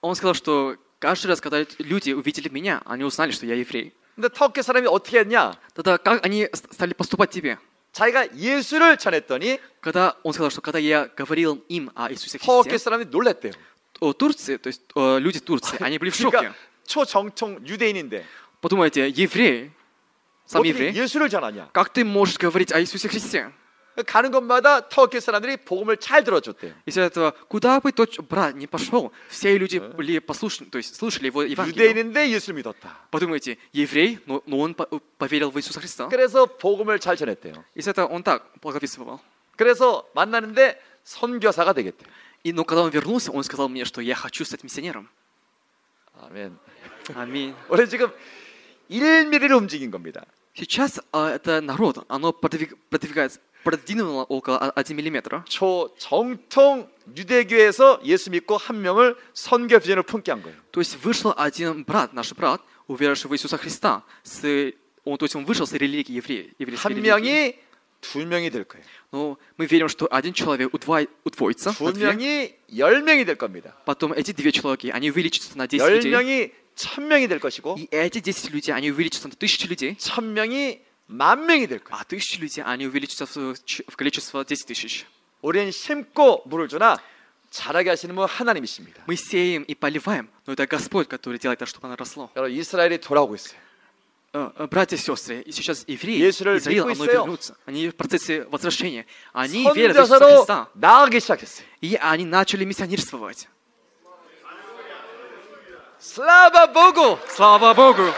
S2: Он сказал, что каждый раз, когда люди увидели меня, они узнали, что я еврей.
S1: 근데 터키 사람이 어떻게 했냐?
S2: Тогда как они с- стали поступать тебе?
S1: 자기가 예수를 전했더니
S2: Когда он сказал, что когда я говорил им о Иисусе
S1: 터키
S2: Христе,
S1: 사람이 놀랐대요. 그
S2: о Турции, то есть э, люди Турции, они были в шоке.
S1: 그러니까 초정통 유대인인데
S2: Подумайте, еврей, сам
S1: 어떻게
S2: еврей,
S1: 예수를 전하냐?
S2: как ты можешь говорить о Иисусе Христе?
S1: 가는 곳마다 터키 사람들이 복음을 잘 들어줬대요.
S2: Из-за этого, куда бы тот брат не пошел, все люди были послушны, то есть слушали его Евангелие.
S1: 유대인인데 예수를 믿었다.
S2: Подумайте, еврей, но, но он по- поверил в Иисуса Христа.
S1: 그래서 복음을 잘 전했대요.
S2: Из-за этого он так благовествовал.
S1: 그래서 만나는데 선교사가 되겠대요.
S2: И, но когда он вернулся, он сказал мне, что я хочу стать миссионером.
S1: 아멘.
S2: Аминь.
S1: 우리 지금 1mm를 움직인 겁니다.
S2: Сейчас а, это народ, оно продвиг- продвигается, продвинуло около а- 1 миллиметра.
S1: 초 정통 유대교에서 예수 믿고 한 명을 선교 비전을 품게 한 거예요.
S2: То есть вышел один брат, наш брат, уверовавший в Иисуса Христа. С, он, то есть он вышел с религии еврея, еврейской
S1: 한
S2: религии.
S1: 명이 두 명이 될 거예요.
S2: Но мы верим, что один человек удва- удвоится,
S1: 두
S2: на две.
S1: 명이 열 명이 될 겁니다.
S2: потом эти две человеки, они увеличатся на 10
S1: 열
S2: людей,
S1: 명이 천 명이 될 것이고
S2: и эти 10 людей, они увеличатся на тысячи людей,
S1: 천 명이 만 명이 될 거예요.
S2: а тысячи людей, они увеличатся в, ч- в количество 10 тысяч.
S1: 우리는 심고 물을 주나 자라게 하시는 분은 하나님이십니다.
S2: Мы сеем и поливаем, но это Господь, который делает так, чтобы оно росло.
S1: 여러분 이스라엘이 돌아오고 있어요.
S2: Э, э, братья и сестры, и сейчас евреи,
S1: Если
S2: Израил,
S1: разбегусь,
S2: оно
S1: сел.
S2: вернутся. Они в процессе возвращения. Они верят в Иисуса
S1: 선교사로
S2: Христа.
S1: 나아가기 시작했어요.
S2: И они начали миссионерствовать.
S1: 슬라바 보고
S2: Слава Богу!